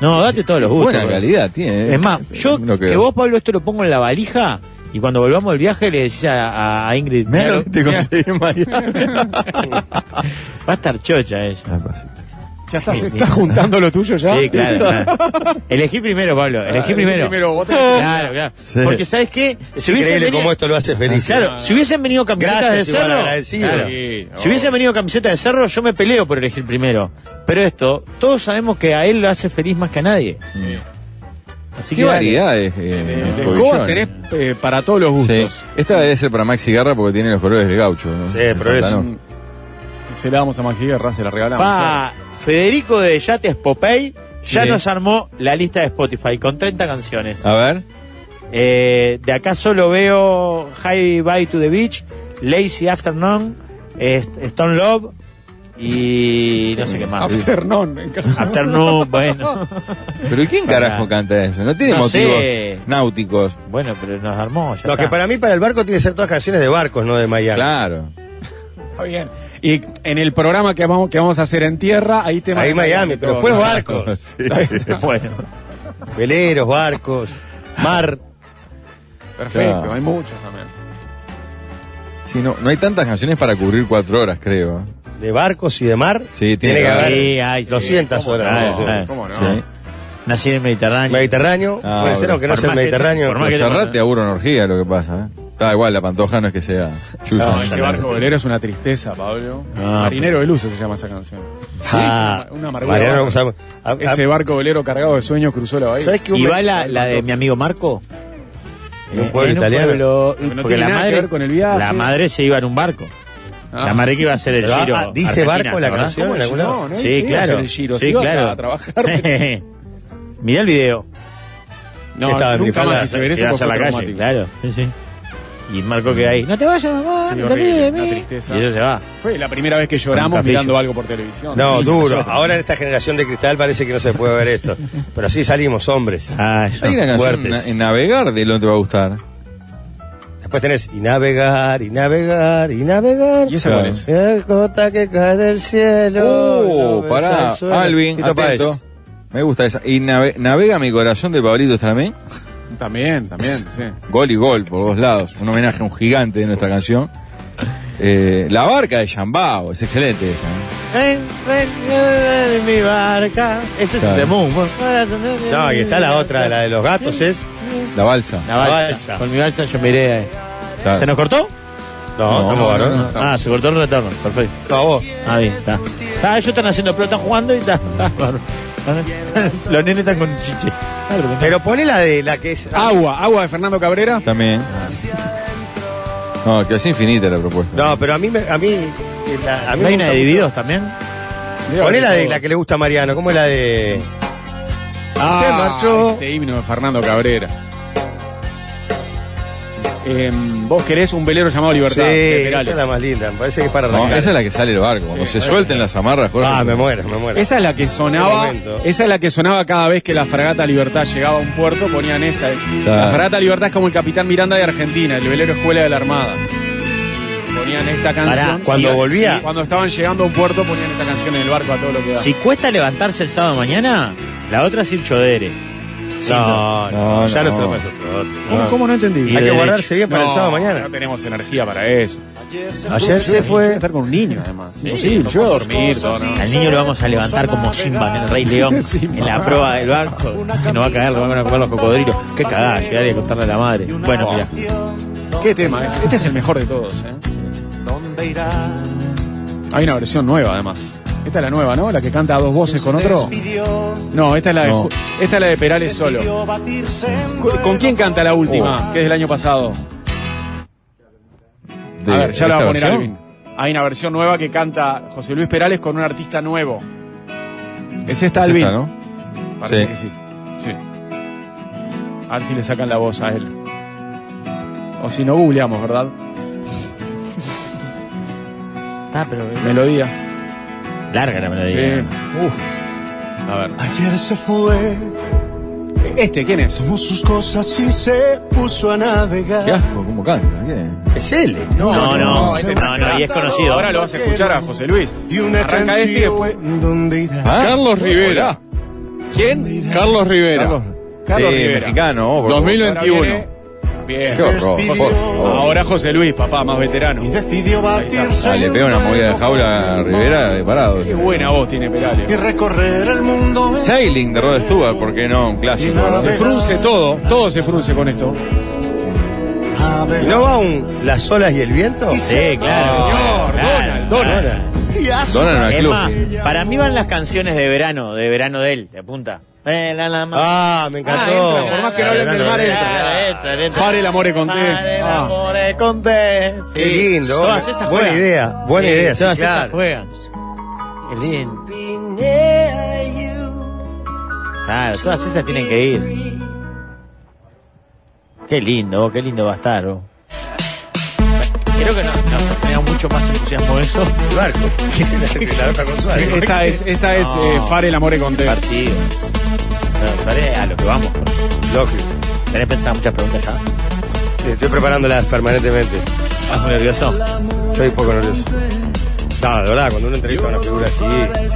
No, date todos los gustos.
Buena
Pablo.
calidad tiene. eh.
Es más, yo
No
que
quedó.
vos, Pablo, esto lo pongo en la valija y cuando volvamos del viaje le decís a, a- a Ingrid,
Mirá
"Mirá
lo
lo-
que te
mirá,
conseguí en Miami.
va a estar chocha ella.
Ah, pasito.
¿Ya estás, estás juntando lo tuyo ya?
¿Ah?
Sí, claro, claro. Elegí primero, Pablo, elegí primero.
vos tenés-
Claro, claro.
Sí.
Porque, ¿sabes qué?
Es
Si hubiesen
increíble
venido-
cómo esto lo hace feliz.
Claro, si hubiesen venido camisetas
Gracias,
de
igual,
cerro.
agradecido.
claro.
Sí,
Si hubiesen venido camisetas de cerro, yo me peleo por elegir primero. Pero esto, todos sabemos que a él lo hace feliz más que a nadie. Mm. Así
Qué
que dale.
variedades. eh,
Eh,
cobillones.
escobas tenés eh, para todos los
Sí.
gustos.
Esta debe ser para Maxi Garra porque tiene los colores del gaucho. ¿no?
Sí,
El
pero es-
pantalón.
Se la damos a Maxi Guerra, se la regalamos.
Pa, Federico de Yates Popey ya
Sí.
nos armó la lista de Spotify con 30 canciones.
A ver.
Eh, de acá solo veo High Bye to the Beach, Lazy Afternoon, eh, Stone Love y no sé qué más.
Ah. Afternoon, me encanta.
Afternoon, bueno.
Pero ¿y quién
Para.
carajo canta eso? No tiene
No
motivos
sé.
náuticos.
Bueno, pero nos armó. Ya
Lo que
está.
para mí, para el barco, tiene que ser todas canciones de barcos, no de Miami.
Claro.
Está bien. Y en el programa que vamos, que vamos a hacer en tierra, ahí te
Ahí Miami, pero después barcos.
Bueno.
Veleros, barcos, mar.
Perfecto,
Claro.
hay muchos también.
Sí, no, no hay tantas canciones para cubrir cuatro horas, creo.
De barcos y de mar.
Sí,
tiene
tiene
que
que
haber
Sí, ay, sí.
200
¿Cómo
horas.
no?
¿no?
Claro.
¿Cómo no?
Sí.
Nací en el Mediterráneo.
Mediterráneo,
Ah,
puede ser,
bueno.
aunque no
Por
sea el
más que-
Mediterráneo.
por más que-
Serrat te aburre una orgía lo que pasa. ¿eh? Está igual, la pantoja no es que sea chulla.
No, ese barco bolero es una tristeza, Pablo.
Ah,
Marinero de luces se llama esa canción.
Ah,
Una amargura.
Mariano,
barco.
vamos a- a- a-
Ese barco bolero cargado de sueños cruzó la bahía.
¿Sabes qué?
¿Y
Un-
va la, la de mi amigo Marco?
En un
Eh,
pueblo italiano.
pueblo-
Pero no
porque
tiene
la
nada que
madre,
ver con el viaje.
la madre se iba en un barco.
Ah.
La madre que iba a hacer el
Pero, ah,
giro.
ah, ¿dice
Argentina,
barco la
¿verdad?
canción?
¿Cómo
en
es?
algún
No,
lado?
no
Sí,
se iba a
claro.
hacer el giro, se
sí,
iba
claro.
a trabajar. pero-
Mirá el video.
No,
Estaba en
nunca
bifala,
Ah, más quise ver
Se
eso
iba
porque
hacia
fue
la calle,
traumático.
claro. Sí, sí. Y Marco queda ahí. No te vayas, mamá,
Sí,
no te
horrible,
olvides de
una
mí.
tristeza.
Y ella se va.
Fue la primera vez que lloramos
Con Capillo.
mirando algo por televisión.
No,
Sí,
duro.
pasó.
Ahora en esta generación de cristal parece que no se puede ver esto. Pero así salimos, hombres.
Ah, yo.
Hay una canción
fuertes.
na- en Navegar de Lo te va a gustar.
Después tenés y navegar, y navegar, y navegar.
¿Y esa
Claro.
cuál es?
El gota que cae del cielo.
Oh, pará, Alvin,
Tito Páez.
atento. Me gusta esa. Y nave- Navega mi corazón de Pablito Estramé.
También, también, sí.
Gol y gol por dos lados. Un homenaje a un gigante de nuestra canción. Eh, la barca de Yambao, es excelente esa. ¿eh?
Ven, ven, ven, mi barca. Ese es
Claro.
el temón.
No, y está la otra, la de los gatos, es.
La balsa.
La balsa.
balsa.
Con mi balsa yo miré. eh. ahí.
Claro.
¿Se nos cortó?
No,
No,
estamos
no,
bárbaros.
no, no.
Ah, se cortó el retorno. Perfecto.
No, vos.
Ah, bien, está. Ah, ellos están haciendo, pero están jugando y están. Los nenes están con chiche.
Pero pone la de la que es.
Agua, agua de Fernando Cabrera.
También. No, que es infinita la propuesta.
No, pero a mí. me- A mí, eh, la- a mí
¿No hay
me
una de
gusta
divididos también?
mucho. Poné la de la que le gusta a Mariano. ¿Cómo es la de.?
Ah,
Se marchó.
Este himno de Fernando Cabrera. Em, vos querés un velero llamado Libertad. de
sí, esa
Perales.
es la más linda. Me parece que es para
No,
arrancar.
esa es la que sale el barco. Cuando se suelten las amarras, Jorge.
Ah, me muero, me muero.
Esa es la que sonaba,
Qué momento.
esa es la que sonaba cada vez que la fragata Libertad llegaba a un puerto, ponían esa. La fragata Libertad es como el capitán Miranda de Argentina, el velero escuela de la Armada. Ponían esta canción.
Pará,
cuando volvía.
cuando estaban llegando a un puerto ponían esta canción en el barco a todo lo que da.
Si cuesta levantarse el sábado mañana, la otra es ir chodere.
No, no,
No,
ya
no.
lo tropas otro.
¿Cómo, cómo no entendí?
Y
Hay que
derecho.
guardarse bien para el sábado
No
mañana.
tenemos energía para eso.
Ayer se fue.
Estar con un niño, además. Imposible. Yo voy a dormir, todo, ¿no?
Al niño lo vamos a levantar como Simba en el Rey León, en la proa del barco. Que no va a caer, lo van a comer los cocodrilos. Qué cagada, llegar y contarle a la madre. Bueno, mira.
¿Qué tema? eh? Este es el mejor de todos. ¿eh? Hay una versión nueva, además. Esta es la nueva, ¿no? La que canta a dos voces con otro. No, esta es la de,
No.
Ju- esta es la de Perales solo. ¿Con, con quién canta la
Oh.
última? Que es del año pasado.
De-
a ver, ya la va a
¿esta
poner
versión?
Alvin. Hay una versión nueva que canta José Luis Perales con un artista nuevo. Es esta,
Es
Alvin.
esta, ¿no?
Parece
Sí.
que sí. Sí. A ver si le sacan la voz a él. O si no googleamos, ¿verdad?
Ah, pero
Melodía.
larga la
Sí.
melodía.
Uf. A ver.
Ayer se fue,
Este, ¿quién es?
tomó sus cosas y se puso a
Qué
navegar.
asco, cómo canta. ¿Qué?
Es él.
No, no, no,
este
no, no, y es conocido.
Ahora lo vas a escuchar a José Luis.
Y una
Arranca
canción
este y después.
donde irá.
Ah,
Carlos Rivera.
¿Quién?
Carlos Rivera.
Carlos,
Carlos
Sí,
Rivera.
mexicano. oh, por-
2021.
Ahora viene-
Qué
Bien.
horror, por favor.
Ahora José Luis, papá, más veterano.
Y decidió batirse.
Ah, le pega una movida de jaula a Rivera eh. de parado.
Qué buena voz tiene
Y
Perales.
recorrer el mundo.
Sailing de Rod Stewart, ¿por qué no? Un clásico.
Se frunce todo, todo se frunce con esto.
¿Y ¿No va un Las olas y el viento?
Sí, claro.
Señor, Donald, Donald.
Donan al
Es
club.
más, para mí van las canciones de verano, de verano de él, de punta. Eh, la, la, ma-
Ah, me
Ah,
encantó.
entra, por más que no hablen del mar,
Claro,
entra.
entra, entra.
Fare el amore con
Fare
te.
el
Ah,
amore con te. Sí.
Qué lindo.
Todas esas
buena
juegan.
idea, buena
Sí,
idea. sí,
todas esas
claro.
juegan. Qué lindo. Claro, todas esas tienen que ir. Qué lindo, vos, qué lindo va a estar. vos. Creo que no- nos genera mucho más entusiasmo eso.
Barco. La otra con Suárez.
esta es, esta es
No.
eh, Fare el amore con te.
Partido. Claro, Fare a lo que vamos.
Lógico.
Tenés pensadas muchas preguntas ya.
Estoy preparándolas permanentemente.
Estás muy nervioso.
Soy poco nervioso. No, de verdad, cuando uno entrevista a una figura así.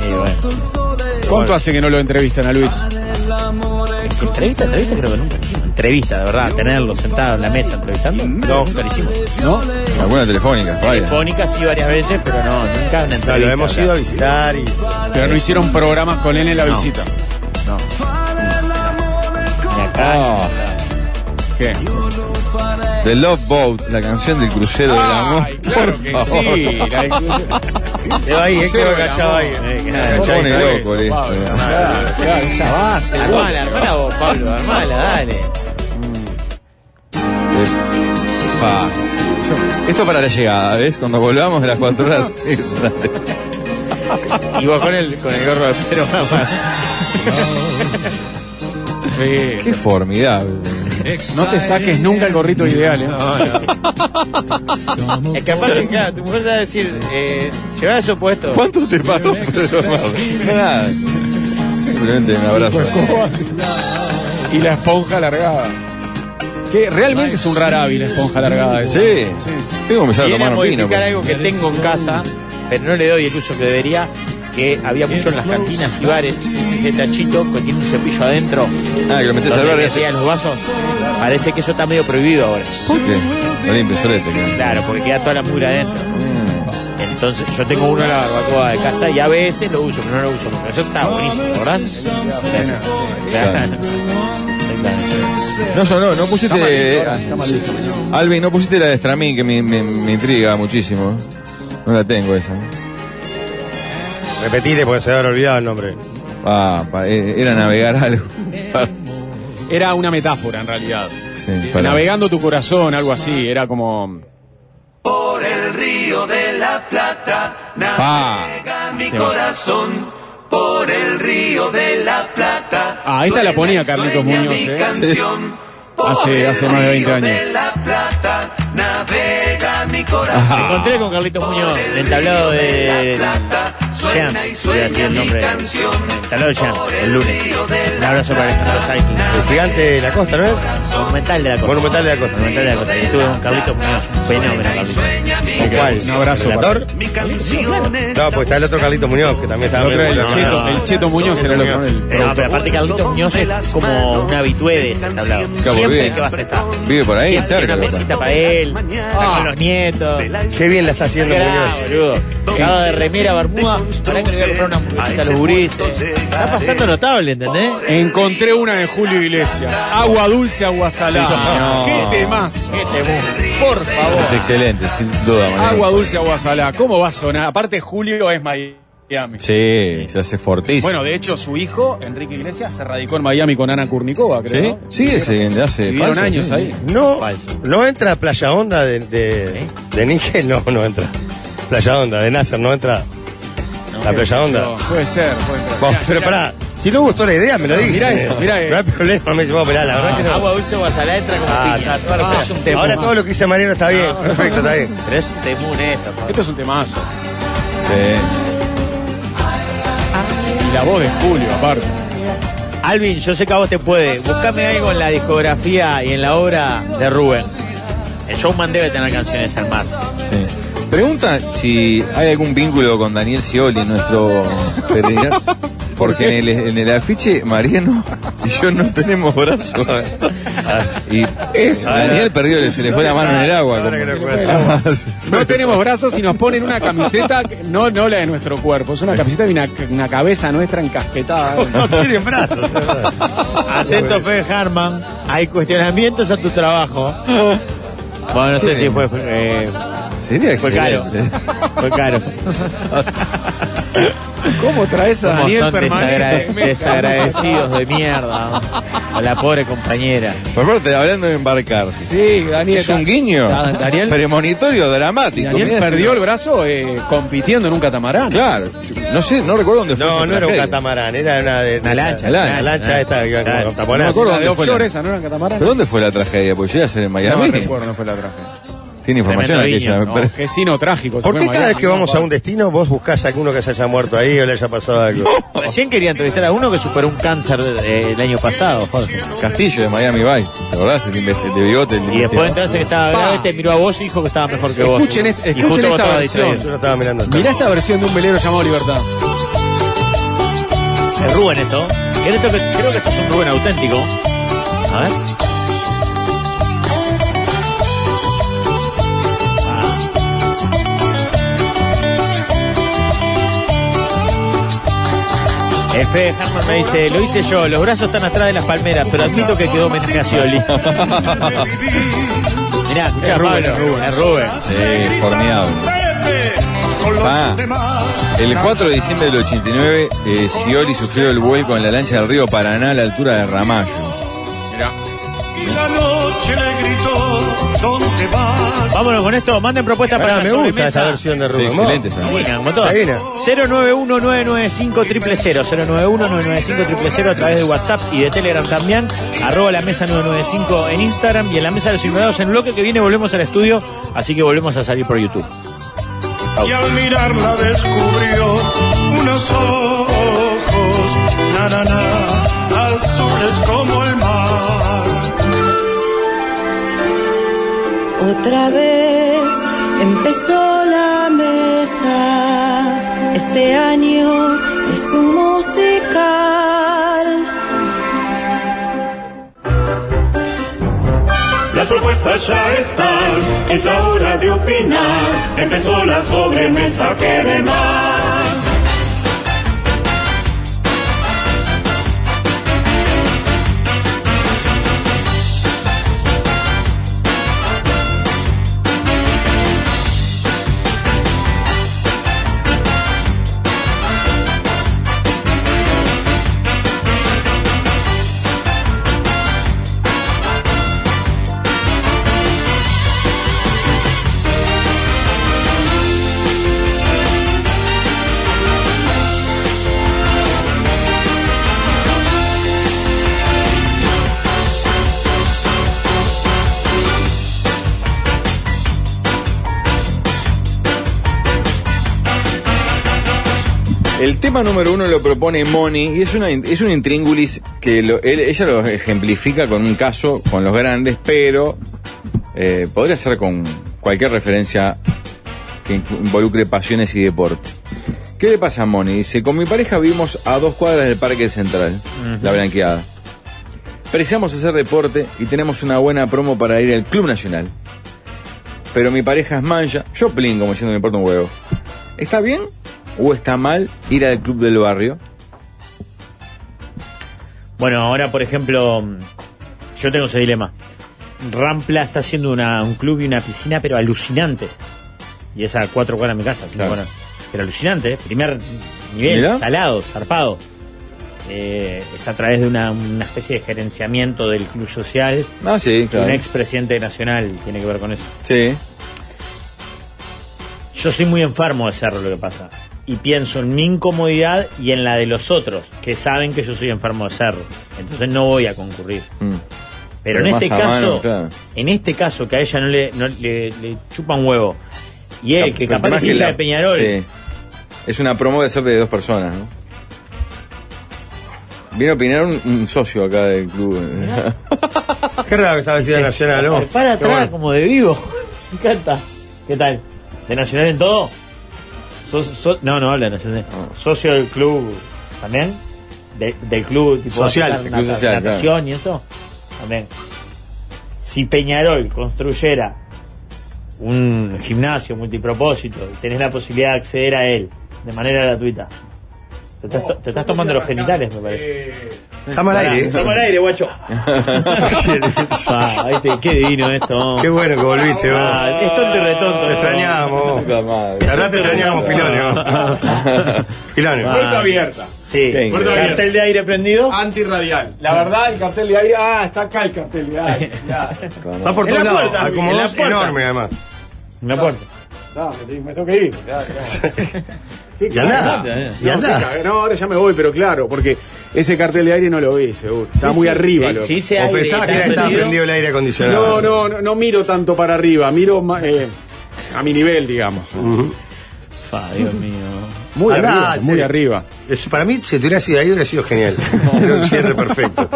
Sí, bueno.
¿Cuánto hace que no lo entrevistan a Luis?
Es que entrevista, entrevista creo que nunca hicimos. Entrevista, de verdad, tenerlo sentado en la mesa entrevistando. No, nunca lo hicimos.
¿No?
Alguna telefónica, varias.
Telefónica sí varias veces, pero no, nunca una entrevista.
No, lo hemos
acá.
ido a visitar y.
Pero no hicieron programas con él en la
No.
visita.
Ni acá, ni
Ah.
acá.
¿Qué?
The Love Boat, la canción del crucero del amor.
Ay, claro que
Por favor.
sí. La inclusión.
Quedó ahí, eh, quedó
Cero,
agachado ahí.
Eh, que
Quedó
nada. eh.
Me
agachado ahí.
pone loco, listo.
Claro, esa base.
Armala, armala vos, Pablo, armala, dale.
Pa. Esto para la llegada, ¿ves? Cuando volvamos de las cuatro horas. es una-
Y vos con el, con el gorro de pero mamá.
Sí.
Qué formidable.
No te saques nunca el gorrito ideal, ¿eh?
Es que aparte, claro, tu mujer te va a decir, eh, lleva eso puesto.
¿Cuánto te pagó por eso, Mauro? Nada. Simplemente un abrazo.
Y la esponja alargada. Que realmente es un rara hábil la esponja alargada. ¿eh?
Sí. Tengo que empezar a
Viene a
tomar un vino.
modificar
pues.
algo que tengo en casa, pero no le doy el uso que debería, que había mucho en las cantinas y bares, es ese tachito que tiene un cepillo adentro.
Ah, que lo metes al
donde
bar y
metían
haces-
los vasos. Parece que eso está medio prohibido ahora.
¿Por qué? Está limpio, solete. claro.
Claro, porque queda toda la mugre adentro. Entonces, yo tengo uno en la barbacoa de casa y a veces lo uso, pero no lo uso mucho. Eso está buenísimo, ¿verdad?
Claro.
Claro.
No, yo no, no pusiste. Alvin, no pusiste la de Stramín que me, me- me intriga muchísimo. No la tengo esa. ¿eh?
Repetile porque se habrá olvidado el nombre.
Ah, pa- eh, era navegar algo.
Era una metáfora en realidad.
Sí, para-
Navegando tu corazón, algo así. Era como.
Pa.
Ah, esta la ponía Carlitos Muñoz, ¿eh? Hace, hace más de 20 años.
Encontré con Carlitos Muñoz en el tablado de Jean, voy a decir el nombre. El tablado de Jean, el lunes. Un abrazo para Alejandro
El
Saikin.
gigante de la costa, ¿no es?
Monumental de la costa.
Monumental de la costa.
Monumental de la costa. Y estuve con Carlitos Muñoz, un fenómeno Carlitos.
¿Con cuál?
Un abrazo,
¿Relator? No, pues está el otro Carlito Muñoz, que también está
El otro era el
muy bueno.
Cheto, el Cheto Muñoz era el otro. el-
Eh, No, pero aparte Carlitos Muñoz es como un habitué de ese tablado. Siempre
bien.
que vas a estar.
Vive por ahí,
Siempre
cerca.
una mesita para él, está con los nietos.
Qué bien la está haciendo
Claro,
Muñoz.
boludo. Cagado de remera, bermuda, para que le voy a comprar una hamburguesita a los gurises. Está pasando notable, ¿entendés?
Encontré una de Julio Iglesias. Agua dulce, agua salada.
Sí, señor.
Qué temazo.
Qué temón.
Por favor.
Es excelente, sin duda. Mariano.
Agua dulce, agua salada. ¿Cómo va a sonar? Aparte, Julio es Miami.
Sí, se hace fortísimo.
Bueno, de hecho, su hicho, Enrique Iglesias, se radicó en Miami con Ana Kurnikova,
¿sí?
creo. ¿no?
Sí, ese, hace.
Vivieron
falso,
años
sí.
ahí.
No,
Falso.
no entra Playa Onda de,
¿Eh?
de, de Níquel, no, no entra. Playa Onda de Nasser no entra. La Playa Onda.
Puede ser, puede ser.
Vos, pero pará, si no gustó la idea, me lo dices.
mirá esto, Ah, mirá
No hay problema, me dice, vos, mirá, la verdad que no.
Agua dulce o salada entra como
Ah,
piña.
está, toda la
Ah,
razón.
es un temón.
Ahora todo lo que dice Mariano está bien, perfecto, está bien.
Pero es un temón esto. pa.
Esto es un temazo.
Sí.
Y la voz de Julio, aparte.
Alvin, yo sé que a vos te puede. Buscame algo en la discografía y en la obra de Rubén. El showman debe tener canciones al mar.
Sí. Pregunta si hay algún vínculo con Daniel Scioli, nuestro veterinario. Porque en el, en el afiche, Mariano y yo no tenemos brazos. Y Daniel perdió, se le fue la mano en el agua.
Ahora que no
como-
recuerdo.
Ah, sí.
No tenemos brazos y nos ponen una camiseta, que- no, no la de nuestro cuerpo, es una camiseta y una, una cabeza nuestra encasquetada.
No tienen brazos, es verdad.
Atento, Fede Harman. Hay cuestionamientos a tu trabajo. Bueno, no sé si fue. eh,
Sería
fue caro.
excelente.
Fue caro.
¿Cómo traes a
Como
Daniel
son desagra-
permanente?
desagradecidos de mierda. ¿no? A la pobre compañera.
Por parte, hablando de embarcar.
Sí, Daniel.
Es un guiño
Da- Daniel-
premonitorio dramático.
Daniel
Mirá,
perdió
es
el brazo eh, compitiendo en un catamarán.
Claro. Yo- No sé, no recuerdo dónde fue.
No, no
esa
era un
tragedia.
catamarán, era una de.
Una lancha,
La
una
lancha,
lancha.
esta que iba como
Claro.
con
No me
taponazo.
acuerdo
La de
dónde fue
offshore
la-
esa, ¿no era en catamarán?
¿Pero dónde fue la tragedia? Porque llega a ser en Miami.
no fue la tragedia.
Tiene información
Tremendo
aquella.
guiño,
me
¿no?
parece.
Qué sino trágico. se
¿Por
fue
qué
a
cada vez
Miami.
que vamos a un destino vos buscás a alguno que se haya muerto ahí o le haya pasado algo?
Recién quería entrevistar a uno que superó un cáncer eh, el año pasado, Jorge.
Castillo de Miami Vice. ¿Te acordás? El investi- de bigote. el
Y después
investigado.
de enterarse que estaba grave, te miró a vos y dijo que estaba mejor que vos.
Escuchen es-
Y
escuchen
justo vos
esta
estabas
versión.
Yo
distraído.
no estaba mirando.
Mirá esta versión de un velero llamado Libertad.
Es Rubén esto. Creo, esto que, creo que esto es un Rubén auténtico. A ver. Ah, F. Herman me dice, lo hice yo, los brazos están atrás de las palmeras, pero admito que quedó homenaje a Scioli. Mirá, escuchá, Pablo, es Rubén.
Sí, formidable. Ah, el 4 de diciembre del 89, eh, Scioli sufrió el vuelco en la lancha del río Paraná a la altura de Ramallo.
Y la noche le gritó, ¿dónde vas?
Vámonos con esto, manden propuestas para,
Pará,
la
me gusta
sobremesa.
esa versión de
Sí,
Rubén. Moore.
excelente esa.
Está buena, como todas.
Está buena.
091-995-000, 091-995-000 a través de WhatsApp y de Telegram también, arroba la mesa 995 en Instagram y en la mesa de los ignorados en el bloque que viene volvemos al estudio, así que volvemos a salir por YouTube.
Y al mirarla descubrió unos ojos, na, na, na, azules como el mar.
Otra vez empezó la mesa. Este año es un musical.
Las propuestas ya están, es la hora de opinar. Empezó la sobremesa que de más.
El tema número uno lo propone Moni y es una es un intríngulis que lo- él- ella lo ejemplifica con un caso con los grandes, pero eh, podría ser con cualquier referencia que incu- involucre pasiones y deporte. ¿Qué le pasa a Moni? Dice, con mi pareja vivimos a dos cuadras del Parque Central, la blanqueada. Preciamos hacer deporte y tenemos una buena promo para ir al Club Nacional. Pero mi pareja es mancha, yo plin, como diciendo me importa un huevo. ¿Está bien o está mal ir al club del barrio?
Bueno, ahora por ejemplo, yo tengo ese dilema. Rampla está haciendo una- un club y una piscina, pero alucinante. Y es a cuatro cuadras de mi casa, así que
Claro.
bueno, pero alucinante, ¿eh? primer nivel,
Mirá.
salado, zarpado. Eh, es a través de una, una especie de gerenciamiento del club social.
Ah, sí,
que Un
claro.
expresidente nacional tiene que ver con eso.
Sí.
Yo soy muy enfermo de ser lo que pasa. Y pienso en mi incomodidad y en la de los otros, que saben que yo soy enfermo de serlo. Entonces no voy a concurrir.
Mm.
Pero,
Pero
en
más
este
a
caso,
mano, claro.
en este caso que a ella no le, no le, le chupa un huevo. Y él, que
Pero
capaz
más
es hincha
la-
de Peñarol,
Sí. Es una promo de ser de dos personas, ¿no? Viene a opinar un, un socio acá del club.
Qué raro que está vestida de nacional, ¿no?
se para
Qué
atrás
bueno.
como de vivo. Me encanta. ¿Qué tal? ¿De Nacional en todo? Sos- so- no, no habla de Nacional.
Ah.
¿Socio del club también? De- ¿Del club tipo
Social,
hacer
del club social, claro.
natación y eso? También. Si Peñarol construyera un gimnasio multipropósito y tenés la posibilidad de acceder a él de manera gratuita. Te estás, to- te estás tomando los genitales, me parece.
Estamos al aire, ¿eh?
Toma el aire, guacho. Ah, este, qué divino esto.
Qué bueno que volviste, vos.
Ah, es tonto y retonto.
Te extrañamos. vos.
Puta madre.
La verdad te extrañamos, Filone. vos. Filone.
Ah,
abierta.
Sí,
Bien.
Puerto cartel Abierto. de aire prendido.
Ah.
Antirradial. La verdad, el cartel de aire. Ah, está acá el cartel de aire. Ya.
Está por
En
todos
la
lados.
puerta, en la
Acomodás
puerta.
enorme, además.
Una puerta.
No, me, te- me tengo que ir. Ya, ya.
Y andá. Y andá.
No, ahora ya me voy, pero claro, porque ese cartel de aire no lo vi, seguro. Está muy arriba. loco.
Sí, sí,
O pensabas que era- estaba prendido el aire
No,
acondicionado.
no, no, no miro tanto para arriba, miro ma- eh, a mi nivel, digamos.
Fa, Ah, Dios mío.
Muy
Andá,
arriba,
sí.
muy arriba.
Es- Para mí, si te hubiera sido ahí, hubiera sido genial. Era un cierre perfecto.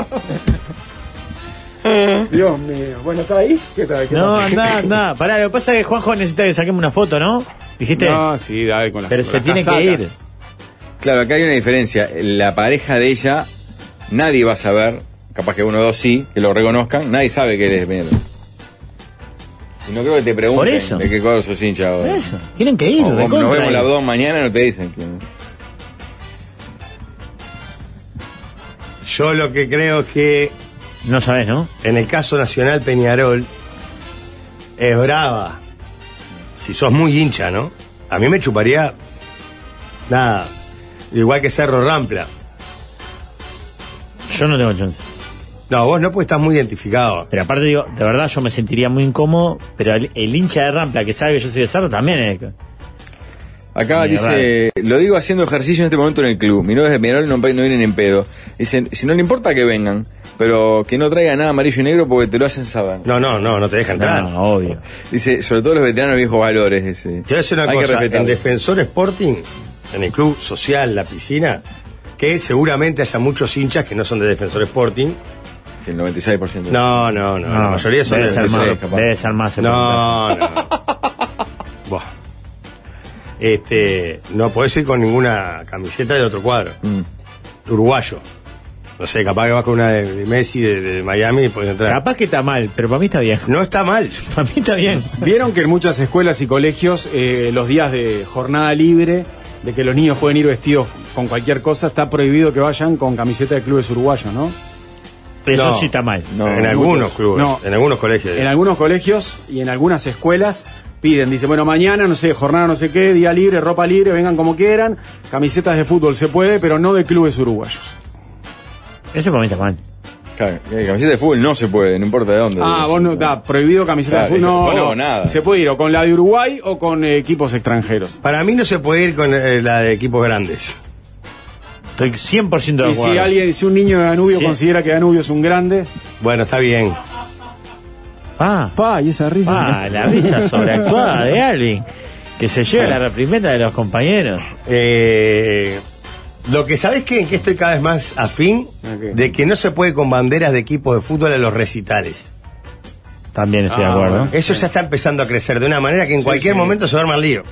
Dios mío. Bueno, ¿está ahí? ¿Qué tal? ¿Qué
No,
tal?
anda, anda. Pará, lo que pasa es que Juanjo necesita que saquemos una foto, ¿no? Dijiste.
No, sí, dale con las
pero
con
se
las
tiene que
casacas.
ir.
Claro, acá hay una diferencia. La pareja de ella, nadie va a saber, capaz que uno o dos sí, que lo reconozcan, nadie sabe que él es de Peñarol. Y no creo que te pregunten
Por eso.
de qué cuadro sos hincha
Por
ahora.
Eso. Tienen que
O
ir.
como
recontra
nos vemos
ir.
las dos mañana, no te dicen quién.
Yo lo que creo es que
No sabes, ¿no?
en el caso Nacional Peñarol, es brava. Si sos muy hincha, ¿no? A mí me chuparía. Nada. Igual que Cerro Rampla.
Yo no tengo chance.
No, vos no, pues estás muy identificado.
Pero aparte digo, de verdad yo me sentiría muy incómodo, pero el, el hincha de Rampla que sabe que yo soy de Cerro también es...
Acá
Ni
dice, lo digo haciendo ejercicio en este momento en el club. Mi novia es de Peñarol, no, no vienen en pedo. Dicen, si no le importa que vengan, pero que no traigan nada amarillo y negro porque te lo hacen saber.
No, no, no, no te deja
No,
entrar.
no, obvio.
Dice, sobre todo los veteranos viejos valores. Dice.
Te voy a decir una
Hay que
cosa, en
respetarlos.
Defensor Sporting, en el club social La Piscina, que seguramente haya muchos hinchas que no son de Defensor Sporting.
Sí, El 96%.
No, no, no, la mayoría son de
debe ser
Defensor
más,
Defensores, capaz.
debe ser más.
No, no. Buah. Este, no podés ir con ninguna camiseta del otro cuadro. Uruguayo. No sé, capaz que vas con una de, de Messi de, de Miami y podés entrar.
Capaz que está mal, pero para mí está bien.
No está mal.
Para mí está bien.
Vieron que en muchas escuelas y colegios eh, los días de jornada libre, de que los niños pueden ir vestidos con cualquier cosa, está prohibido que vayan con camiseta de clubes uruguayos, ¿no?
Eso
No.
sí está mal.
No,
en algunos
muchos.
clubes,
No.
en algunos colegios.
En algunos colegios y en algunas escuelas piden, dice, bueno, mañana, no sé, jornada no sé qué, día libre, ropa libre, vengan como quieran, camisetas de fútbol se puede, pero no de clubes uruguayos.
Eso para mí está mal.
Claro, que camiseta de fútbol no se puede, no importa de dónde.
Ah, vos no, está prohibido camiseta
Claro,
de fútbol.
todo
No,
o
no,
nada.
Se puede ir o con la de Uruguay o con eh, equipos extranjeros.
Para mí no se puede ir con eh, la de equipos grandes.
Estoy 100% de
Y si
acuerdo.
alguien, si un niño de Danubio
Sí.
considera que Danubio es un grande,
Bueno, está bien.
Ah,
pa, y esa risa.
ah, la risa sobreactuada de alguien que se lleva la reprimenda de los compañeros.
Eh, lo que sabes que en que estoy cada vez más afín
¿A qué?
de que no se puede con banderas de equipos de fútbol a los recitales.
También estoy de
Ah,
acuerdo.
Eso ya está empezando a crecer de una manera que en cualquier
sí.
momento se arma el lío.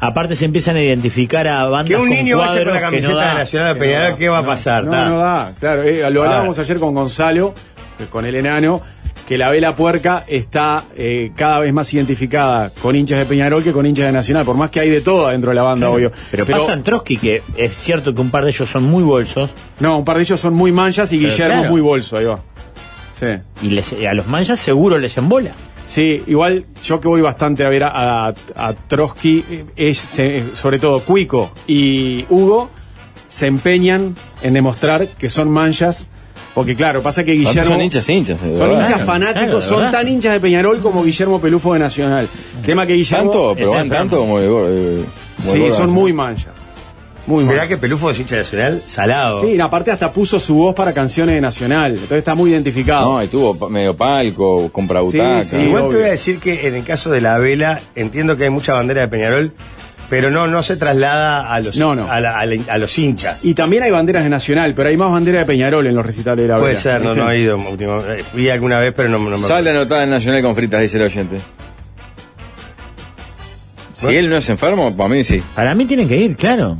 Aparte se empiezan a identificar a bandas
Que un
con
niño vaya con
cuadros
la
que no
camiseta
da.
de Nacional de
Que
Peñarol,
no da,
¿qué va a
no,
pasar?
No,
Ta.
no da, claro. eh, lo
Ah.
hablábamos ayer con Gonzalo, eh, con el enano, que la vela puerca está eh, cada vez más identificada con hinchas de Peñarol que con hinchas de Nacional, por más que hay de todo dentro de la banda, obvio.
Pero, pasan Trotsky, que es cierto que un par de ellos son muy bolsos,
No, un par de ellos son muy manchas y
Pero
Guillermo
claro.
es muy bolso, ahí va. Sí.
y les- a los manchas seguro les embola.
Sí, igual yo que voy bastante a ver a, a- a Trotsky, eh, es, se- eh, sobre todo Cuico y Hugo, se empeñan en demostrar que son manchas. Porque claro, pasa que
Aparte
Guillermo...
Son hinchas, hinchas. de
Son
verdad.
hinchas
Claro, claro,
fanáticos,
de
son
verdad.
tan hinchas de Peñarol como Guillermo Pelufo de Nacional. Tema que Guillermo...
Tanto, pero
Ese
van
es Franco.
tanto como de gor- eh, como de
Sí,
gorda,
son
¿no?
muy manchas. Muy
Mirá
manchas.
que Pelufo es hincha de nacional, salado.
Sí, y aparte hasta puso su voz para canciones de Nacional. Entonces está muy identificado.
No, y tuvo pa- medio palco, compra
Sí,
butaca.
sí,
Igual te
obvio.
voy a decir que en el caso de la vela, entiendo que hay mucha bandera de Peñarol, pero no, no se traslada a los,
No, no.
A, la- a la- a los hinchas.
Y también hay banderas de Nacional, pero hay más banderas de Peñarol en los recitales de la
Puede
Vela.
ser, no, no he ido. último- eh, Fui alguna vez, pero no, no me acuerdo.
Sale anotada en Nacional con fritas, dice el oyente. Si
Bueno.
él no es enfermo, para mí sí.
Para mí tienen que ir, claro.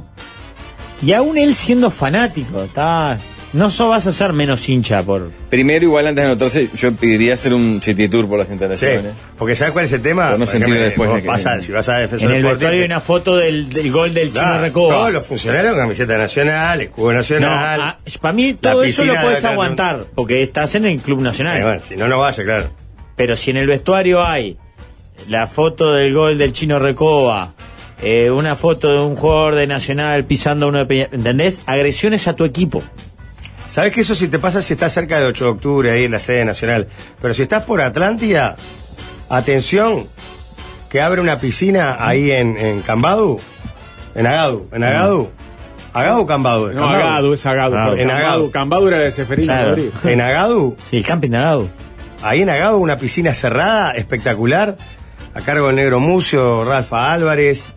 Y aún él siendo fanático, está... No solo vas a ser menos hincha por...
Primero, igual antes de anotarse, yo pediría hacer un city tour por las
Sí,
¿eh?
instalaciones.
porque ¿sabes cuál es el tema?
Pero no
Por
sentirlo
ejemplo,
después
vos
de que-
pasás- si vas a Defensor
En el
Sporting,
vestuario hay
te-
una foto del, del gol del Chino
da,
Recoba.
Todos los funcionarios con camiseta nacional, escudo
No, ah,
nacional. Eh,
para mí
La
todo eso
piscina
lo
de
puedes
acá, ¿no?
aguantar, porque estás en el Club Nacional.
Eh, bueno, si no, no vaya, claro.
Pero si en el vestuario hay la foto del gol del chino Recoba, eh, una foto de un jugador de Nacional pisando a uno de Peña, ¿entendés? Agresiones a tu equipo.
Sabes que eso si te pasa si estás cerca de 8 de octubre ahí en la sede nacional. Pero si estás por Atlántida, atención, que abre una piscina ahí en, en Cambadu, en Agadu,
Mm.
en Agadu. Agadu Cambadu.
No, Agado, es Agado.
Ah,
fue
en
Cambado.
Agado.
Cambado era de Seferino
Claro.
Rodríguez.
En Agadu,
Sí, el camping de Agado.
ahí en Agadu, una piscina cerrada, espectacular, a cargo del Negro Mucio, Rafa Álvarez.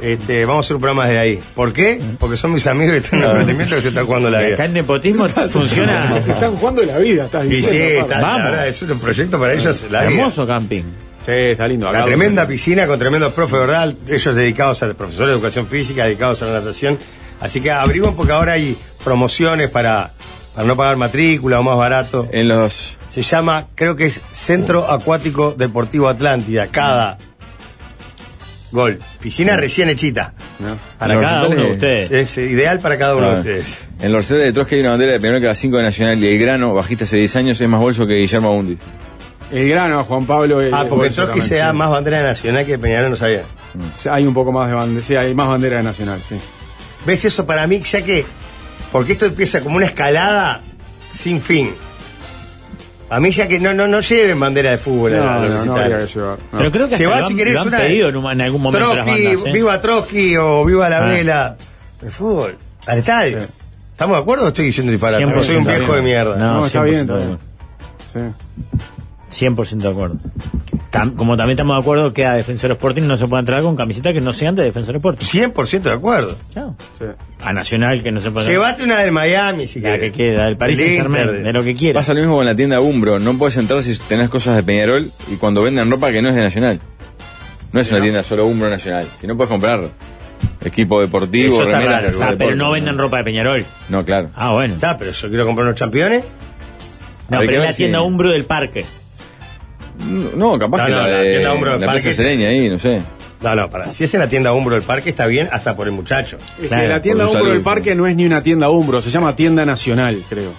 Este, vamos a hacer un programa de ahí. ¿Por qué? Porque son mis amigos y están en el emprendimiento que se está jugando la
Y
vida.
Acá el nepotismo funciona.
Se están jugando la vida, estás
Y
diciendo.
sí, está,
Pablo.
la
Vamos.
verdad, es un proyecto para ellos. La vida.
Hermoso camping.
Sí, está lindo.
La
Agado.
tremenda piscina con tremendos profes, ¿verdad? Ellos dedicados al profesor de educación física, dedicados a la natación. Así que averigüen porque ahora hay promociones para, para no pagar matrícula o más barato.
En los.
Se llama, creo que es Centro Acuático Deportivo Atlántida, cada gol. Piscina recién hechita.
Para
en los
cada uno de
recitales-
ustedes.
Es ideal para cada uno de
Ah.
ustedes.
En los recitales de Trotsky hay una bandera de Peñarol cada 5 de Nacional y el grano, bajista hace 10 años, es más bolso que Guillermo Abundi.
El grano, Juan Pablo. el-
Ah,
el
porque
bolso
que
también,
se da
sí.
más bandera nacional que Peñarol, no sabía.
Sí, Hay un poco más de bandera. Sí, hay más bandera de Nacional, sí.
¿Ves eso para mí? Ya que. Porque esto empieza como una escalada. sin fin. A mí ya que no, no, no lleven bandera de fútbol. a la- a
No,
los
no, no
recitales.
habría que llevar. no.
Pero creo que hasta
Llevás,
lo han,
si querés,
lo han
una-
pedido en, un- en algún momento las
Trotsky,
bandas. ¿eh?
viva Trotsky o viva la
Ah.
vela. El fútbol, al estadio. ¿Estamos de acuerdo o estoy diciendo disparate?
100%
Porque soy un viejo de
bien.
mierda.
No,
No, está
100%
bien,
de
está
acuerdo.
Sí.
100% de acuerdo. Tam- como también estamos de acuerdo que a Defensor Sporting no se puede entrar con camisetas que no sean de Defensor Sporting.
100% de acuerdo.
Chao.
Sí.
A Nacional que no se puede
Llévate una del Miami si
La
querés.
que quiera, del Paris
Del
Saint Germain,
Inter,
de lo que quiera.
Pasa lo mismo con la tienda Umbro. No puedes entrar si tenés cosas de Peñarol y cuando venden ropa que no es de Nacional. No es una tienda solo Umbro Nacional. Y no puedes comprar equipo deportivo,
Eso está
remeras
raro.
de algún
Ah, pero
deporte.
no venden ropa de Peñarol.
No, claro.
Ah, bueno.
Está, pero yo quiero comprar unos campeones.
No,
Hay
pero
que
es
ver
la
si-
tienda Umbro del Parque.
No, capaz
No,
que
no,
la
la
de
tienda Umbro del
la
parque.
Plaza Sereña ahí, no sé.
No, no, para. Si es en la tienda Umbro del Parque, está bien hasta por el muchacho.
Es
Claro,
que la tienda
por su
Umbro
salud.
del parque no es ni una tienda Umbro, se llama tienda nacional, creo.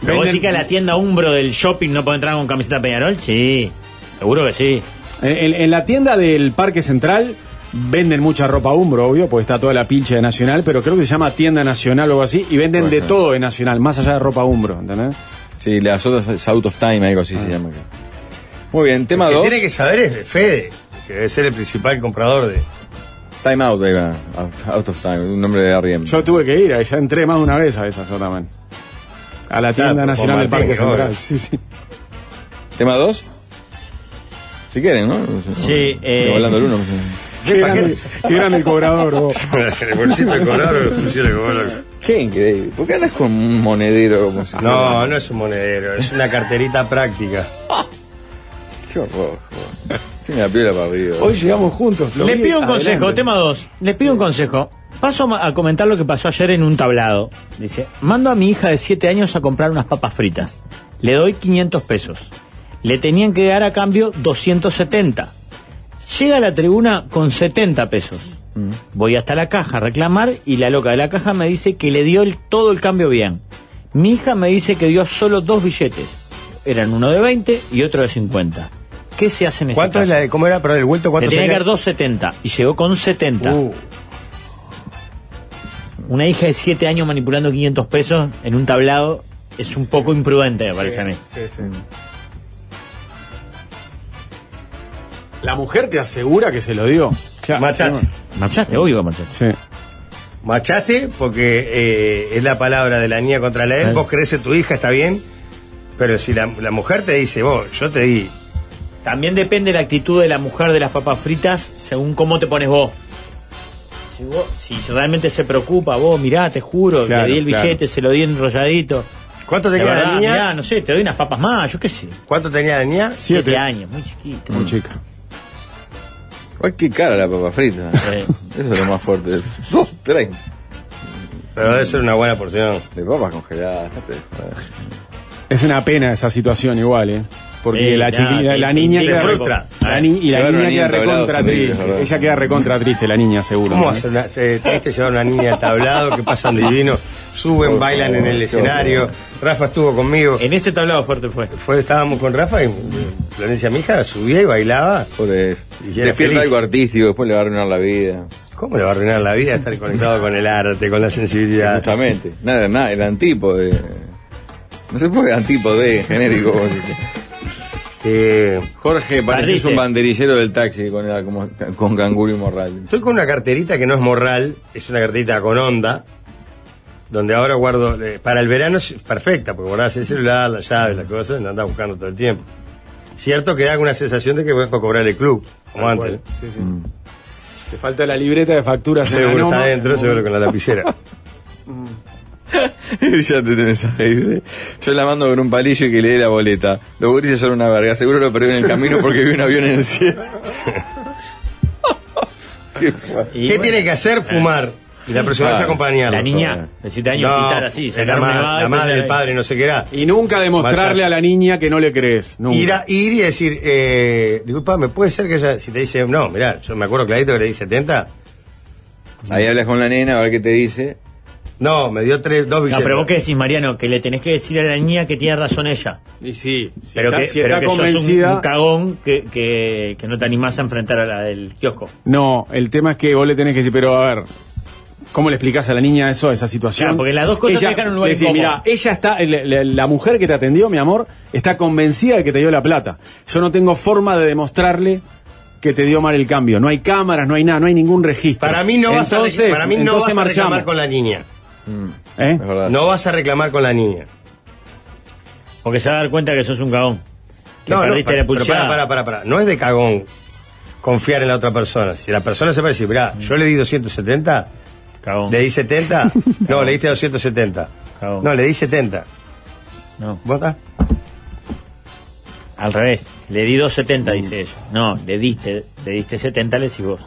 Pero
Venden-
vos decís que a la tienda Umbro del shopping no puede entrar con camiseta de Peñarol, sí. Seguro que sí.
En, en- en la tienda del Parque Central venden mucha ropa Umbro, obvio, porque está toda la pincha de Nacional, pero creo que se llama tienda nacional o algo así, y venden
Puede
de
ser.
todo de Nacional, más allá de ropa Umbro, ¿entendés?
Sí, las otras es Out of Time, algo así se llama. acá. Muy bien, tema
El Ah. que
2.
tiene que saber es Fede, que debe ser el principal comprador de.
Time Out, ahí va. Out, Out of Time, un nombre de R.E.M.
Yo tuve que ir, ya entré más de una vez a esa, yo también. A la tienda
Claro,
nacional del
con Martín,
Parque Central.
obvio.
Sí, sí.
Tema 2. Si quieren, ¿no? No sé,
Sí,
no,
eh.
estoy hablando el uno. pues, no sé.
Qué grande, qué grande el cobrador. vos.
el bolsito de color o el fusil de color.
Qué increíble. ¿Por qué andas con un monedero como si
No,
fuera-
no es un monedero, es una carterita práctica.
Qué horror. joder. Tiene la piola para arriba.
Hoy llegamos juntos. lo
Les
vi,
pido un
adelante.
consejo, tema 2. Les pido un consejo. Paso ma- a comentar lo que pasó ayer en un tablado. Dice, mando a mi hija de 7 años a comprar unas papas fritas. Le doy 500 pesos. Le tenían que dar a cambio 270. Llega a la tribuna con 70 pesos.
Mm.
Voy hasta la caja a reclamar y la loca de la caja me dice que le dio el- todo el cambio bien. Mi hija me dice que dio solo dos billetes. Eran uno de 20 y otro de 50. ¿Qué se hace en ese
¿Cuánto es
caso?
la de cómo era? Pero el vuelto,
Le
¿cuánto
tenía que
sería?
dar 270 y llegó con 70.
Uh,
Una hija de 7 años manipulando 500 pesos en un tablado es un poco imprudente, me parece a mí.
La mujer te asegura que se lo dio. Claro.
Machate.
Marchaste, obvio que marchaste.
Sí.
Machaste porque eh, es la palabra de la niña contra la él.
Claro.
Vos crees en tu hija, está bien. Pero si la, la mujer te dice, vos, yo te di.
También depende la actitud de la mujer de las papas fritas según cómo te pones vos. Si, vos- si realmente se preocupa, vos, mirá, te juro,
Claro,
le di el
claro.
billete, se lo di enrolladito.
¿Cuánto
De
tenía la
verdad,
niña?
mirá, no sé, te doy unas papas más, yo qué sé.
¿Cuánto tenía la niña?
7 años, muy chiquito.
Muy chica.
Ay, qué cara la papa frita.
Sí.
Eso es lo más fuerte. Dos, tres.
Pero debe ser una buena porción.
De papas congeladas. dejate de joder.
Es una pena esa situación igual, ¿eh? Porque
Sí,
la,
ya,
chiqui- la-
te-
la
te-
niña
te
queda
frustra.
reco- la ni- y la
Llevar una
niña
niña
queda
entablados
recontra
horribles, la
triste.
verdad.
Ella queda recontra triste, la niña, seguro.
¿Cómo
¿no?
hace una, se, triste llevar una niña al tablado que pasan divino? Suben,
Por
bailan en
favor,
el
qué
escenario.
horror.
Rafa estuvo conmigo.
En ese tablado fuerte fue.
Fue, estábamos con Rafa y eh, Florencia Mija subía y bailaba.
Pobre eso.
Y era
Despierta
feliz.
algo artístico, después le va a arruinar la vida.
¿Cómo le va a arruinar la vida estar conectado con el arte, con la sensibilidad?
Justamente. Nada, nada, el antípode. No se puede antípode genérico.
Eh,
Jorge, pareces
Perdiste.
un banderillero del taxi con, la- como- con canguro y morral.
Estoy con una carterita que no es morral, es una carterita con onda, donde ahora guardo. eh, para el verano es perfecta, porque guardás el celular, las llaves, las cosas, no andás buscando todo el tiempo. Cierto que da una sensación de que voy a cobrar el club, como antes. ¿no?
Sí, sí. Te falta la libreta de facturas. en la
Seguro está
Noma.
adentro, seguro con la lapicera.
ya te tenés ahí, dice. Yo la mando con un palillo y que le dé la boleta. Los gurises son una verga. Seguro lo perdí en el camino porque vi un avión en el cielo. Qué fuerte.
Y
¿Qué
bueno, eh,
tiene que hacer? Fumar. Y la próxima
Ah,
vez acompañarlo.
La niña de 7 años
No,
pintar así,
la,
sacar
ma-
una nevada
la
y
madre,
poner
el
ahí.
padre, no sé qué era.
Y nunca demostrarle
Machate.
a la niña que no le crees. Nunca.
Ir, a- ir y decir, eh, disculpa, ¿me puede ser que ella, si te dice, no, mirá, yo me acuerdo clarito que le di 70?
Ahí hablas con la nena, a ver qué te dice.
No, me dio tres, dos
No,
billetes.
pero vos qué decís, Mariano, que le tenés que decir a la niña que tiene razón ella.
Y sí, si
pero
está,
que,
si
pero
está
que sos un,
convencida.
un cagón que, que, que no te animás a enfrentar a la del kiosco.
no, el tema es que vos le tenés que decir, pero a ver, ¿Cómo le explicás a la niña eso, esa situación?
Claro, porque las dos cosas te dejan en un lugar
decís,
incómodo.
mira, ella está, la, la- la mujer que te atendió, mi amor, está convencida de que te dio la plata. Yo no tengo forma de demostrarle que te dio mal el cambio. No hay cámaras, no hay nada, no hay ningún registro.
Para mí no vas a,
entonces,
re- para mí no vas
entonces
a reclamar
marchamos.
con la niña.
¿Eh?
Es verdad.
No vas a reclamar con la niña.
Porque se va a dar cuenta que sos un cagón. Que
No, no,
perdiste
pero,
la
pero
pulsada.
para, para, para, para. No es de cagón confiar en la otra persona. Si la persona se parece, mirá,
Mm.
yo le di 270,
Cagón.
le di 70, no, le diste 270.
Cagón.
No, le di 70.
No,
¿Vos estás?
al revés. Le di
Mm.
270, dice ella. No, le diste, le diste 70, le decís vos.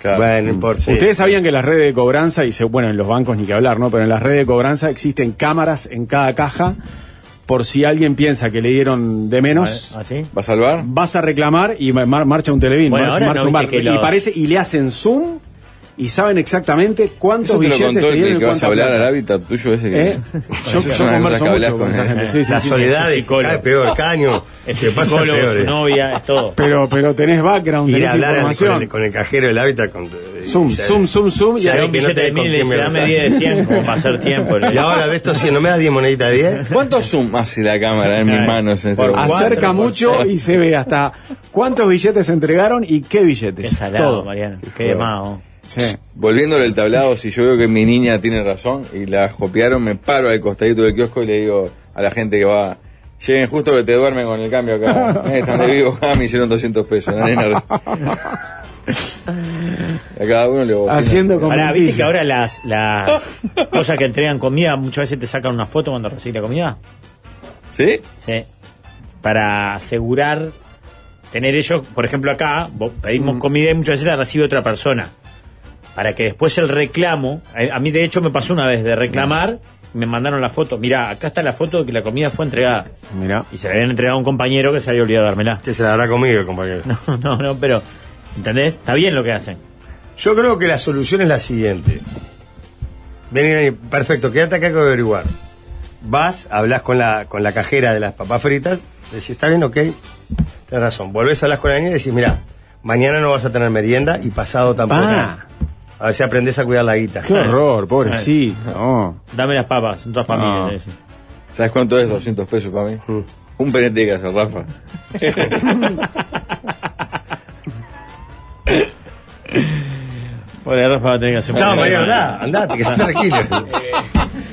Claro.
Bueno, no importa. sí.
Ustedes sabían que en las redes de cobranza, y se- bueno, en los bancos ni que hablar, ¿no? Pero en las redes de cobranza existen cámaras en cada caja por si alguien piensa que le dieron de menos.
¿Así?
¿Va a salvar?
vas a reclamar y mar- marcha un televín,
Bueno,
marcha,
ahora
marcha
no
un
viste
bar.
que los-
Y parece, y le hacen zoom y saben exactamente cuántos
Eso te lo
billetes
contó
te
el
dieron y
que vas
cuánta
a hablar al
plata.
hábitat tuyo ese que
¿Eh? Yo,
Esas
yo
son las cosas
converso
que hablas
mucho con esa gente, sí, sí,
la
sí.
soledad
es
es
psicólogo.
cada vez peor, caño.
Es
Que pasan
psicólogo, su
peores.
novia, es todo.
Pero, pero tenés background,
Ir a
tenés
hablar al- con
información.
el, con el cajero del hábitat. Con, eh,
Zoom,
y se-
zoom, zoom, zoom. Y
se-
Le
ahí-
Sabés que
da un
no
billete de
tenés con
mil y le
quién
dice, dame
conversar.
10 de 100 como para hacer tiempo. Le-
Y ahora de esto sí, ¿no me das 10 moneditas de 10?
¿Cuánto zoom hace la cámara en mis
Claro.
manos? en este
Por
momento?
cuatro,
acerca
por
mucho
seis.
y se ve hasta cuántos billetes se entregaron y qué billetes.
Qué salado,
Todo.
Mariano. Qué demado.
Sí.
Volviéndole al tablado, si yo veo que mi niña tiene razón y la copiaron, me paro al costadito del kiosco y le digo a la gente que va, lleguen justo que te duermen con el cambio acá. Eh, están de vivo, ah, me hicieron 200 pesos. la nena res- a cada uno le bocina.
Haciendo como.
Pará, ¿viste que ahora las, las cosas que entregan comida muchas veces te sacan una foto cuando recibís la comida?
¿Sí?
Sí. Para asegurar tener ellos, por ejemplo, acá, vos
Mm.
pedimos comida y muchas veces la recibe otra persona. Para que después el reclamo, eh, a, a mí de hecho me pasó una vez de reclamar, me mandaron la foto. Mirá, acá está la foto de que la comida fue entregada.
Mirá.
Y se la habían entregado a un compañero que se había olvidado dármela.
Que se la habrá conmigo, compañero.
No, no, no, pero, ¿entendés? Está bien lo que hacen.
Yo creo que la solución es la siguiente. Vení, vení, perfecto, quédate acá que voy a averiguar. Vas, hablas con la, con la cajera de las papas fritas, decís, está bien, ok, tenés razón. Volvés, hablas con la niña y decís, mira, mañana no vas a tener merienda y pasado tampoco.
Pa.
A ver si aprendés a cuidar la guita.
Qué horror,
Ah.
pobrecito. No.
Dame las papas, son todas familias.
No.
le dicen.
¿Sabes cuánto es 200 pesos para mí?
Mm.
Un penete de casa, Rafa.
Pobre Rafa va a tener que hacer un-
Chao, María, andá, andate, que estás tranquilo.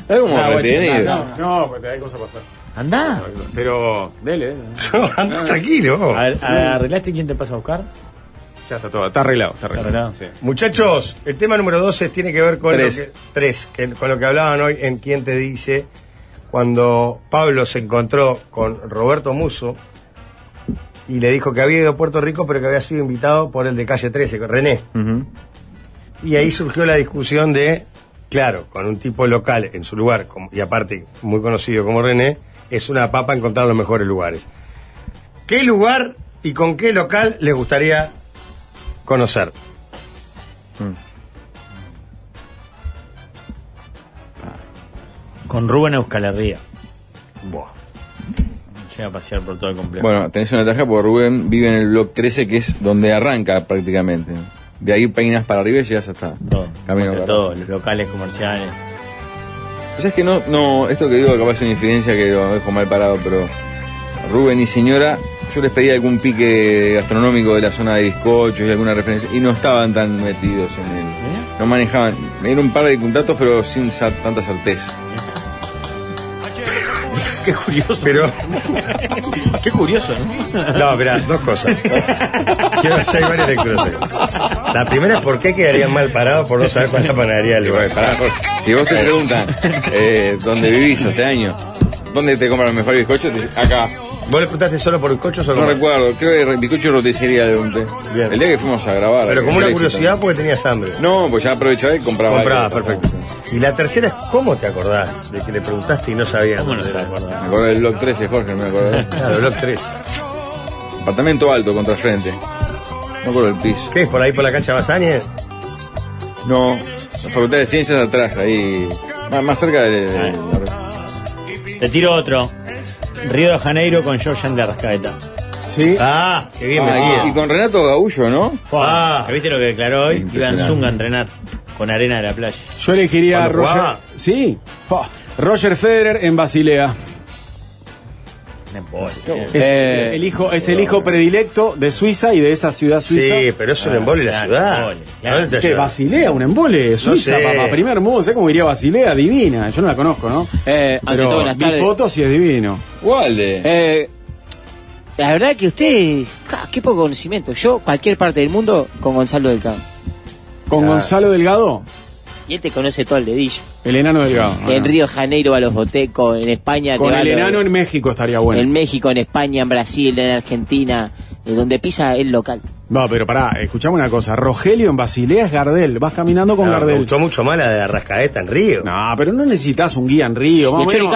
¿Sabes cómo me retenés?
Ah, No, porque hay cosas pasar.
Andá.
Pero. Dele, dele.
andá tranquilo. vos.
A ver, ¿Arreglaste quién te pasa a buscar?
Ya está todo, está arreglado, está arreglado.
arreglado.
Sí.
Muchachos, el tema número 12 tiene que ver con,
Tres.
Lo, que, tres, que- con lo que hablaban hoy en Quién te dice, cuando Pablo se encontró con Roberto Muso y le dijo que había ido a Puerto Rico, pero que había sido invitado por el de calle 13, con René.
Ujú.
Y ahí surgió la discusión de, claro, con un tipo local en su lugar, como- y aparte muy conocido como René, es una papa encontrar los mejores lugares. ¿Qué lugar y con qué local les gustaría conocer?
Con Rubén Euskal Herria. Llega a pasear por todo el complejo.
Bueno, tenés una ventaja porque Rubén vive en el block 13, que es donde arranca prácticamente. De ahí peinas para arriba y llegas hasta
todo.
Camino
Bueno,
Carrasco.
todo, los locales comerciales.
Pues es que no, no, esto que digo capaz es una infidencia que lo dejo mal parado, pero Rubén y señora, yo les pedí algún pique gastronómico de la zona de bizcochos y alguna referencia, y no estaban tan metidos en él. No manejaban, me dieron un par de contactos, pero sin sa- tanta certeza.
Qué curioso. Pero. Qué curioso, ¿no? No, mirá, dos cosas. Quiero hacer varias lecturas. acá. La primera es por qué quedarían mal parados por no saber cuál es la panadería del lugar.
Pará, Jorge. si vos te preguntan eh, dónde vivís hace años, dónde te compran los mejores bizcochos, Te- acá.
¿Vos le preguntaste solo por bizcochos o
No
con-
recuerdo, creo que re- bizcocho y roticería de un
Bien.
El día que fuimos a grabar.
Pero
que
como
fue
una
el éxito.
curiosidad porque tenías hambre.
No, pues ya aprovechaba y compraba.
Compraba,
algo.
perfecto. Y la tercera es cómo te acordás de que le preguntaste y no sabías.
¿Cómo no
dónde
se
era.
Me
acuerda?
acuerdo del Block 13, Jorge, me acuerdo.
Claro, Block 3.
Apartamento alto contra el frente. No acuerdo el piso.
¿Qué es? ¿Por ahí por la cancha Basáñez?
No, la Facultad de Ciencias atrás, ahí. Más, más cerca de. de- de-
Te tiro otro. Río de Janeiro con Georgian de Arrascaeta.
Sí.
Ah, qué bien Ah, me
Ah,
guía.
y con Renato Gaullo, ¿no?
Ah. Fua, ¿que ¿Viste lo que declaró hoy? Que Iba en
Impresionante.
Zunga a entrenar. con arena de la playa.
Yo elegiría a
¿Cuando
Roger.
jugaba?
Sí. Oh, Roger Federer en Basilea.
Ah.
Es,
Eh,
es el hijo, es el hijo predilecto de Suiza y de esa ciudad suiza.
Sí, pero es Ah, un embole la ciudad. ¿Dónde está la
Que
ciudad?
Basilea, un embole, Suiza,
sé.
papá, primer mundo, sé cómo iría Basilea? Divina, yo no la conozco, ¿no?
Eh, ante
Pero
todo, buenas
vi
tardes.
fotos y es divino.
Eh, la verdad que usted, ja, qué poco conocimiento. Yo, cualquier parte del mundo, con Gonzalo Delgado.
Ah.
Con Gonzalo Delgado,
Y él te conoce todo el dedillo.
el enano Delgado.
En
Bueno.
Río Janeiro va a los botecos, en España te
Con
va a
el
los-
enano en México estaría bueno.
En México, en España, en Brasil, en Argentina, eh, donde pisa el local.
No, pero pará, escuchame una cosa. Rogelio en Basilea es Gardel. Vas caminando con
No, me
Gardel.
gustó mucho más la de Arrascaeta en Río.
No, pero no necesitas un guía en Río. más o menos.
No.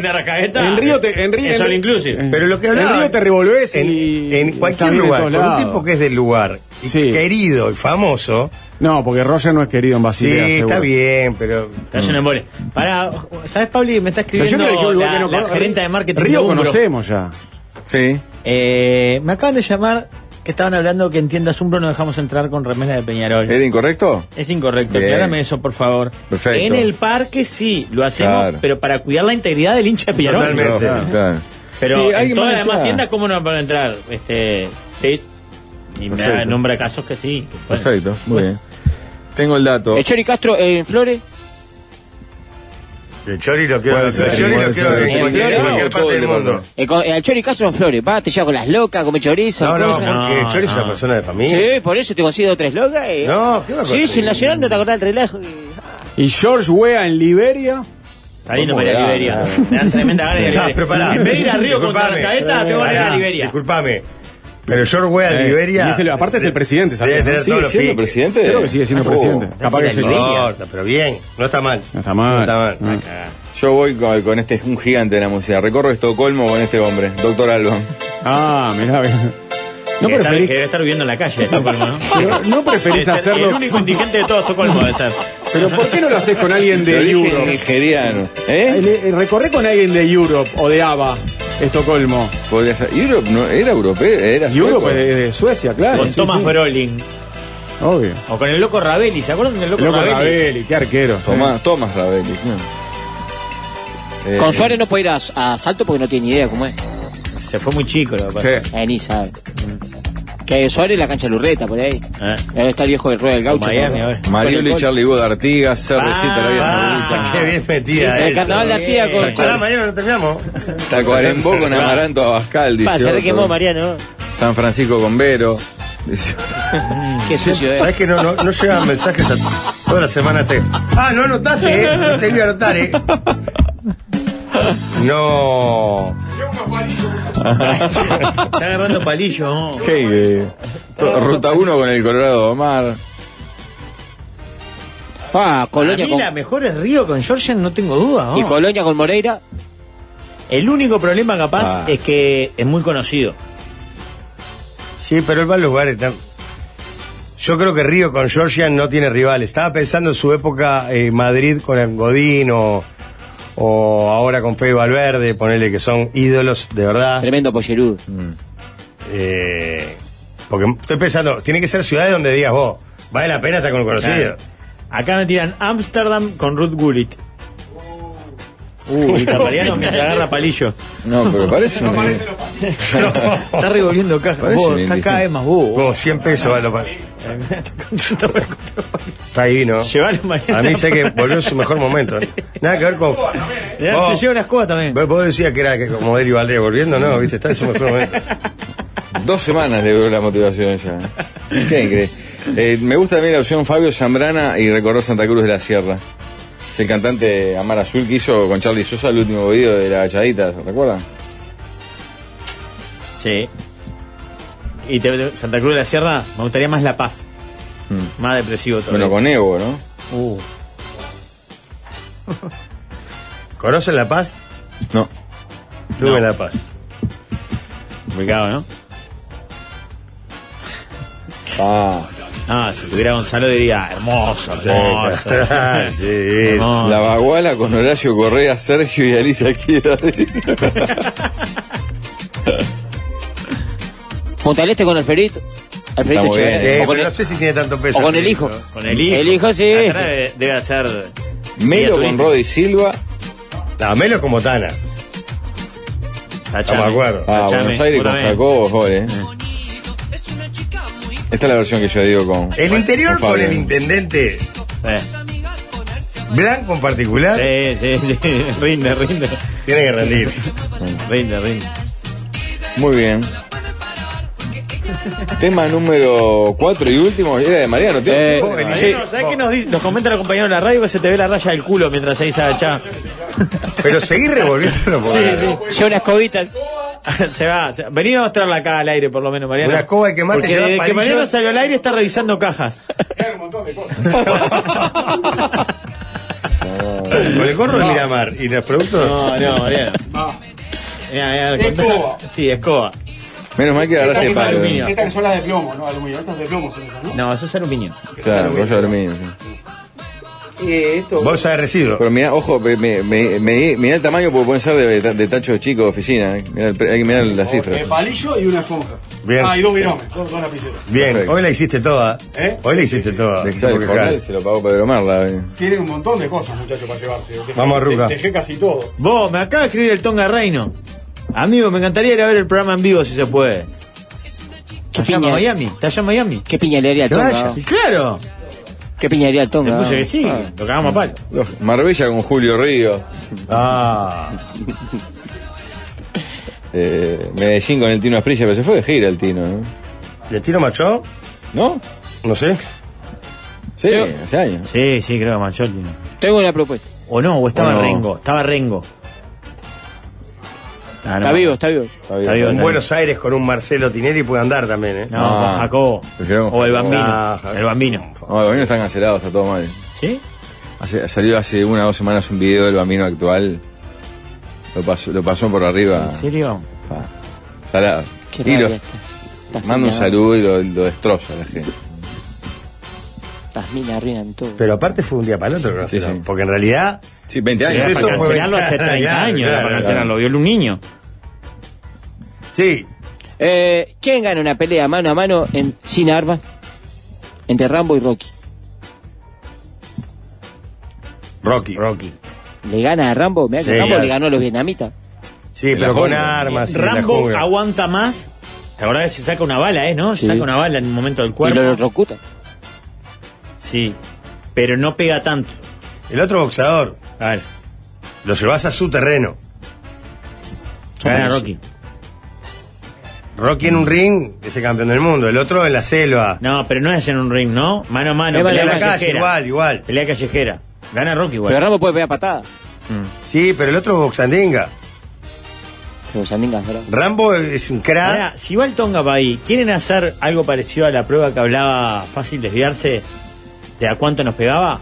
de Arrascaeta.
En Río te- en Río-
Es
en-
all inclusive.
Pero lo que
En
hablaba,
Río te revolvés
en,
y.
en
está
cualquier
bien en
lugar,
todos
con un
lados.
tipo que es del lugar, y
Sí.
querido y famoso,
No, porque Roger no es querido en
sí,
Basilea. seguro.
está bien, pero
Cayó un embole. Pará, ¿sabes, Pablo? Me está
Pero
escribiendo
yo creo que un lugar
la,
que no
la
conoce-
gerente de marketing
Río
de Umbro.
conocemos ya.
Sí.
Eh, me acaban de llamar que estaban hablando que en tiendas Umbro no dejamos entrar con remera de Peñarol.
¿Era incorrecto?
Es incorrecto,
Eh, Bien.
aclárame eso, por favor.
Perfecto.
En el parque sí, lo hacemos,
Claro.
pero para cuidar la integridad del hincha de Peñarol.
Totalmente.
Claro,
Claro.
claro.
Pero
Sí,
en
alguien
todas
más
las demás
decía-
tiendas, ¿cómo no van a entrar? Este, sí. Y me da
Perfecto.
nombra casos que sí. que pueden.
Perfecto, muy bien. Tengo el dato.
El Chori Castro eh, en Flores.
el Chori lo quiero
Puede
el
ser,
Chori
puede
lo quiero
ser.
en cualquier- en
Claro,
cualquier
todo
parte
el
del mundo.
departamento.
Eh, con- eh, el Chori Castro en Flores. Va, te lleva con las locas, come chorizo.
No, no,
cosas.
porque el Chori es una
no.
persona de familia.
Sí, por eso te consigo tres locas. eh.
No, qué barbaridad.
Sí, sin Nacional no te acordás del relajo. eh.
Y George Wea en Liberia.
Está lindo para ir a
Vamos,
Liberia.
dale.
Me dan tremenda gana de ir a
Ah,
Liberia.
pero pará.
En vez de ir a Río contra
Disculpame.
Arcaeta, tengo ganas de ir a
Pará,
Liberia.
Disculpame. Pero George Weah
Eh,
de Liberia.
y es el- aparte es el presidente, ¿sabes?
Debe tener
Sí,
todos los
¿Siendo
piques.
presidente?
Creo que sigue siendo
Oh.
presidente. Capaz que es el
No importa, pero bien, no está mal.
No está mal.
No está
No.
mal.
Yo voy con, con este, un gigante de la música. Recorro Estocolmo con este hombre, Doctor Alban.
Ah, mirá, bien. No
que, está- que
preferís,
debe estar viviendo en la calle de Estocolmo, ¿no?
pero no preferís
Debe ser
hacerlo.
El único indigente de todo Estocolmo debe ser.
Pero ¿por qué no lo haces con alguien
De
de
origen
Europe?
nigeriano. ¿Eh?
Eh, Recorré con alguien de Europe o de ABBA, Estocolmo.
Podría ser. Europe no, era europeo, era sueco.
Europe es de, de Suecia, claro.
Con
sí,
Thomas
sí,
Brolin.
Obvio.
O con el loco Ravelli. ¿Se acuerdan del loco,
Loco
Ravelli?
Ravelli, qué arquero.
Tomás, Tomás Ravelli. no. Eh,
Con Suárez no puede ir a, a Salto porque no tiene ni idea cómo es.
Se fue muy chico, lo que pasa.
sí.
Eh, ni sabe. Que Suárez es la cancha de Lurreta, por ahí.
Eh,
Debe estar viejo del Rueda del
con
Gaucho.
Miami, a
eh.
ver.
Marioli, Charlie Wood, Artigas, CR7, Arabia
Ah.
Saudita.
Qué bien metida.
Sí, el
esa.
carnaval de la tía con-
Pará, Mariano, no terminamos.
Tacuarembó con Amaranto Abascal,
Pa, Ah, se
18.
requemó Mariano.
San Francisco con Vero. 18.
Qué sucio, eh.
Sabes que no, no, no llegan mensajes a toda la semana te. Ah, no anotaste, eh. No te voy a anotar, eh. No.
Está agarrando palillo. ¿no?
Qué idea. To- Ruta 1 con el Colorado Omar. eh.
Pa,
Para
Colonia
mí
con,
la mejor es Río con Georgian, no tengo duda. ¿no?
y Colonia con Moreira.
El único problema capaz
Ah.
es que es muy conocido.
Sí, pero él va a lugares tan. Yo creo que Río con Georgia no tiene rivales. Estaba pensando en su época eh, Madrid con Godín o, o ahora con Fede Valverde, ponerle que son ídolos de verdad.
Tremendo pollerudo.
Eh, porque estoy pensando, tiene que ser ciudades donde digas vos, vale la pena estar con el conocido.
Acá me tiran Ámsterdam con Ruth Gullit. Uh, italiano mientras agarra palillo.
No, pero parece un.
Está revolviendo cajas.
Parece
Vos,
un
está cada
indigente.
vez más bobo.
Como 100 pesos vale para. Está divino.
uh. Llevalo mañana.
A mí sé que volvió en su mejor momento. Nada que ver con.
Ya
Oh.
Se lleva una escoba también.
Vos- Vos decías que era que como Deli Valdés volviendo, no, viste, está en su mejor momento.
Dos semanas le duró la motivación ya. Qué increíble. Eh, me gusta también la opción Fabio Zambrana y recordó Santa Cruz de la Sierra. Es el cantante Amar Azul que hizo con Charlie Sosa el último video de la gachadita, ¿se recuerdan?
Sí. Y te- te- Santa Cruz de la Sierra, me gustaría más La Paz.
Mm.
Más depresivo todo.
Bueno, con Evo, ¿no?
Uh.
¿Conocen La Paz?
No.
Estuve en La Paz.
Complicado, ¿no?
Ah,
Ah, si tuviera Gonzalo diría, hermoso, hermoso.
Ah, sí.
Hermoso.
la baguala con Horacio Correa, Sergio y Alicia Quida.
Punta del Este con Alferito.
Está
Alfredito
muy bien.
Echeverría.
Eh,
O con
pero
el-
No sé si tiene tanto peso.
O con el
sí,
hijo.
¿no?
Con el hijo.
El hijo, sí.
Atrás Debe, debe hacer.
Melo con
Miniaturista.
Roddy Silva.
No, Melo como Tana.
Tachame.
Estamos de acuerdo.
Ah,
Tachame,
Buenos Aires con
puramente.
Jacobo, joder. eh. Esta es la versión que yo digo con.
El interior
con
con el
Fabián.
intendente
Sí,
blanco en particular
sí, sí, sí. Rinde, rinde.
tiene que rendir.
Rinde, rinde.
Muy bien. Tema número 4 y último, era de Mariano. tiene-
Eh,
Joven,
Che,
¿no?
¿Sabes qué nos, dice- nos comenta los compañeros de la radio que se te ve la raya del culo mientras "Ah, seguís agachado?
Pero seguir revolviéndolo por
Sí,
Lleva unas cobitas.
se va. se va. Vení a mostrarla acá al aire, por lo menos, Mariano.
Una escoba y que mate,
Porque
lleva
desde que
palillos.
Mariano salió al aire está revisando cajas.
Con el gorro de Miramar y los productos.
No, no, Mariano.
Ah,
Mirá, mirá, contá-
Escoba.
Sí, escoba.
Menos mal que agarraste
Esta que es
palo.
aluminio.
Estas que son las de plomo, no aluminio. Estas de plomo son esas, ¿no?
No, eso es aluminio.
Claro, rollo aluminio. sí.
Bolsa de residuos.
Pero mirá, ojo, me, me, me- me- mirá el tamaño porque pueden ser de, de tacho chico de oficina. eh. Mirá el pre- hay que mirar las cifras.
De eh, palillo y una esponja.
Bien.
Ah, y dos viromes, dos, dos lapiceras.
Bien,
Perfecto.
hoy la hiciste toda.
¿Eh?
Hoy la hiciste toda.
Le sale el
Porque,
jornal,
claro,
se lo pagó Pedro Marla. eh.
Tienen un montón de cosas, muchachos, para llevarse. Dejé-
Vamos, Ruca.
de- Dejé casi todo.
Vos, me acaba de escribir el Tonga Reino. Amigo, me encantaría ir a ver el programa en vivo si se puede. ¿Está
Qué
allá en
piña.
Miami? ¿Está allá en Miami?
¿Qué piña le haría al
Que
tonga?
vaya.
¿no?
Y claro,
¿Qué piña le haría al
le
tonga?
puse que
no?
sí, lo cagamos a palo.
Los- Marbella con Julio Río.
Ah,
eh, Medellín con el Tino Asprilla, pero se fue de gira el Tino, ¿no?
¿le tiro macho?
¿No?
No sé.
Sí, hace años.
Sí, sí, creo que Manchotti. no.
Tengo una propuesta.
O no, o estaba
O no.
Rengo, estaba Rengo. Ah, no.
Está vivo, está vivo.
Está bien.
En Buenos Aires con un Marcelo Tinelli puede andar también, ¿eh?
No,
Ah.
con Jacobo.
Prefiero con
O el
Jacobo.
bambino.
Ah, Jacobo.
el bambino.
No, el Bambino está cancelado, está todo mal.
¿Sí?
Hace- salió hace una o dos semanas un video del Bambino actual. Lo pasó, lo pasó por arriba.
¿En serio?
Pa. Salado.
Qué
Y lo-
rabia este. esta. Estas
manda un
minas-
saludo y lo, lo destroza la gente.
Estas minas arruinan todo.
Pero aparte fue un día para el otro, ¿no?
Sí, sí.
Porque en realidad,
Sí, 20
Sí,
años.
Era
eso
para
fue-
cancelarlo hace 30
Claro,
años, era
claro,
para
claro.
cancelarlo, vio un niño.
sí,
Eh, ¿Quién gana una pelea mano a mano en, sin armas? Entre Rambo y Rocky.
Rocky.
Rocky.
¿Le gana a Rambo? Mirá que
Sí,
Rambo
claro.
le ganó a los vietnamitas.
Ah, Sí,
En la
pero con
jungla.
armas. en la
Rambo
jungla.
aguanta más. La verdad que se saca una bala, ¿eh? ¿No? Se
Sí.
saca una bala en el momento del
Y lo
cuerpo.
rocuta.
Sí. Pero no pega tanto.
El otro boxeador,
A ver,
lo llevas a su terreno.
gana Rocky.
Rocky en un ring, ese campeón del mundo. El otro en la selva.
No, pero no es en un ring, ¿no? Mano a mano,
Es
pelea
en
vale,
la
callejera.
calle, igual, igual.
Pelea callejera. Gana Rocky
Pero
igual.
Rambo puede pegar patada.
Sí, pero el otro es boxandinga.
Pero Sandingas, ¿verdad?
Rambo es un crack.
Ahora, si va el Tonga para ahí, ¿quieren hacer algo parecido a la prueba que hablaba fácil desviarse de a cuánto nos pegaba?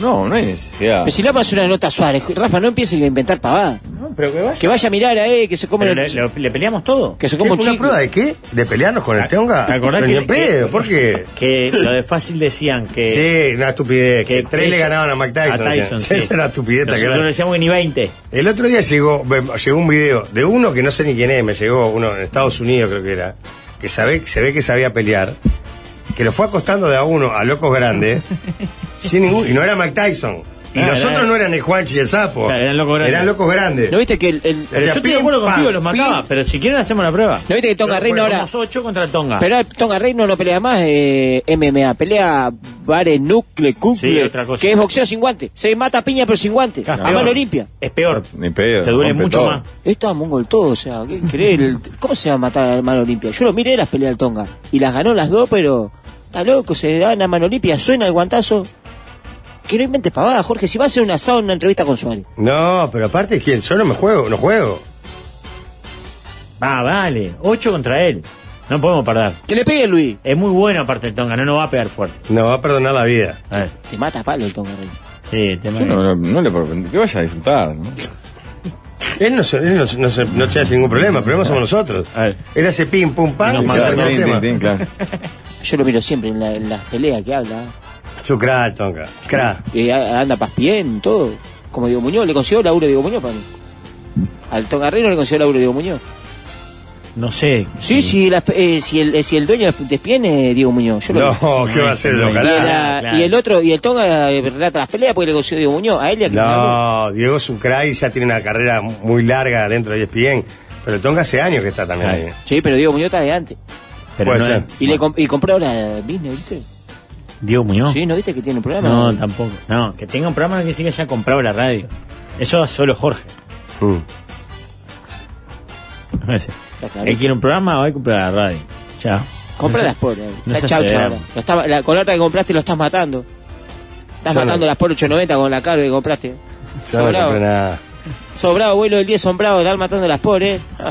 No, no hay necesidad.
Pero si la pasó una nota suave. Rafa, no empieces a inventar pavadas.
No, pero que vaya.
Que vaya a mirar a él, que se come,
Pero
el-
le, lo- le peleamos todo.
que se
¿Qué,
come un
¿Una
chico.
prueba de qué? ¿De pelearnos con el Tonga?
Ah, ¿Te acordás
Pero
que-
ni en pedo,
que-
¿por qué?
Que lo de fácil decían que.
Sí, una estupidez.
que
Que tres le
Tyson-
ganaban a Mike Tyson.
a Tyson,
o sea,
sí.
Esa era la estupidez. que
Nosotros
era.
decíamos que ni 20.
El otro día llegó, me- llegó un video de uno que no sé ni quién es, me llegó uno en Estados Unidos creo que era, que sabe, se ve que sabía pelear, que lo fue acostando de a uno a locos grandes, sin ningún, y no era Mike Tyson. Y
Ah,
nosotros
era-
no eran el Juanchi y el Sapo.
Claro, eran locos grandes.
Eran locos grandes.
¿No viste que el, el-
sea,
Pero yo estoy de
pim,
acuerdo
pam,
contigo, los
pim.
mataba. Pero si quieren, hacemos la prueba.
¿No viste que Tonga Reino ahora?
Somos 8 contra el Tonga.
Pero el Tonga Reino no pelea más eh, MMA, pelea bare nucle,
Sí,
cucle,
otra cosa.
que es boxeo sin guante. Se mata a piña pero sin guante,
Claro,
a
peor.
mano limpia.
Es peor.
Ni pedo,
Te duele
rompe
mucho
todo.
más.
Esto es mongol todo, o sea, ¿qué crees? El- ¿Cómo se va a matar a mano limpia? Yo lo miré las peleas del Tonga y las ganó las dos, pero está loco, se dan a mano limpia, suena el guantazo. Que no inventes pavada, Jorge, si va a hacer un asado en una entrevista con Suárez.
No, pero aparte, ¿quién? Yo no me juego, no juego.
Va, vale. 8 contra él. No podemos perder.
Que le pegue Luis.
Es muy bueno, aparte el Tonga. No nos va a pegar fuerte.
No va a perdonar la vida.
A ver.
Te mata a palo el Tonga Reino.
Sí, te
Yo no, no- no le propongo. Que vaya a disfrutar, ¿no?
Él no, se- él no, se- no, se- no te hace ningún problema, el problema somos nosotros.
A ver.
Él hace pim, pum, pam,
Nos
y se
manda
termina el
Tin, tin,
tema.
tin, claro.
Yo lo miro siempre en, la- en las peleas que habla.
Su crack, Tonga. Crack.
Eh, a- anda bien, todo. Como Diego Muñoz, le consiguió laburo a Diego Muñoz para mí. Al Tongarrino le consiguió laburo a Diego Muñoz.
No sé.
Sí, si, la- eh, si, el, eh, si el dueño de ESPN es Diego Muñoz. Yo lo
No,
vi.
¿qué va a hacer? Ojalá.
Y, el, ah,
Claro.
y el otro, y el Tonga eh, relata las peleas porque le negoció Diego Muñoz. A él le
No, Diego es un crack y ya tiene una carrera muy larga dentro de E ESPN. Pero el Tonga hace años que está también ahí.
Sí, pero Diego Muñoz está de antes.
Pero
Puede
no
ser.
es-
Y, le comp- y compró ahora Disney, ¿viste?
Diego Muñoz.
Sí, ¿no viste que tiene un programa?
No, tampoco. No, que tenga un programa no quiere decir que haya comprado la radio. Eso solo Jorge. No sé.
Está clarísimo.
Él quiere un programa o hay que comprar la radio. Chao.
Compra
No sé.
las por.
No
Está
sé
chau,
si
chau.
vean.
ahora. Lo está- la- con la otra que compraste lo estás matando. Estás
Ya
matando
no.
las por 890 con la cara que compraste.
Yo no le compré
Sobrado.
nada.
Sobrado, abuelo del 10 sombrado, estás matando las por, eh. Ah.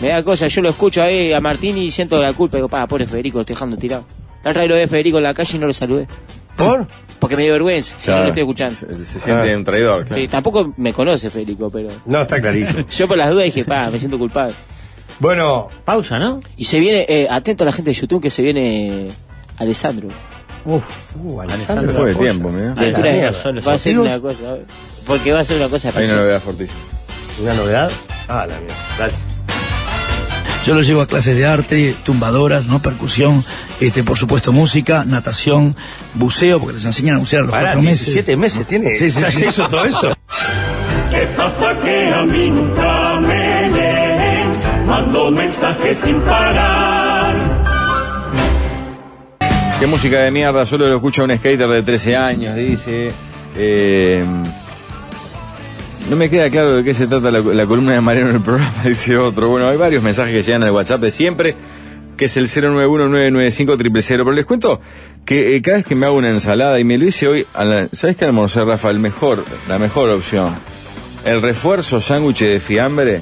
Me da cosa, yo lo escucho ahí a Martín y siento la culpa. Digo, pa, pobre Federico, lo estoy dejando tirado. La otra vez lo vi a Federico en la calle y no lo saludé.
¿Por?
Porque me dio vergüenza, si no
Claro.
lo estoy escuchando.
Se, se siente
Ah.
un traidor, claro.
Sí, tampoco me conoce Federico, pero.
No, está clarísimo.
Yo por las dudas dije, pa, me siento culpable.
Bueno,
Pausa, ¿no?
Y se viene, eh, atento a la gente de YouTube que se viene Alessandro.
Uf, uh,
Se
Alessandro.
fue de
Lafolla.
tiempo, mira.
De
Ah,
tres.
mierda, solo
va a
solo.
ser una cosa, porque va a ser una cosa
Hay una
especial.
novedad fortísima.
una novedad. Ah, la mía. Dale.
Yo los llevo a clases de arte, tumbadoras, ¿no? Percusión, este, por supuesto música, natación, buceo, porque les enseñan a bucear a los
Pará,
cuatro meses.
17 meses tiene.
Sí, sí,
ya
sí.
se hizo todo eso.
¿Qué pasa que a mí nunca me leen? Mando mensajes sin parar.
Qué música de mierda, solo lo escucha un skater de 13 años, dice. Eh, no me queda claro de qué se trata la, la columna de Mariano en el programa, dice otro. Bueno, hay varios mensajes que llegan al WhatsApp de siempre, que es el 091-995-000. Pero les cuento que eh, cada vez que me hago una ensalada, y me lo hice hoy, a la- ¿sabes qué almorcé, Rafa? El mejor, la mejor opción. El refuerzo sándwich de fiambre.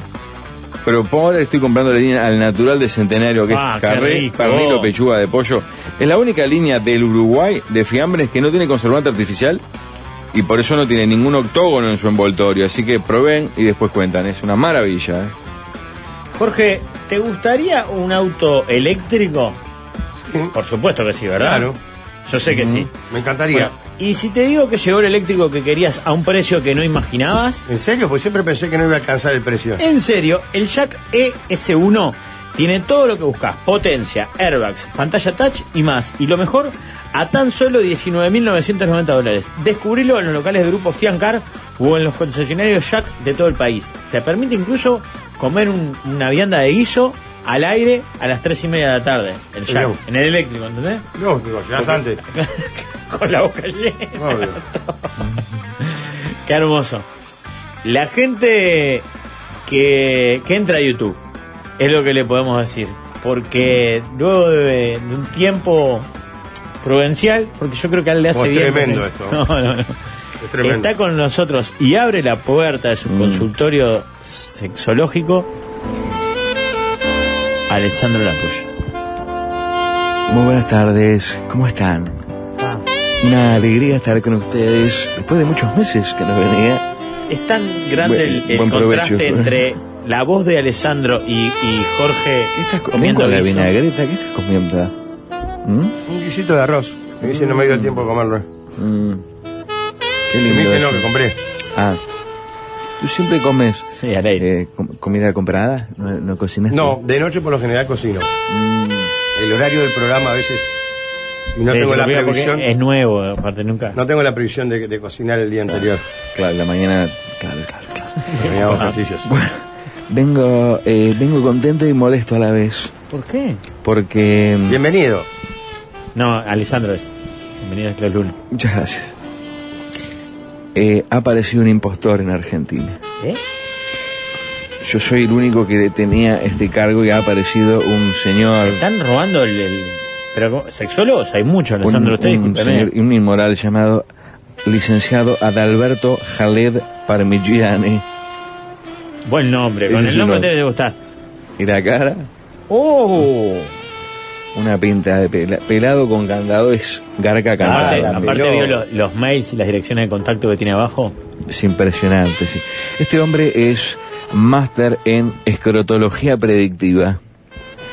Pero por ahora estoy comprando la línea al natural de Centenario, que
Ah,
es
qué
carré,
rico.
pernil o pechuga de pollo. Es la única línea del Uruguay de fiambres que no tiene conservante artificial y por eso no tiene ningún octógono en su envoltorio. Así que proveen y después cuentan. Es una maravilla. ¿eh?
Jorge, ¿te gustaría un auto eléctrico? Por supuesto que sí, ¿verdad?
Claro.
Yo sé que sí.
Mm, Me encantaría.
Bueno, y si te digo que llegó el eléctrico que querías a un precio que no imaginabas,
¿En serio? Pues siempre pensé que no iba a alcanzar el precio.
en serio, el Jack ES1 tiene todo lo que buscas: potencia, airbags, pantalla touch y más. Y lo mejor, a tan solo 19.990 dólares. Descubrilo en los locales de Grupo Fiancar o en los concesionarios Jack de todo el país. Te permite incluso comer un- una vianda de guiso al aire a las 3 y media de la tarde. El Jack,
Bien.
en el eléctrico, ¿entendés?
No, digo, llegás antes.
Con la boca llena.
Obvio.
Qué hermoso. La gente que, que entra a YouTube es lo que le podemos decir. Porque luego de, de un tiempo provincial, porque yo creo que a él le hace
Oh, es
bien.
tremendo
no sé.
esto.
No, no, no.
Es tremendo.
Está con nosotros y abre la puerta de su
Mm.
consultorio sexológico. Alessandro Lapuya.
Muy buenas tardes, ¿cómo están? Una alegría estar con ustedes después de muchos meses que no venía.
Es tan grande
Buen-
el, el
buen provecho.
contraste entre la voz de Alessandro y, y Jorge
¿Qué estás comiendo?
comiendo
¿Con la
guiso.
vinagreta? ¿Qué estás comiendo? ¿Mm?
Un guisito de arroz. Me dice, no me dio el tiempo de comerlo.
Mm. Qué
Y me
lindo.
dice, no,
eso.
que compré.
Ah, ¿tú siempre comes
Sí, al aire.
eh, com- comida comprada? ¿No, no cocinas? tú?
No, de noche por lo general cocino.
Mm.
El horario del programa a veces. y no
Sí,
tengo
se
la
complica porque
previsión.
Es nuevo, aparte nunca.
No tengo la previsión de, de cocinar el día anterior.
Claro, la mañana. Claro, claro, claro.
Me hago ejercicios.
Vengo, eh, vengo contento y molesto a la vez.
¿Por qué?
Porque.
Bienvenido.
No, Alessandro es. Bienvenido a Club Luna.
Muchas gracias. Eh, ha aparecido un impostor en Argentina.
¿Eh?
Yo soy el único que tenía este cargo y ha aparecido un señor,
Están robando el. el- Pero ¿cómo? sexólogos hay muchos,
un,
Alessandro, usted
un
discúlpeme.
señor- un inmoral llamado licenciado Adalberto Jaled Parmigiani.
Buen nombre, con
Ese
el
sí
nombre
lo-
te debe gustar.
Y la cara,
¡Oh!
una pinta de pela- pelado con candado es garca
aparte
candado.
aparte
peló.
vio los, los mails y las direcciones de contacto que tiene abajo.
Es impresionante, sí. Este hombre es máster en escrotología predictiva.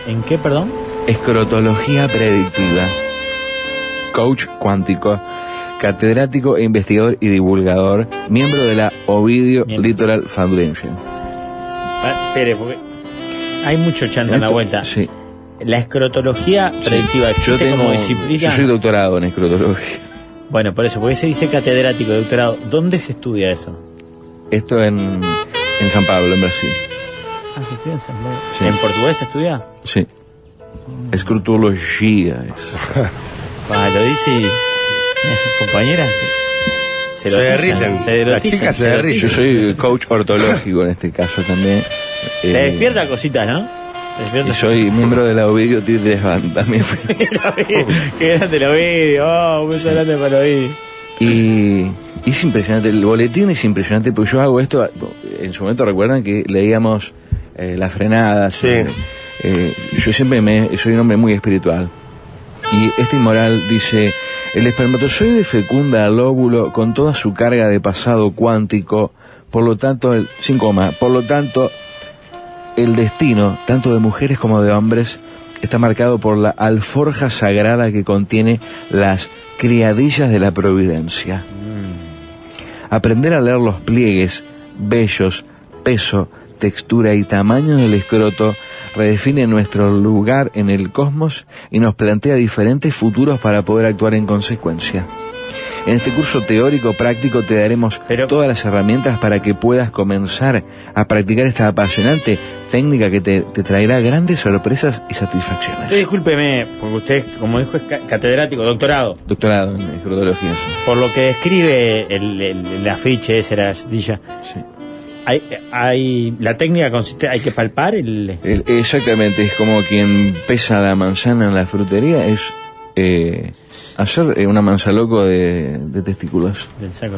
¿En qué, perdón?
Escrotología predictiva. Coach cuántico. Catedrático, e investigador y divulgador. Miembro de la Ovidio
Bien.
Litoral Foundation.
Pa- Espere, Ah, porque. Hay mucho chanta en la
Esto-
vuelta.
Sí.
La escrotología predictiva existe
Yo tengo-
como disciplina.
Yo soy doctorado en escrotología.
Bueno, por eso, porque se dice catedrático, doctorado. ¿Dónde se estudia eso?
Esto en, en San Pablo, en Brasil.
Ah, se estudia en San Pablo.
Sí.
¿En portugués se estudia?
Sí. Escrotología es.
Ah, lo dice y... Compañeras, se,
Se
erotizan,
derriten.
Se erotizan, se
Yo
erotizan.
soy coach ortológico en este caso también.
Te
Eh,
despierta cositas, ¿no? Te
y
despierta.
soy miembro de la Ovidio Tigres Band también.
Qué grande lo vi. Oh, un beso grande para lo vi.
Y, y es impresionante, el boletín es impresionante, porque yo hago esto, en su momento recuerdan que leíamos eh, las frenadas. eh, eh, yo siempre me, soy un hombre muy espiritual. Y este inmoral dice, el espermatozoide fecunda al óvulo con toda su carga de pasado cuántico, por lo tanto, el, sin coma, por lo tanto, el destino, tanto de mujeres como de hombres, está marcado por la alforja sagrada que contiene las criadillas de la providencia. Aprender a leer los pliegues, vellos, peso, textura y tamaño del escroto redefine nuestro lugar en el cosmos y nos plantea diferentes futuros para poder actuar en consecuencia. En este curso teórico práctico te daremos todas las herramientas para que puedas comenzar a practicar esta apasionante técnica que te, te traerá grandes sorpresas y satisfacciones.
Usted discúlpeme, porque usted, como dijo, es ca- catedrático, doctorado.
Doctorado en escrotología. sí.
Por lo que describe el, el- el afiche ese, la dilla. Hay, hay- la técnica consiste, hay que palpar el...
El- Exactamente, es como quien pesa la manzana en la frutería, es eh, hacer eh, una manzaloco de, de testículos.
el saco.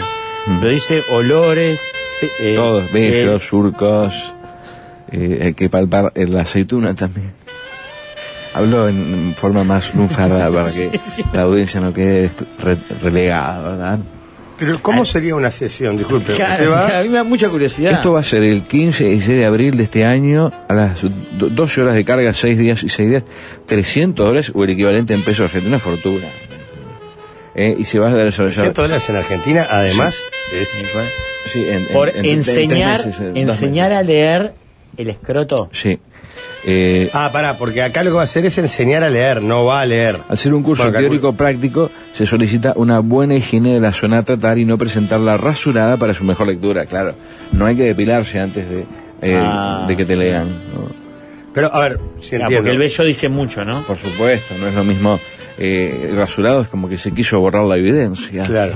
Lo dice olores... eh, eh,
Todos,
eh,
bellos, surcos, eh, hay que palpar eh, la aceituna también. Hablo en forma más lunfarda para que la audiencia no quede re- relegada, ¿verdad?
Pero ¿cómo sería una sesión? Disculpe. ¿usted va?
a mí me da mucha curiosidad.
Esto va a ser el 15 y 16 de abril de este año a las do- 12 horas de carga, 6 días y 6 días, 300 dólares o el equivalente en pesos argentinos, una fortuna. Eh, y se va a desarrollar.
300 dólares en Argentina, además,
es. Sí, en- en-
¿eh? Por
en- en- en tres
enseñar,
meses, en dos
enseñar a leer el escroto.
meses. Sí. Eh,
Ah, pará, porque acá lo que va a hacer es enseñar a leer, no va a leer.
Al ser un curso
Bueno, calculo.
teórico práctico, se solicita una buena higiene de la zona a tratar y no presentarla rasurada para su mejor lectura, claro. No hay que depilarse antes de, eh,
Ah.
de que te lean. ¿no?
Pero, a ver, si
Claro, Ah, porque el bello dice mucho, ¿no?
Por supuesto, no es lo mismo eh, rasurado, es como que se quiso borrar la evidencia.
Claro.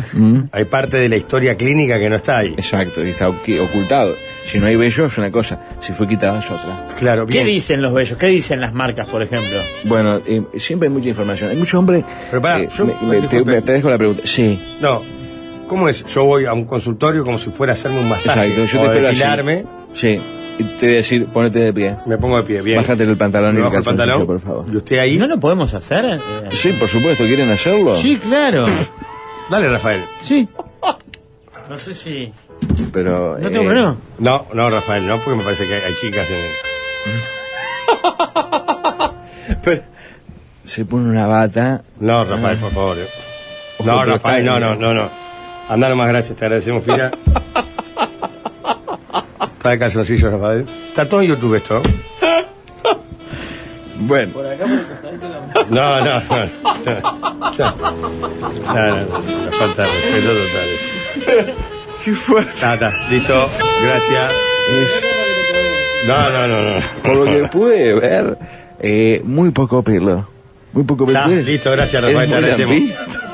Hay parte de la historia clínica que no está ahí.
Exacto, y está ocu- ocultado. Si no hay vello es una cosa, si fue quitado es otra.
Claro,
¿Qué dicen los bellos? ¿Qué dicen las marcas, por ejemplo?
Bueno, eh, siempre hay mucha información. Hay mucho hombre...
Pero pará,
eh,
yo-
me- me- te,
disculpe.
me- te dejo la pregunta. Sí.
No. ¿Cómo es? Yo voy a un consultorio como si fuera a hacerme un masaje.
Exacto, yo
o
te espero así.
depilarme,
Sí. Y te voy a decir, ponete de pie.
me pongo de pie. Bien.
Bájate el pantalón
Me
y el
bajo el
calzoncillo,
pantalón.
por favor.
¿Y usted ahí?
¿No lo podemos hacer? Eh,
Sí, por supuesto, ¿quieren hacerlo?
Sí, claro.
Dale, Rafael.
Sí. No sé si.
Pero.
¿No tengo problema?
No, no, Rafael, no, porque me parece que hay, hay chicas en el.
eh, Se pone una bata.
No, Rafael, por favor. eh.
Ojo,
No,
pero
Rafael,
está
no,
bien.
no, no, no. Andá nomás, gracias, te agradecemos, Pira. Está de calzoncillo, Rafael. Está todo en YouTube esto.
Bueno.
No, no, no. No, no, no, es una falta de respeto total.
Qué fuerte.
Está, está, listo, gracias. No, no, no, no.
Por lo que pude ver, eh, muy poco pelo. Muy poco pelo.
Está,
Eres-
listo, gracias,
eres
Rafael, te
muy
agradecemos.
lampisto.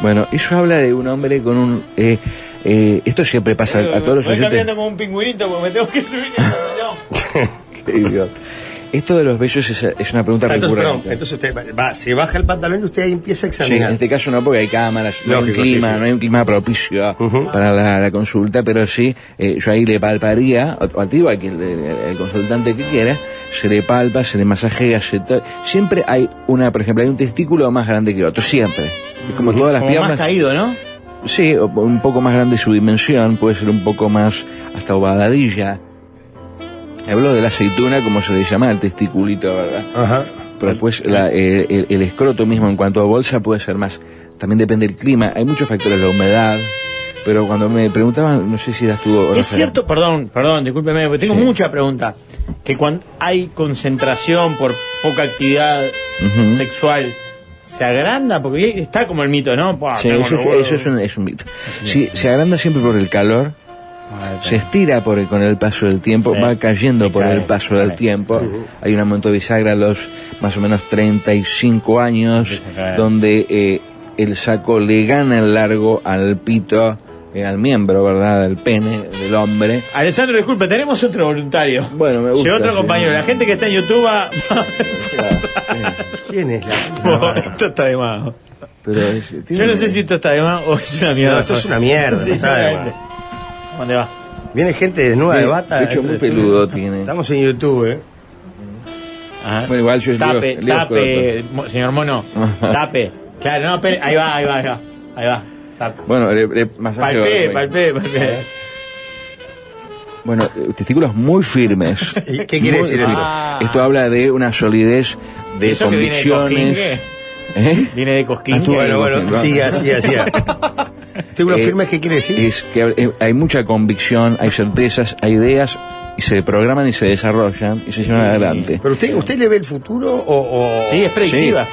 Bueno, eso habla de un hombre con un. eh, eh, esto siempre pasa a todos los
Voy
oyentes.
cambiando como un pingüinito porque me tengo que subir.
Qué idiota. Esto de los bellos es, es una pregunta
Ah, Entonces, perdón,
recurrente.
entonces usted va- va- se baja el pantalón y usted ahí empieza a
Sí, en
examinar.
este caso no, porque hay cámaras, no hay un
Lógico,
clima,
sí, sí.
no hay un clima propicio para la, la consulta, pero sí, eh, yo ahí le palparía, o, o a ti o a quien le- el consultante que quiera, se le palpa, se le masajea, se to- siempre hay una, por ejemplo, hay un testículo más grande que otro, siempre. Es como todas las
Como
piernas.
más caído, ¿no?
Sí, o- un poco más grande su dimensión, puede ser un poco más hasta ovadadilla. Hablo de la aceituna, como se le llama, el testiculito, ¿verdad?
Ajá.
Pero después la- eh, el, el escroto mismo en cuanto a bolsa puede ser más. También depende del clima. Hay muchos factores, la humedad, pero cuando me preguntaban, no sé si eras tú o
Es
Rafael.
cierto, perdón, perdón, discúlpeme, porque tengo
Sí.
muchas preguntas. Que cuando hay concentración por poca actividad
Ujú.
sexual, ¿se agranda? Porque ahí está como el mito, ¿no? Pua,
Sí,
Ah, tengo
eso,
los huevos.
es, eso es un, es un mito. Sí, se agranda siempre por el calor,
Ah,
se estira por el- con el paso del tiempo,
Sí.
va cayendo
Y
por
cae,
el paso del
cae.
tiempo.
Ujú.
Hay una momento bisagra a los más o menos 35 años
Empieza a caer.
donde eh, el saco le gana el largo al pito, eh, al miembro, ¿verdad? Al pene del hombre.
Alessandro, disculpe, tenemos otro voluntario.
Bueno, me gusta,
Llegó otro
sí.
compañero. La gente que está en YouTube ah, va.
¿Quién es
la.? esto está de más.
Pero es-
Yo no sé si esto está de más o es una mierda.
No, esto es una mierda,
Sí,
no está de
seguramente. ¿Dónde va?
Viene gente desnuda
De-
de bata.
de hecho, muy peludo tiene.
Estamos en YouTube, ¿eh?
Bueno, igual yo
Tape,
leo- leo
tape, mo- señor mono. tape. Claro, no, pero ahí va, ahí va, ahí va. Ahí va. Tape.
Bueno, le- le- masaje-
Palpé, palpé, palpé.
Bueno, eh, testículos muy firmes.
¿Y qué quiere
Muy
decir
firmes.
eso?
Esto habla de una solidez de
¿Eso que viene de
convicciones.
cosquín,
¿Eh?
Viene de cosquín.
Bueno, bueno, siga, siga, siga. Testículos
Eh,
firmes, ¿qué quiere decir?
Es que eh, hay mucha convicción, hay certezas, hay ideas, y se programan y se desarrollan y se llevan adelante.
¿Pero usted, usted le ve el futuro o...? o-
Sí, es predictiva.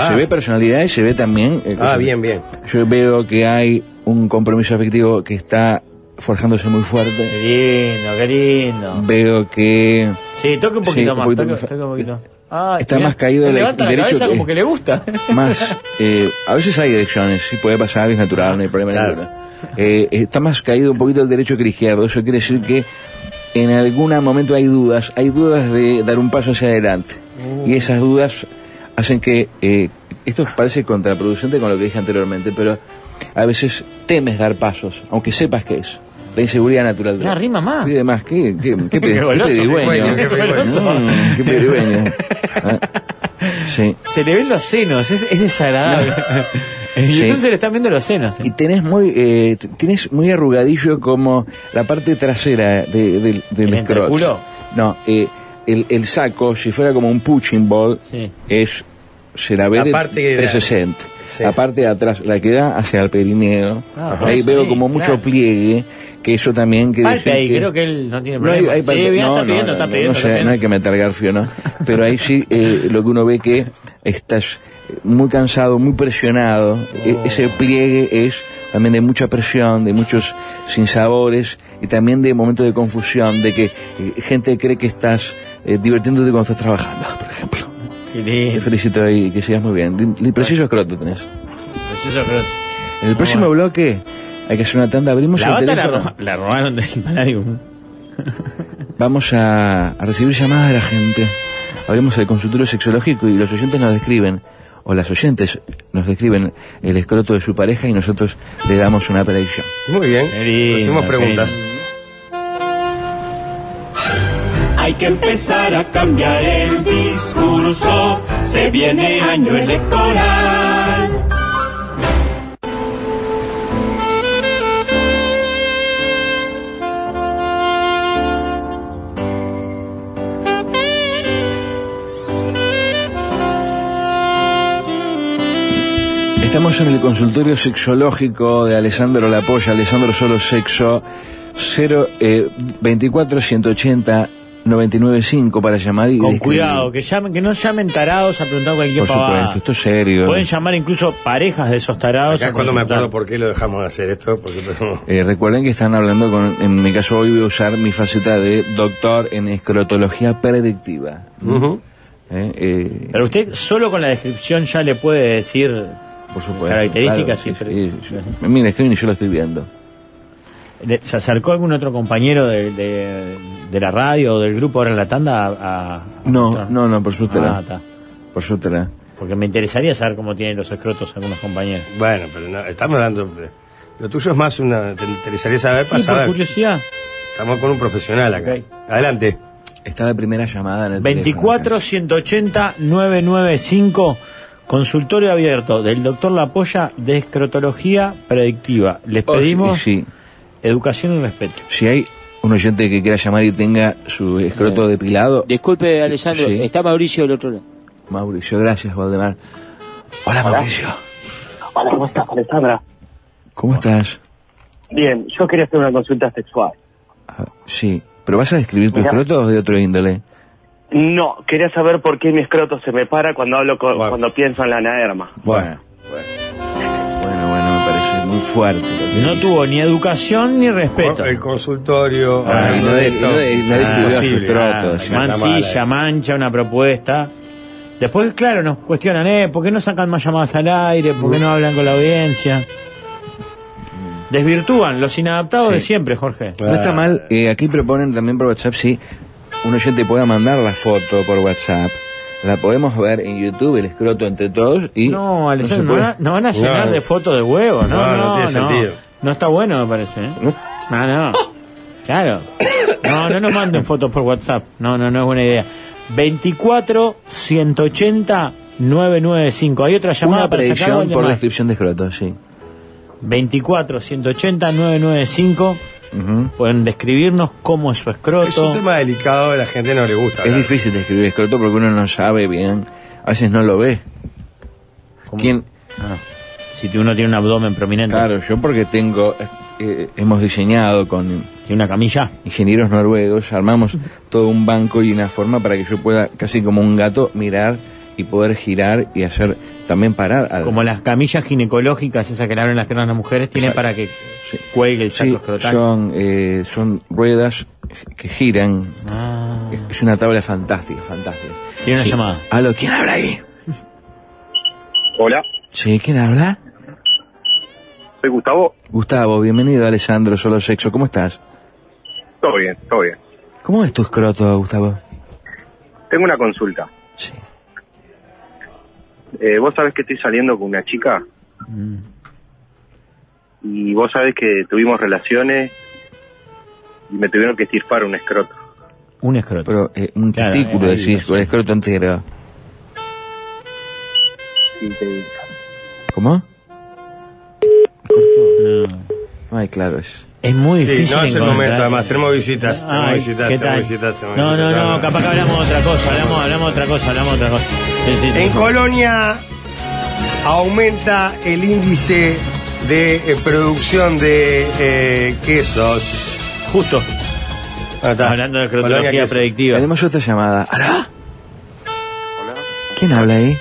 Ah.
Se ve personalidad y se ve también. eh,
Ah,
cosas-
bien, bien.
Yo veo que hay un compromiso afectivo que está forjándose muy fuerte.
Qué lindo, qué lindo.
Veo que
Sí, toque un poquito
Sí,
más,
un poquito
toque,
más.
toque un poquito. Ah,
Está más caído el-
Levanta
el
la
derecho
cabeza
que-
como que le gusta.
más eh, a veces hay direcciones sí puede pasar es natural no hay problema
Claro.
ninguno. Eh, está más caído un poquito el derecho que el izquierdo eso quiere decir que en algún momento hay dudas hay dudas de dar un paso hacia adelante y esas dudas hacen que eh, esto parece contraproducente con lo que dije anteriormente pero a veces temes dar pasos aunque sepas que es la inseguridad natural de
Una rima más.
y demás qué qué qué,
Qué
pe- qué
goloso, qué
pedigüeño
bueno, qué goloso.
Mm, qué pedigüeño. Ah, sí
Se le ven los senos, es, es desagradable. En
Sí.
YouTube se le están viendo los senos.
Y tenés muy, eh, t- tenés muy arrugadillo como la parte trasera de- del- del
¿El
escroto.
entreculo?
No, eh, el, el saco, si fuera como un punching ball,
Sí.
es se la ve
La
de
parte que da.
360.
Sí.
La parte de atrás, la que da hacia el perineo.
Ah,
ahí
sí,
veo como mucho
claro.
pliegue, que eso también quiere
Parte
decir
ahí,
que-
creo que él no tiene
no, hay-
problema.
hay
sí,
parte-
bien, está
no, no,
pidiendo,
no,
está
no,
pidiendo.
no
está
sé, no
pidiendo.
hay que meter garfio, ¿no? Pero ahí sí eh, lo que uno ve que estás muy cansado, muy presionado. E-
Oh.
ese pliegue es también de mucha presión, de muchos sinsabores y también de momentos de confusión, de que eh, gente cree que estás eh, divirtiéndote cuando estás trabajando, por ejemplo.
Qué
Te
lindo.
felicito y que sigas muy bien. Lin- lin- Preciso escroto tenés.
Precioso, pero-
En el próximo bloque hay que hacer una tanda, abrimos
La
el
bata la,
teléfono.
ro- la robaron del paladio.
Vamos a, a recibir llamadas de la gente. Abrimos el consultorio sexológico y los oyentes nos describen, o las oyentes nos describen el escroto de su pareja y nosotros le damos una predicción.
Muy bien.
lindo,
Hacemos
qué
preguntas.
Hay que empezar a cambiar el discurso. Se viene año electoral.
Estamos en el consultorio sexológico de Alessandro Lapolla, Alessandro Solo Sexo, 0 eh, 24 180 995 para llamar y
Con
describir.
cuidado, que llamen, que no llamen tarados a preguntar cualquier
Por supuesto,
pavada.
esto es serio.
Pueden llamar incluso parejas de esos tarados.
Acá
a
es cuando me
consultar.
acuerdo por qué lo dejamos de hacer esto. Porque...
Eh, recuerden que están hablando con, en mi caso hoy voy a usar mi faceta de doctor en escrotología predictiva.
Ujú.
Eh, eh,
Pero usted solo con la descripción ya le puede decir
por supuesto.
características.
claro,
y-
sí, sí, sí. Mira, escriben y yo lo estoy viendo.
Le- ¿Se acercó algún otro compañero de, de- de la radio o del grupo ahora en la tanda a... a-
No, no, no, por suerte
Ah,
no.
está.
Por suerte no.
Porque me interesaría saber cómo tienen los escrotos algunos compañeros.
Bueno, pero no, estamos dando... Lo tuyo es más una... Te interesaría saber para
Y por
saber.
curiosidad,
Estamos con un profesional acá.
Ok.
Adelante.
Está la primera llamada en el
24 180 995 consultorio abierto del doctor Lapolla de escrotología predictiva. Les
teléfono. Oh,
pedimos
sí, sí.
educación y respeto.
Si hay un oyente que quiera llamar y tenga su
Eh,
escroto depilado,
Disculpe, Alessandro,
Sí.
está Mauricio del otro lado.
Mauricio, gracias, Valdemar. Hola, Mauricio.
Hola, ¿cómo estás, Alessandra?
¿Cómo estás?
Bien, yo quería hacer una consulta sexual.
Ah, Sí, pero vas a describir tu
Mirá.
escroto o de otro índole.
No, quería saber por qué mi escroto se me para cuando hablo co- cuando pienso en la anaerma.
Bueno. Bueno, bueno, me parece muy fuerte.
No tuvo ni educación ni respeto.
El consultorio.
Ah,
hablando
no
de
de-
esto.
no de- no de-
Ah,
no de-
imposible.
ah,
Ah, está mal, eh.
Mancilla, mancha una propuesta. Después, claro, nos cuestionan, ¿eh? ¿Por qué no sacan más llamadas al aire? ¿Por qué no hablan con la audiencia?
Mm.
Desvirtúan los inadaptados de siempre, Jorge.
No está mal, eh, aquí proponen también por WhatsApp si un oyente pueda mandar la foto por WhatsApp. La podemos ver en YouTube, el escroto entre todos y...
No, Alessandro,
se
no,
puede.
van a- no van a llenar de fotos de huevo, ¿no?
No,
No,
no
no,
tiene sentido.
No está bueno, me parece. ¿eh? No, no. Claro. No, no nos manden fotos por WhatsApp. No, no, no es buena idea. 24 180 995. Hay otra llamada
Una
para sacar a
predicción
alguien
por
más.
descripción de escroto, sí.
24 180 995. Pueden describirnos cómo es su escroto.
Es un tema
delicado, a la gente no le gusta.
Es difícil describir escroto porque uno no sabe bien, a veces no lo ve. ¿Quién?
Ah. si uno tiene un abdomen prominente.
Claro, yo porque tengo, eh, hemos diseñado con...
Tiene una camilla.
Ingenieros noruegos, armamos todo un banco y una forma para que yo pueda, casi como un gato, mirar y poder girar y hacer, también parar. al-
Como las camillas ginecológicas, esas que le abren las piernas a las mujeres, tiene para que cuelgue el saco
Sí,
escrotal.
son, eh, son ruedas que giran.
Ah.
Es una tabla fantástica, fantástica.
Tiene una
Sí.
llamada.
Aló, ¿quién habla ahí?
Hola,
Sí, ¿quién habla?
soy Gustavo.
Gustavo, bienvenido a Alessandro Solo Sexo, ¿cómo estás?
Todo bien, todo bien.
¿Cómo es tu escroto, Gustavo?
Tengo una consulta.
Sí.
Eh, vos sabés que estoy saliendo con una chica y vos sabés que tuvimos relaciones y me tuvieron que estirpar un escroto.
Un escroto.
Pero, eh, un
Claro,
testículo,
eh, ahí
decís,
lo
con el escroto entero.
Y te-
¿Cómo?
No.
Ay, claro, es.
Es muy
Sí,
difícil.
no es el
encontrar-
momento, además, tenemos visitas, tenemos
Ay,
visitas,
¿qué
tenemos
tal?
visitas, tenemos
No, no,
visitas.
no, capaz que hablamos de otra cosa, hablamos, hablamos de otra cosa, hablamos de otra cosa. Sí, sí, sí.
En Colonia aumenta el índice de eh, producción de eh, quesos.
Justo. Hablando de crotología predictiva.
Tenemos otra llamada. ¿Aló? ¿Quién habla ahí?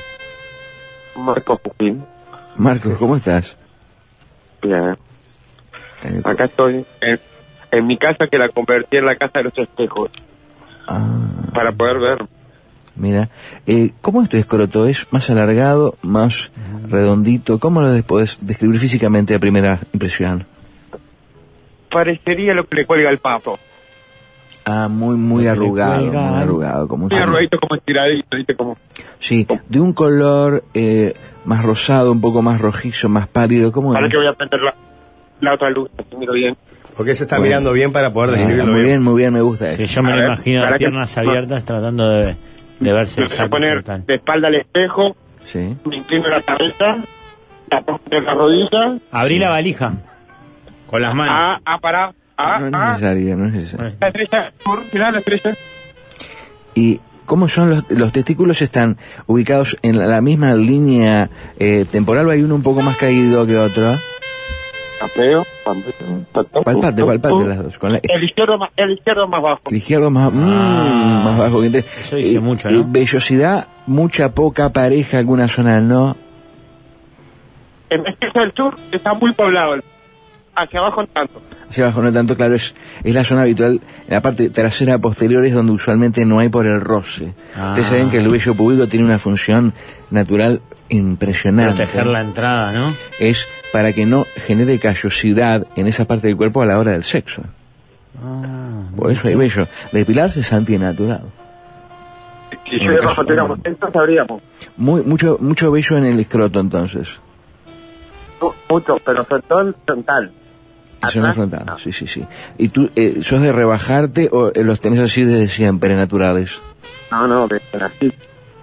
Marco Pujín.
Marcos, ¿cómo estás?
Bien. Acá estoy en, en mi casa que la convertí en la casa de los espejos. Para poder ver.
Ah. Mira, eh, ¿cómo es tu escroto? ¿Es más alargado, más redondito? ¿Cómo lo des- podés describir físicamente a primera impresión?
Parecería lo que le cuelga el papo.
Ah, muy, muy arrugado,
cuelga.
muy arrugado, como un
Un arrugadito como estiradito, ¿viste? Como...
Sí, de un color eh, más rosado, un poco más rojizo, más pálido, ¿cómo
Ahora
es?
que voy a prender la, la otra luz, así miro bien.
Porque se está
Bueno.
mirando bien para poder
Sí,
describirlo
Ah, muy bien, muy bien, me gusta eso.
Sí, yo me
A
lo
ver,
imagino
para
las
que-
piernas abiertas tratando de, de verse
Me
el
voy a
saco
poner
escrotal.
de espalda al espejo,
Sí.
me inclino la cabeza, la pongo de la rodilla.
Abrí la valija. Con las manos.
Ah, ah, pará. Ah,
No es
ah.
necesario, no es necesario.
Ah.
La estrella, por- mirá la estrella.
¿Y cómo son los, los testículos? ¿Están ubicados en la, la misma línea eh, temporal o hay uno un poco más caído que otro?
Apeo, palpeo, palpeo.
Palpate, palpate las dos. Con la,
El izquierdo, más, el izquierdo más bajo.
El izquierdo más, mm, más bajo que entre.
Ah. Eso dice mucho, ¿no?
vellosidad, mucha, poca, pareja, alguna zona no.
En este es el sur, está muy poblado. Hacia abajo no tanto.
Hacia abajo no tanto, claro, es, es la zona habitual. En la parte trasera posterior es donde usualmente no hay por el roce.
Ah.
Ustedes saben que el vello público tiene una función natural impresionante.
Proteger la entrada, ¿no?
Es para que no genere callosidad en esa parte del cuerpo a la hora del sexo.
Ah.
Por eso hay vello. Depilarse es antinatural.
Si
En
yo
el
y
caso-
Rafa tuviéramos esto, sabríamos.
Muy, mucho, mucho vello en el escroto entonces.
Mu- Mucho, pero sobre todo el frontal.
Y Zona frontal,
Ah.
sí, sí, sí. ¿Y tú eh, sos de rebajarte o eh, los tenés así desde siempre, naturales?
No, no, de de así.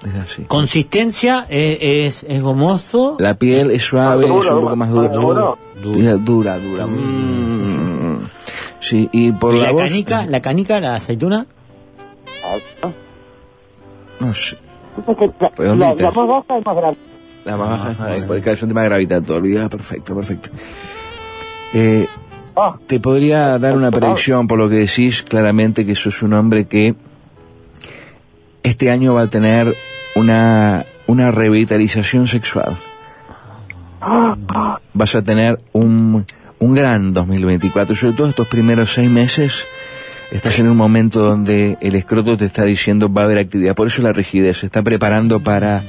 Es así.
Consistencia eh, es, es gomoso.
La piel es suave,
Más duro,
es un poco más
más
dura.
duro.
Dura, dura. dura. Mm. Sí, y por
¿Y
la,
la
voz...
canica, la canica, la aceituna.
No sé.
La, la
Redonditas.
más baja es más grande.
La más baja es más... porque es un tema gravitatorio. Ah, perfecto, perfecto. Eh, Te podría dar una predicción por lo que decís claramente que sos un hombre que este año va a tener una, una revitalización sexual. Vas a tener un, un gran 2024, sobre todo estos primeros seis meses. Estás en un momento donde el escroto te está diciendo va a haber actividad, por eso la rigidez, se está preparando para,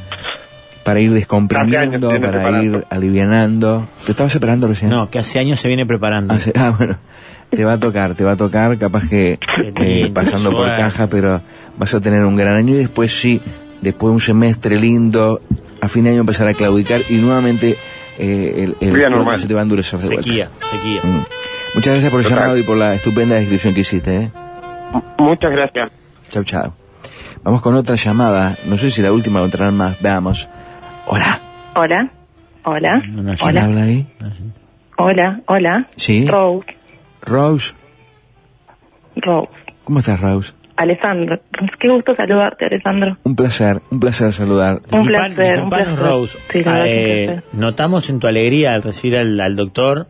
para ir descomprimiendo,
viene
para
preparando.
ir alivianando. ¿Te estabas separando recién?
No, que hace años se viene preparando.
Hace- ah, bueno. Te va a tocar, te va a tocar, capaz que eh, pasando por
suerte.
caja, pero vas a tener un gran año y después sí, después un semestre lindo, a fin de año empezar a claudicar y nuevamente eh, el, el
Vida
cuerpo
normal.
se te va a endurecer de vuelta.
Sequía, sequía.
Mm. Muchas gracias por el
Total.
llamado y por la estupenda descripción que hiciste. ¿eh?
Muchas gracias.
Chau, chau. Vamos con otra llamada, no sé si la última o entrarán más, veamos.
Hola, hola,
¿Quién
¿Ah? hola,
habla ahí?
hola, hola.
Sí.
Rose,
Rose,
Rose,
¿cómo estás Rose?
Alessandro. Qué gusto saludarte, Alessandro.
Un placer, un placer saludar.
Un placer,
Disculpanos,
un placer.
Rose.
Sí, la verdad que
eh,
un placer.
notamos en tu alegría al recibir al, al doctor.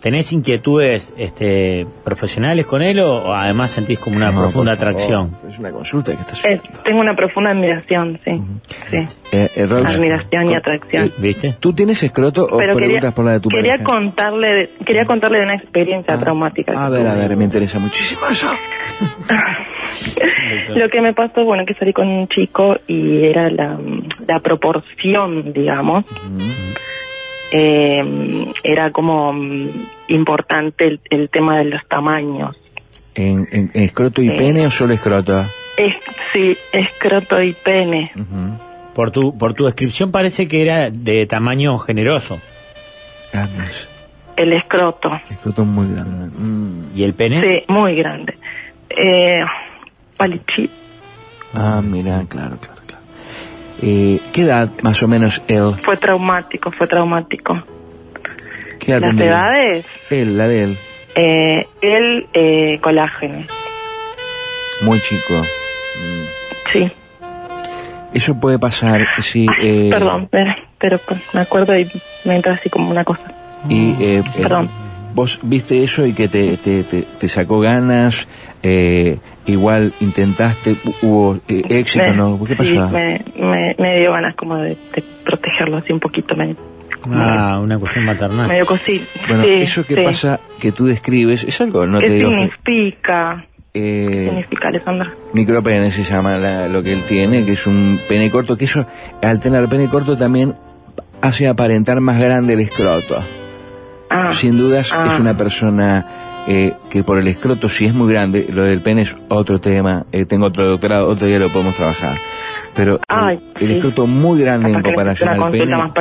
¿Tenés inquietudes este, profesionales con él o, o además sentís como una
No,
profunda
por favor,
atracción?
Es una consulta que estás
Eh, tengo una profunda admiración, sí. sí.
Eh, eh, Rose,
Admiración y
co-
atracción.
¿Viste?
¿Tú tienes escroto o
Pero
preguntas
quería,
por la de eh, tu
quería
pareja? Ah,
contarle de- quería contarle de una experiencia traumática. que
A ver, a
tuve.
ver, me interesa muchísimo eso.
Lo que me pasó, bueno, que salí con un chico y era la, la proporción, digamos. Mm. Eh, era como mm, importante el, el tema de los tamaños.
¿En, en- en escroto y
Eh.
pene o solo escroto?
Es, sí, escroto y pene.
Por tu, por tu descripción parece que era de tamaño generoso.
Grandes.
El escroto.
Ah, Escroto muy grande. Mm.
¿Y el
¿Eh?
pene?
Sí, muy grande. Eh, palichi-
Ah,
Mm.
mira, claro, claro, claro. Eh, ¿Qué edad más o menos él?
fue traumático, fue traumático.
¿Qué edad
Las
tendría?
edades,
Él, la de él.
eh, el eh, colágeno.
Muy chico. Mm.
Sí,
Eh. Eso puede pasar si... eh,
Ah, perdón, pero, pero, pues, me acuerdo y me entra así como una cosa.
Y, eh, eh,
Perdón.
vos viste eso y que te, te, te, te sacó ganas, eh, igual intentaste, hu- hubo eh, éxito,
Me-
¿no? ¿Qué pasó?
Sí, me, me, me dio ganas como de, de protegerlo así un poquito. Me,
Ah, una cuestión maternal.
me dio cosita.
Bueno,
sí,
eso que
sí.
pasa, que tú describes, es algo, no
¿Qué
te digo...
significa?
Eh,
¿Qué significa, Alessandra?
micropene se llama la- lo que él tiene, que es un pene corto, que eso, al tener pene corto también hace aparentar más grande el escroto.
Ah,
Sin dudas es una persona eh, que por el escroto, si es muy grande, lo del pene es otro tema, eh, tengo otro doctorado, otro día lo podemos trabajar. Pero el-
Ay,
el,
sí.
escroto muy grande en
Capaz que necesito
comparación
una
al
consulta
pene
más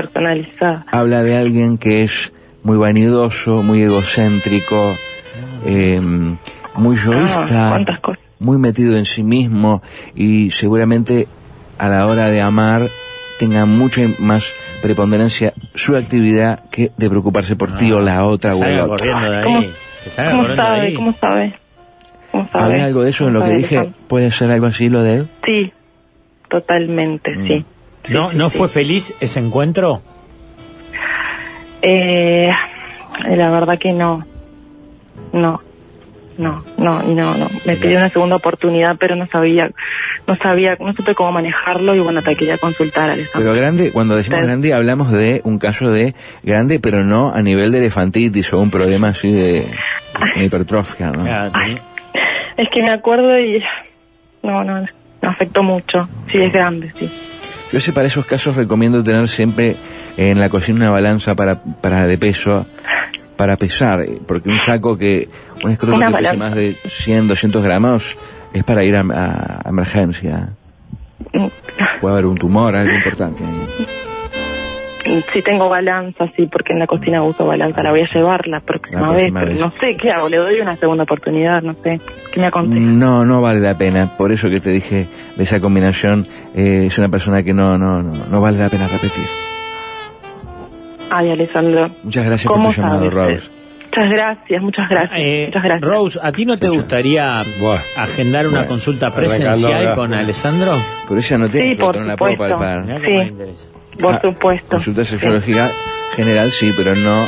personalizada.
habla de alguien que es muy vanidoso, muy egocéntrico, eh, muy yoísta, muy metido en sí mismo y seguramente a la hora de amar tenga mucha más preponderancia su actividad que de preocuparse por ti o la otra o el
Salga
otro.
corriendo de
¿Cómo,
ahí. Que salga
cómo
corriendo de
sabe?
ahí.
¿Cómo sabe? ¿Cómo sabe?
¿Había algo de eso en lo
¿Cómo
que
sabe,
dije?
Alejandro?
¿Puede ser algo así lo de él?
Sí, totalmente, sí.
¿No, ¿no fue feliz ese encuentro?
Eh, la verdad que no. No. No, no, no, no. Me pidió una segunda oportunidad, pero no sabía, no sabía, no supe cómo manejarlo y bueno, te quería consultar, Alessandro.
Pero grande, cuando decimos
Sí.
grande hablamos de un caso de grande, pero no a nivel de elefantitis o un problema así de hipertrofia, ¿no?
Ah,
Es que me acuerdo y no, no, no, me afectó mucho. Sí, es grande, sí.
Yo sé, para esos casos recomiendo tener siempre en la cocina una balanza para, para de peso, para pesar, eh, porque un saco que, un escroto
Una
que pese
balanza.
más de 100, 200 gramos, es para ir a, a- a emergencia.
Mm,
Puede haber un tumor, algo importante.
Sí tengo balanza, sí, porque en la cocina uso balanza. La voy a llevar la próxima,
La próxima
vez, pero
vez.
no sé qué hago. Le doy una segunda oportunidad, no sé. ¿Qué me aconseja?
No, no vale la pena. Por eso que te dije de esa combinación, eh, es una persona que no, no, no, no vale la pena repetir.
Ay, Alessandro.
Muchas gracias por
¿Cómo
tu llamado,
sabes?
Rose.
Muchas gracias, muchas gracias. muchas gracias.
eh, Rose, ¿a ti no te gustaría agendar una
Bueno.
consulta
Arrancando
presencial
ahora.
con Alessandro?
Por ella no tiene
Sí,
escroto,
por
no la puedo
supuesto.
palpar.
Sí, por
Ah,
supuesto.
Consulta sexológica general sí, pero no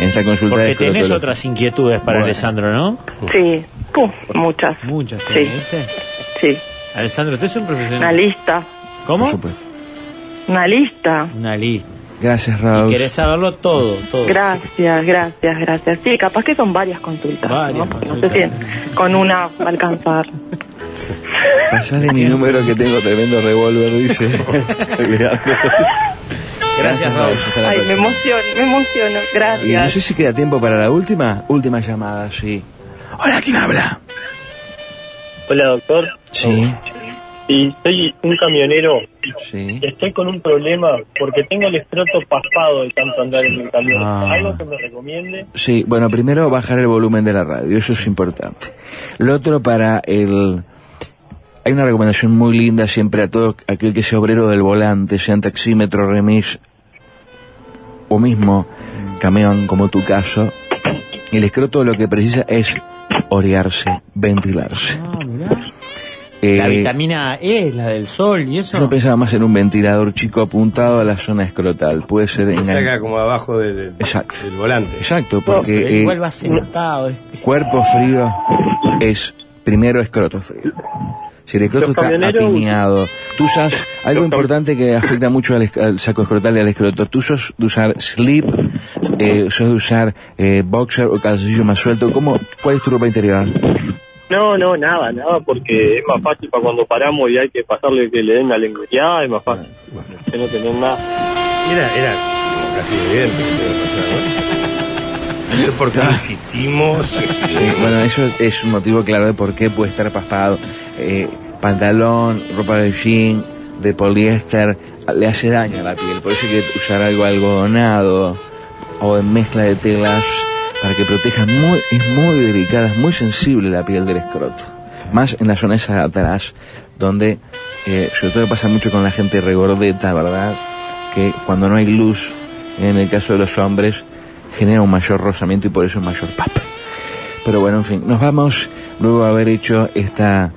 en esta consulta
Porque
de
tenés
escrotología.
otras inquietudes para
Bueno.
Alessandro, ¿no?
Sí, puf, muchas.
Muchas, eh.
Sí.
tenés, ¿viste?
Sí.
Alessandro, usted es un
Una
profesional.
lista.
¿Cómo?
Una lista.
Una lista.
Gracias, Raúl.
Y querés saberlo todo, todo.
Gracias, gracias, gracias. Sí, capaz que son varias consultas.
Varias
¿no? No sé si en- con una va a alcanzar.
Pasale mi número que tengo tremendo revólver, dice. Leandro.
Gracias,
Raúl.
Raúl.
Hasta la
Ay, me
próxima.
emociono, me emociono.
Y no
Gracias.
sé si queda tiempo para la última. Última llamada, sí. Hola, ¿quién habla?
Hola, doctor.
Sí,
Sí, soy un camionero.
sí.
y Estoy con un problema porque tengo el escroto paspado de tanto andar en el camión.
Ah.
¿Algo que me recomiende?
Sí, bueno, primero bajar el volumen de la radio, eso es importante. Lo otro para el... Hay una recomendación muy linda siempre a todo aquel que sea obrero del volante, sea en taxímetro, remis o mismo camión, como tu caso. El escroto lo que precisa es orearse, ventilarse.
Ah, La
Eh,
vitamina E, la del sol y eso.
yo pensaba más en un ventilador chico apuntado a la zona escrotal. Puede ser en...
Saca como abajo de- de-
del volante. Exacto,
Pero
porque... eh,
igual va sentado. es-
Cuerpo frío es primero escroto frío. Si el escroto
Los
está
camioneros-
apiñado, tú usas algo importante que afecta mucho al, esc- al saco escrotal y al escroto. Tú sos de usar slip, eh, sos de usar eh, boxer o calzoncillo más suelto. ¿Cómo, ¿Cuál es tu ropa interior?
No, no, nada, nada, porque es más fácil para cuando paramos y hay que pasarle que le den la lengueteada, es más fácil.
Ah,
Que no tener nada.
Era, era como casi evidente que te iba a pasar, ¿no? No sé por qué insistimos.
Ah. Sí, bueno, eso es un motivo claro de por qué puede estar paspado. Eh, pantalón, ropa de jean, de poliéster, le hace daño a la piel. Por eso hay que usar algo algodonado o en mezcla de telas para que proteja. Muy, es muy delicada, es muy sensible la piel del escroto. Más en la zona esa de atrás, donde eh, sobre todo pasa mucho con la gente regordeta, ¿verdad? Que cuando no hay luz, en el caso de los hombres, genera un mayor rozamiento y por eso un mayor pasto. Pero bueno, en fin, nos vamos luego de haber hecho esta,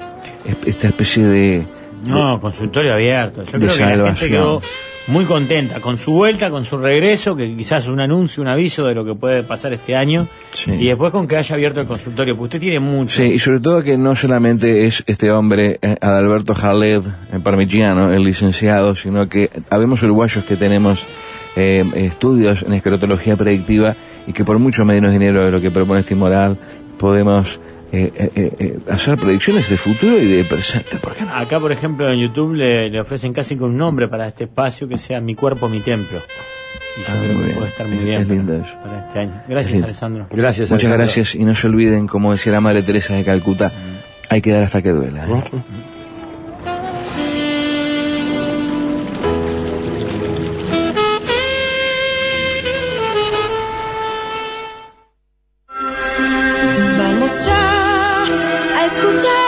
esta especie de...
No, consultorio abierto. Yo
De
creo que la gente
salvación.
quedó muy contenta con su vuelta, con su regreso, que quizás un anuncio, un aviso de lo que puede pasar este año. Y después con que haya abierto el consultorio, porque usted tiene mucho.
Sí, y sobre todo que no solamente es este hombre, eh, Adalberto Jaled, el parmigiano, el licenciado, sino que habemos uruguayos que tenemos eh, estudios en esclerotología predictiva y que por mucho menos dinero de lo que propone este moral podemos eh, eh, eh, eh, hacer predicciones de futuro y de presente. ¿Por qué no?
Acá, por ejemplo, en YouTube le, le ofrecen casi que un nombre para este espacio que sea Mi Cuerpo, Mi Templo. Y yo
Ah,
creo
muy
que
bien.
puede estar muy
Es-
bien
es lindo eso.
para este año.
Sí.
Gracias, Alessandro.
Muchas gracias y no se olviden, como decía la Madre Teresa de Calcuta,
Mm.
hay que dar hasta que duela. ¿eh?
Vamos ya a escuchar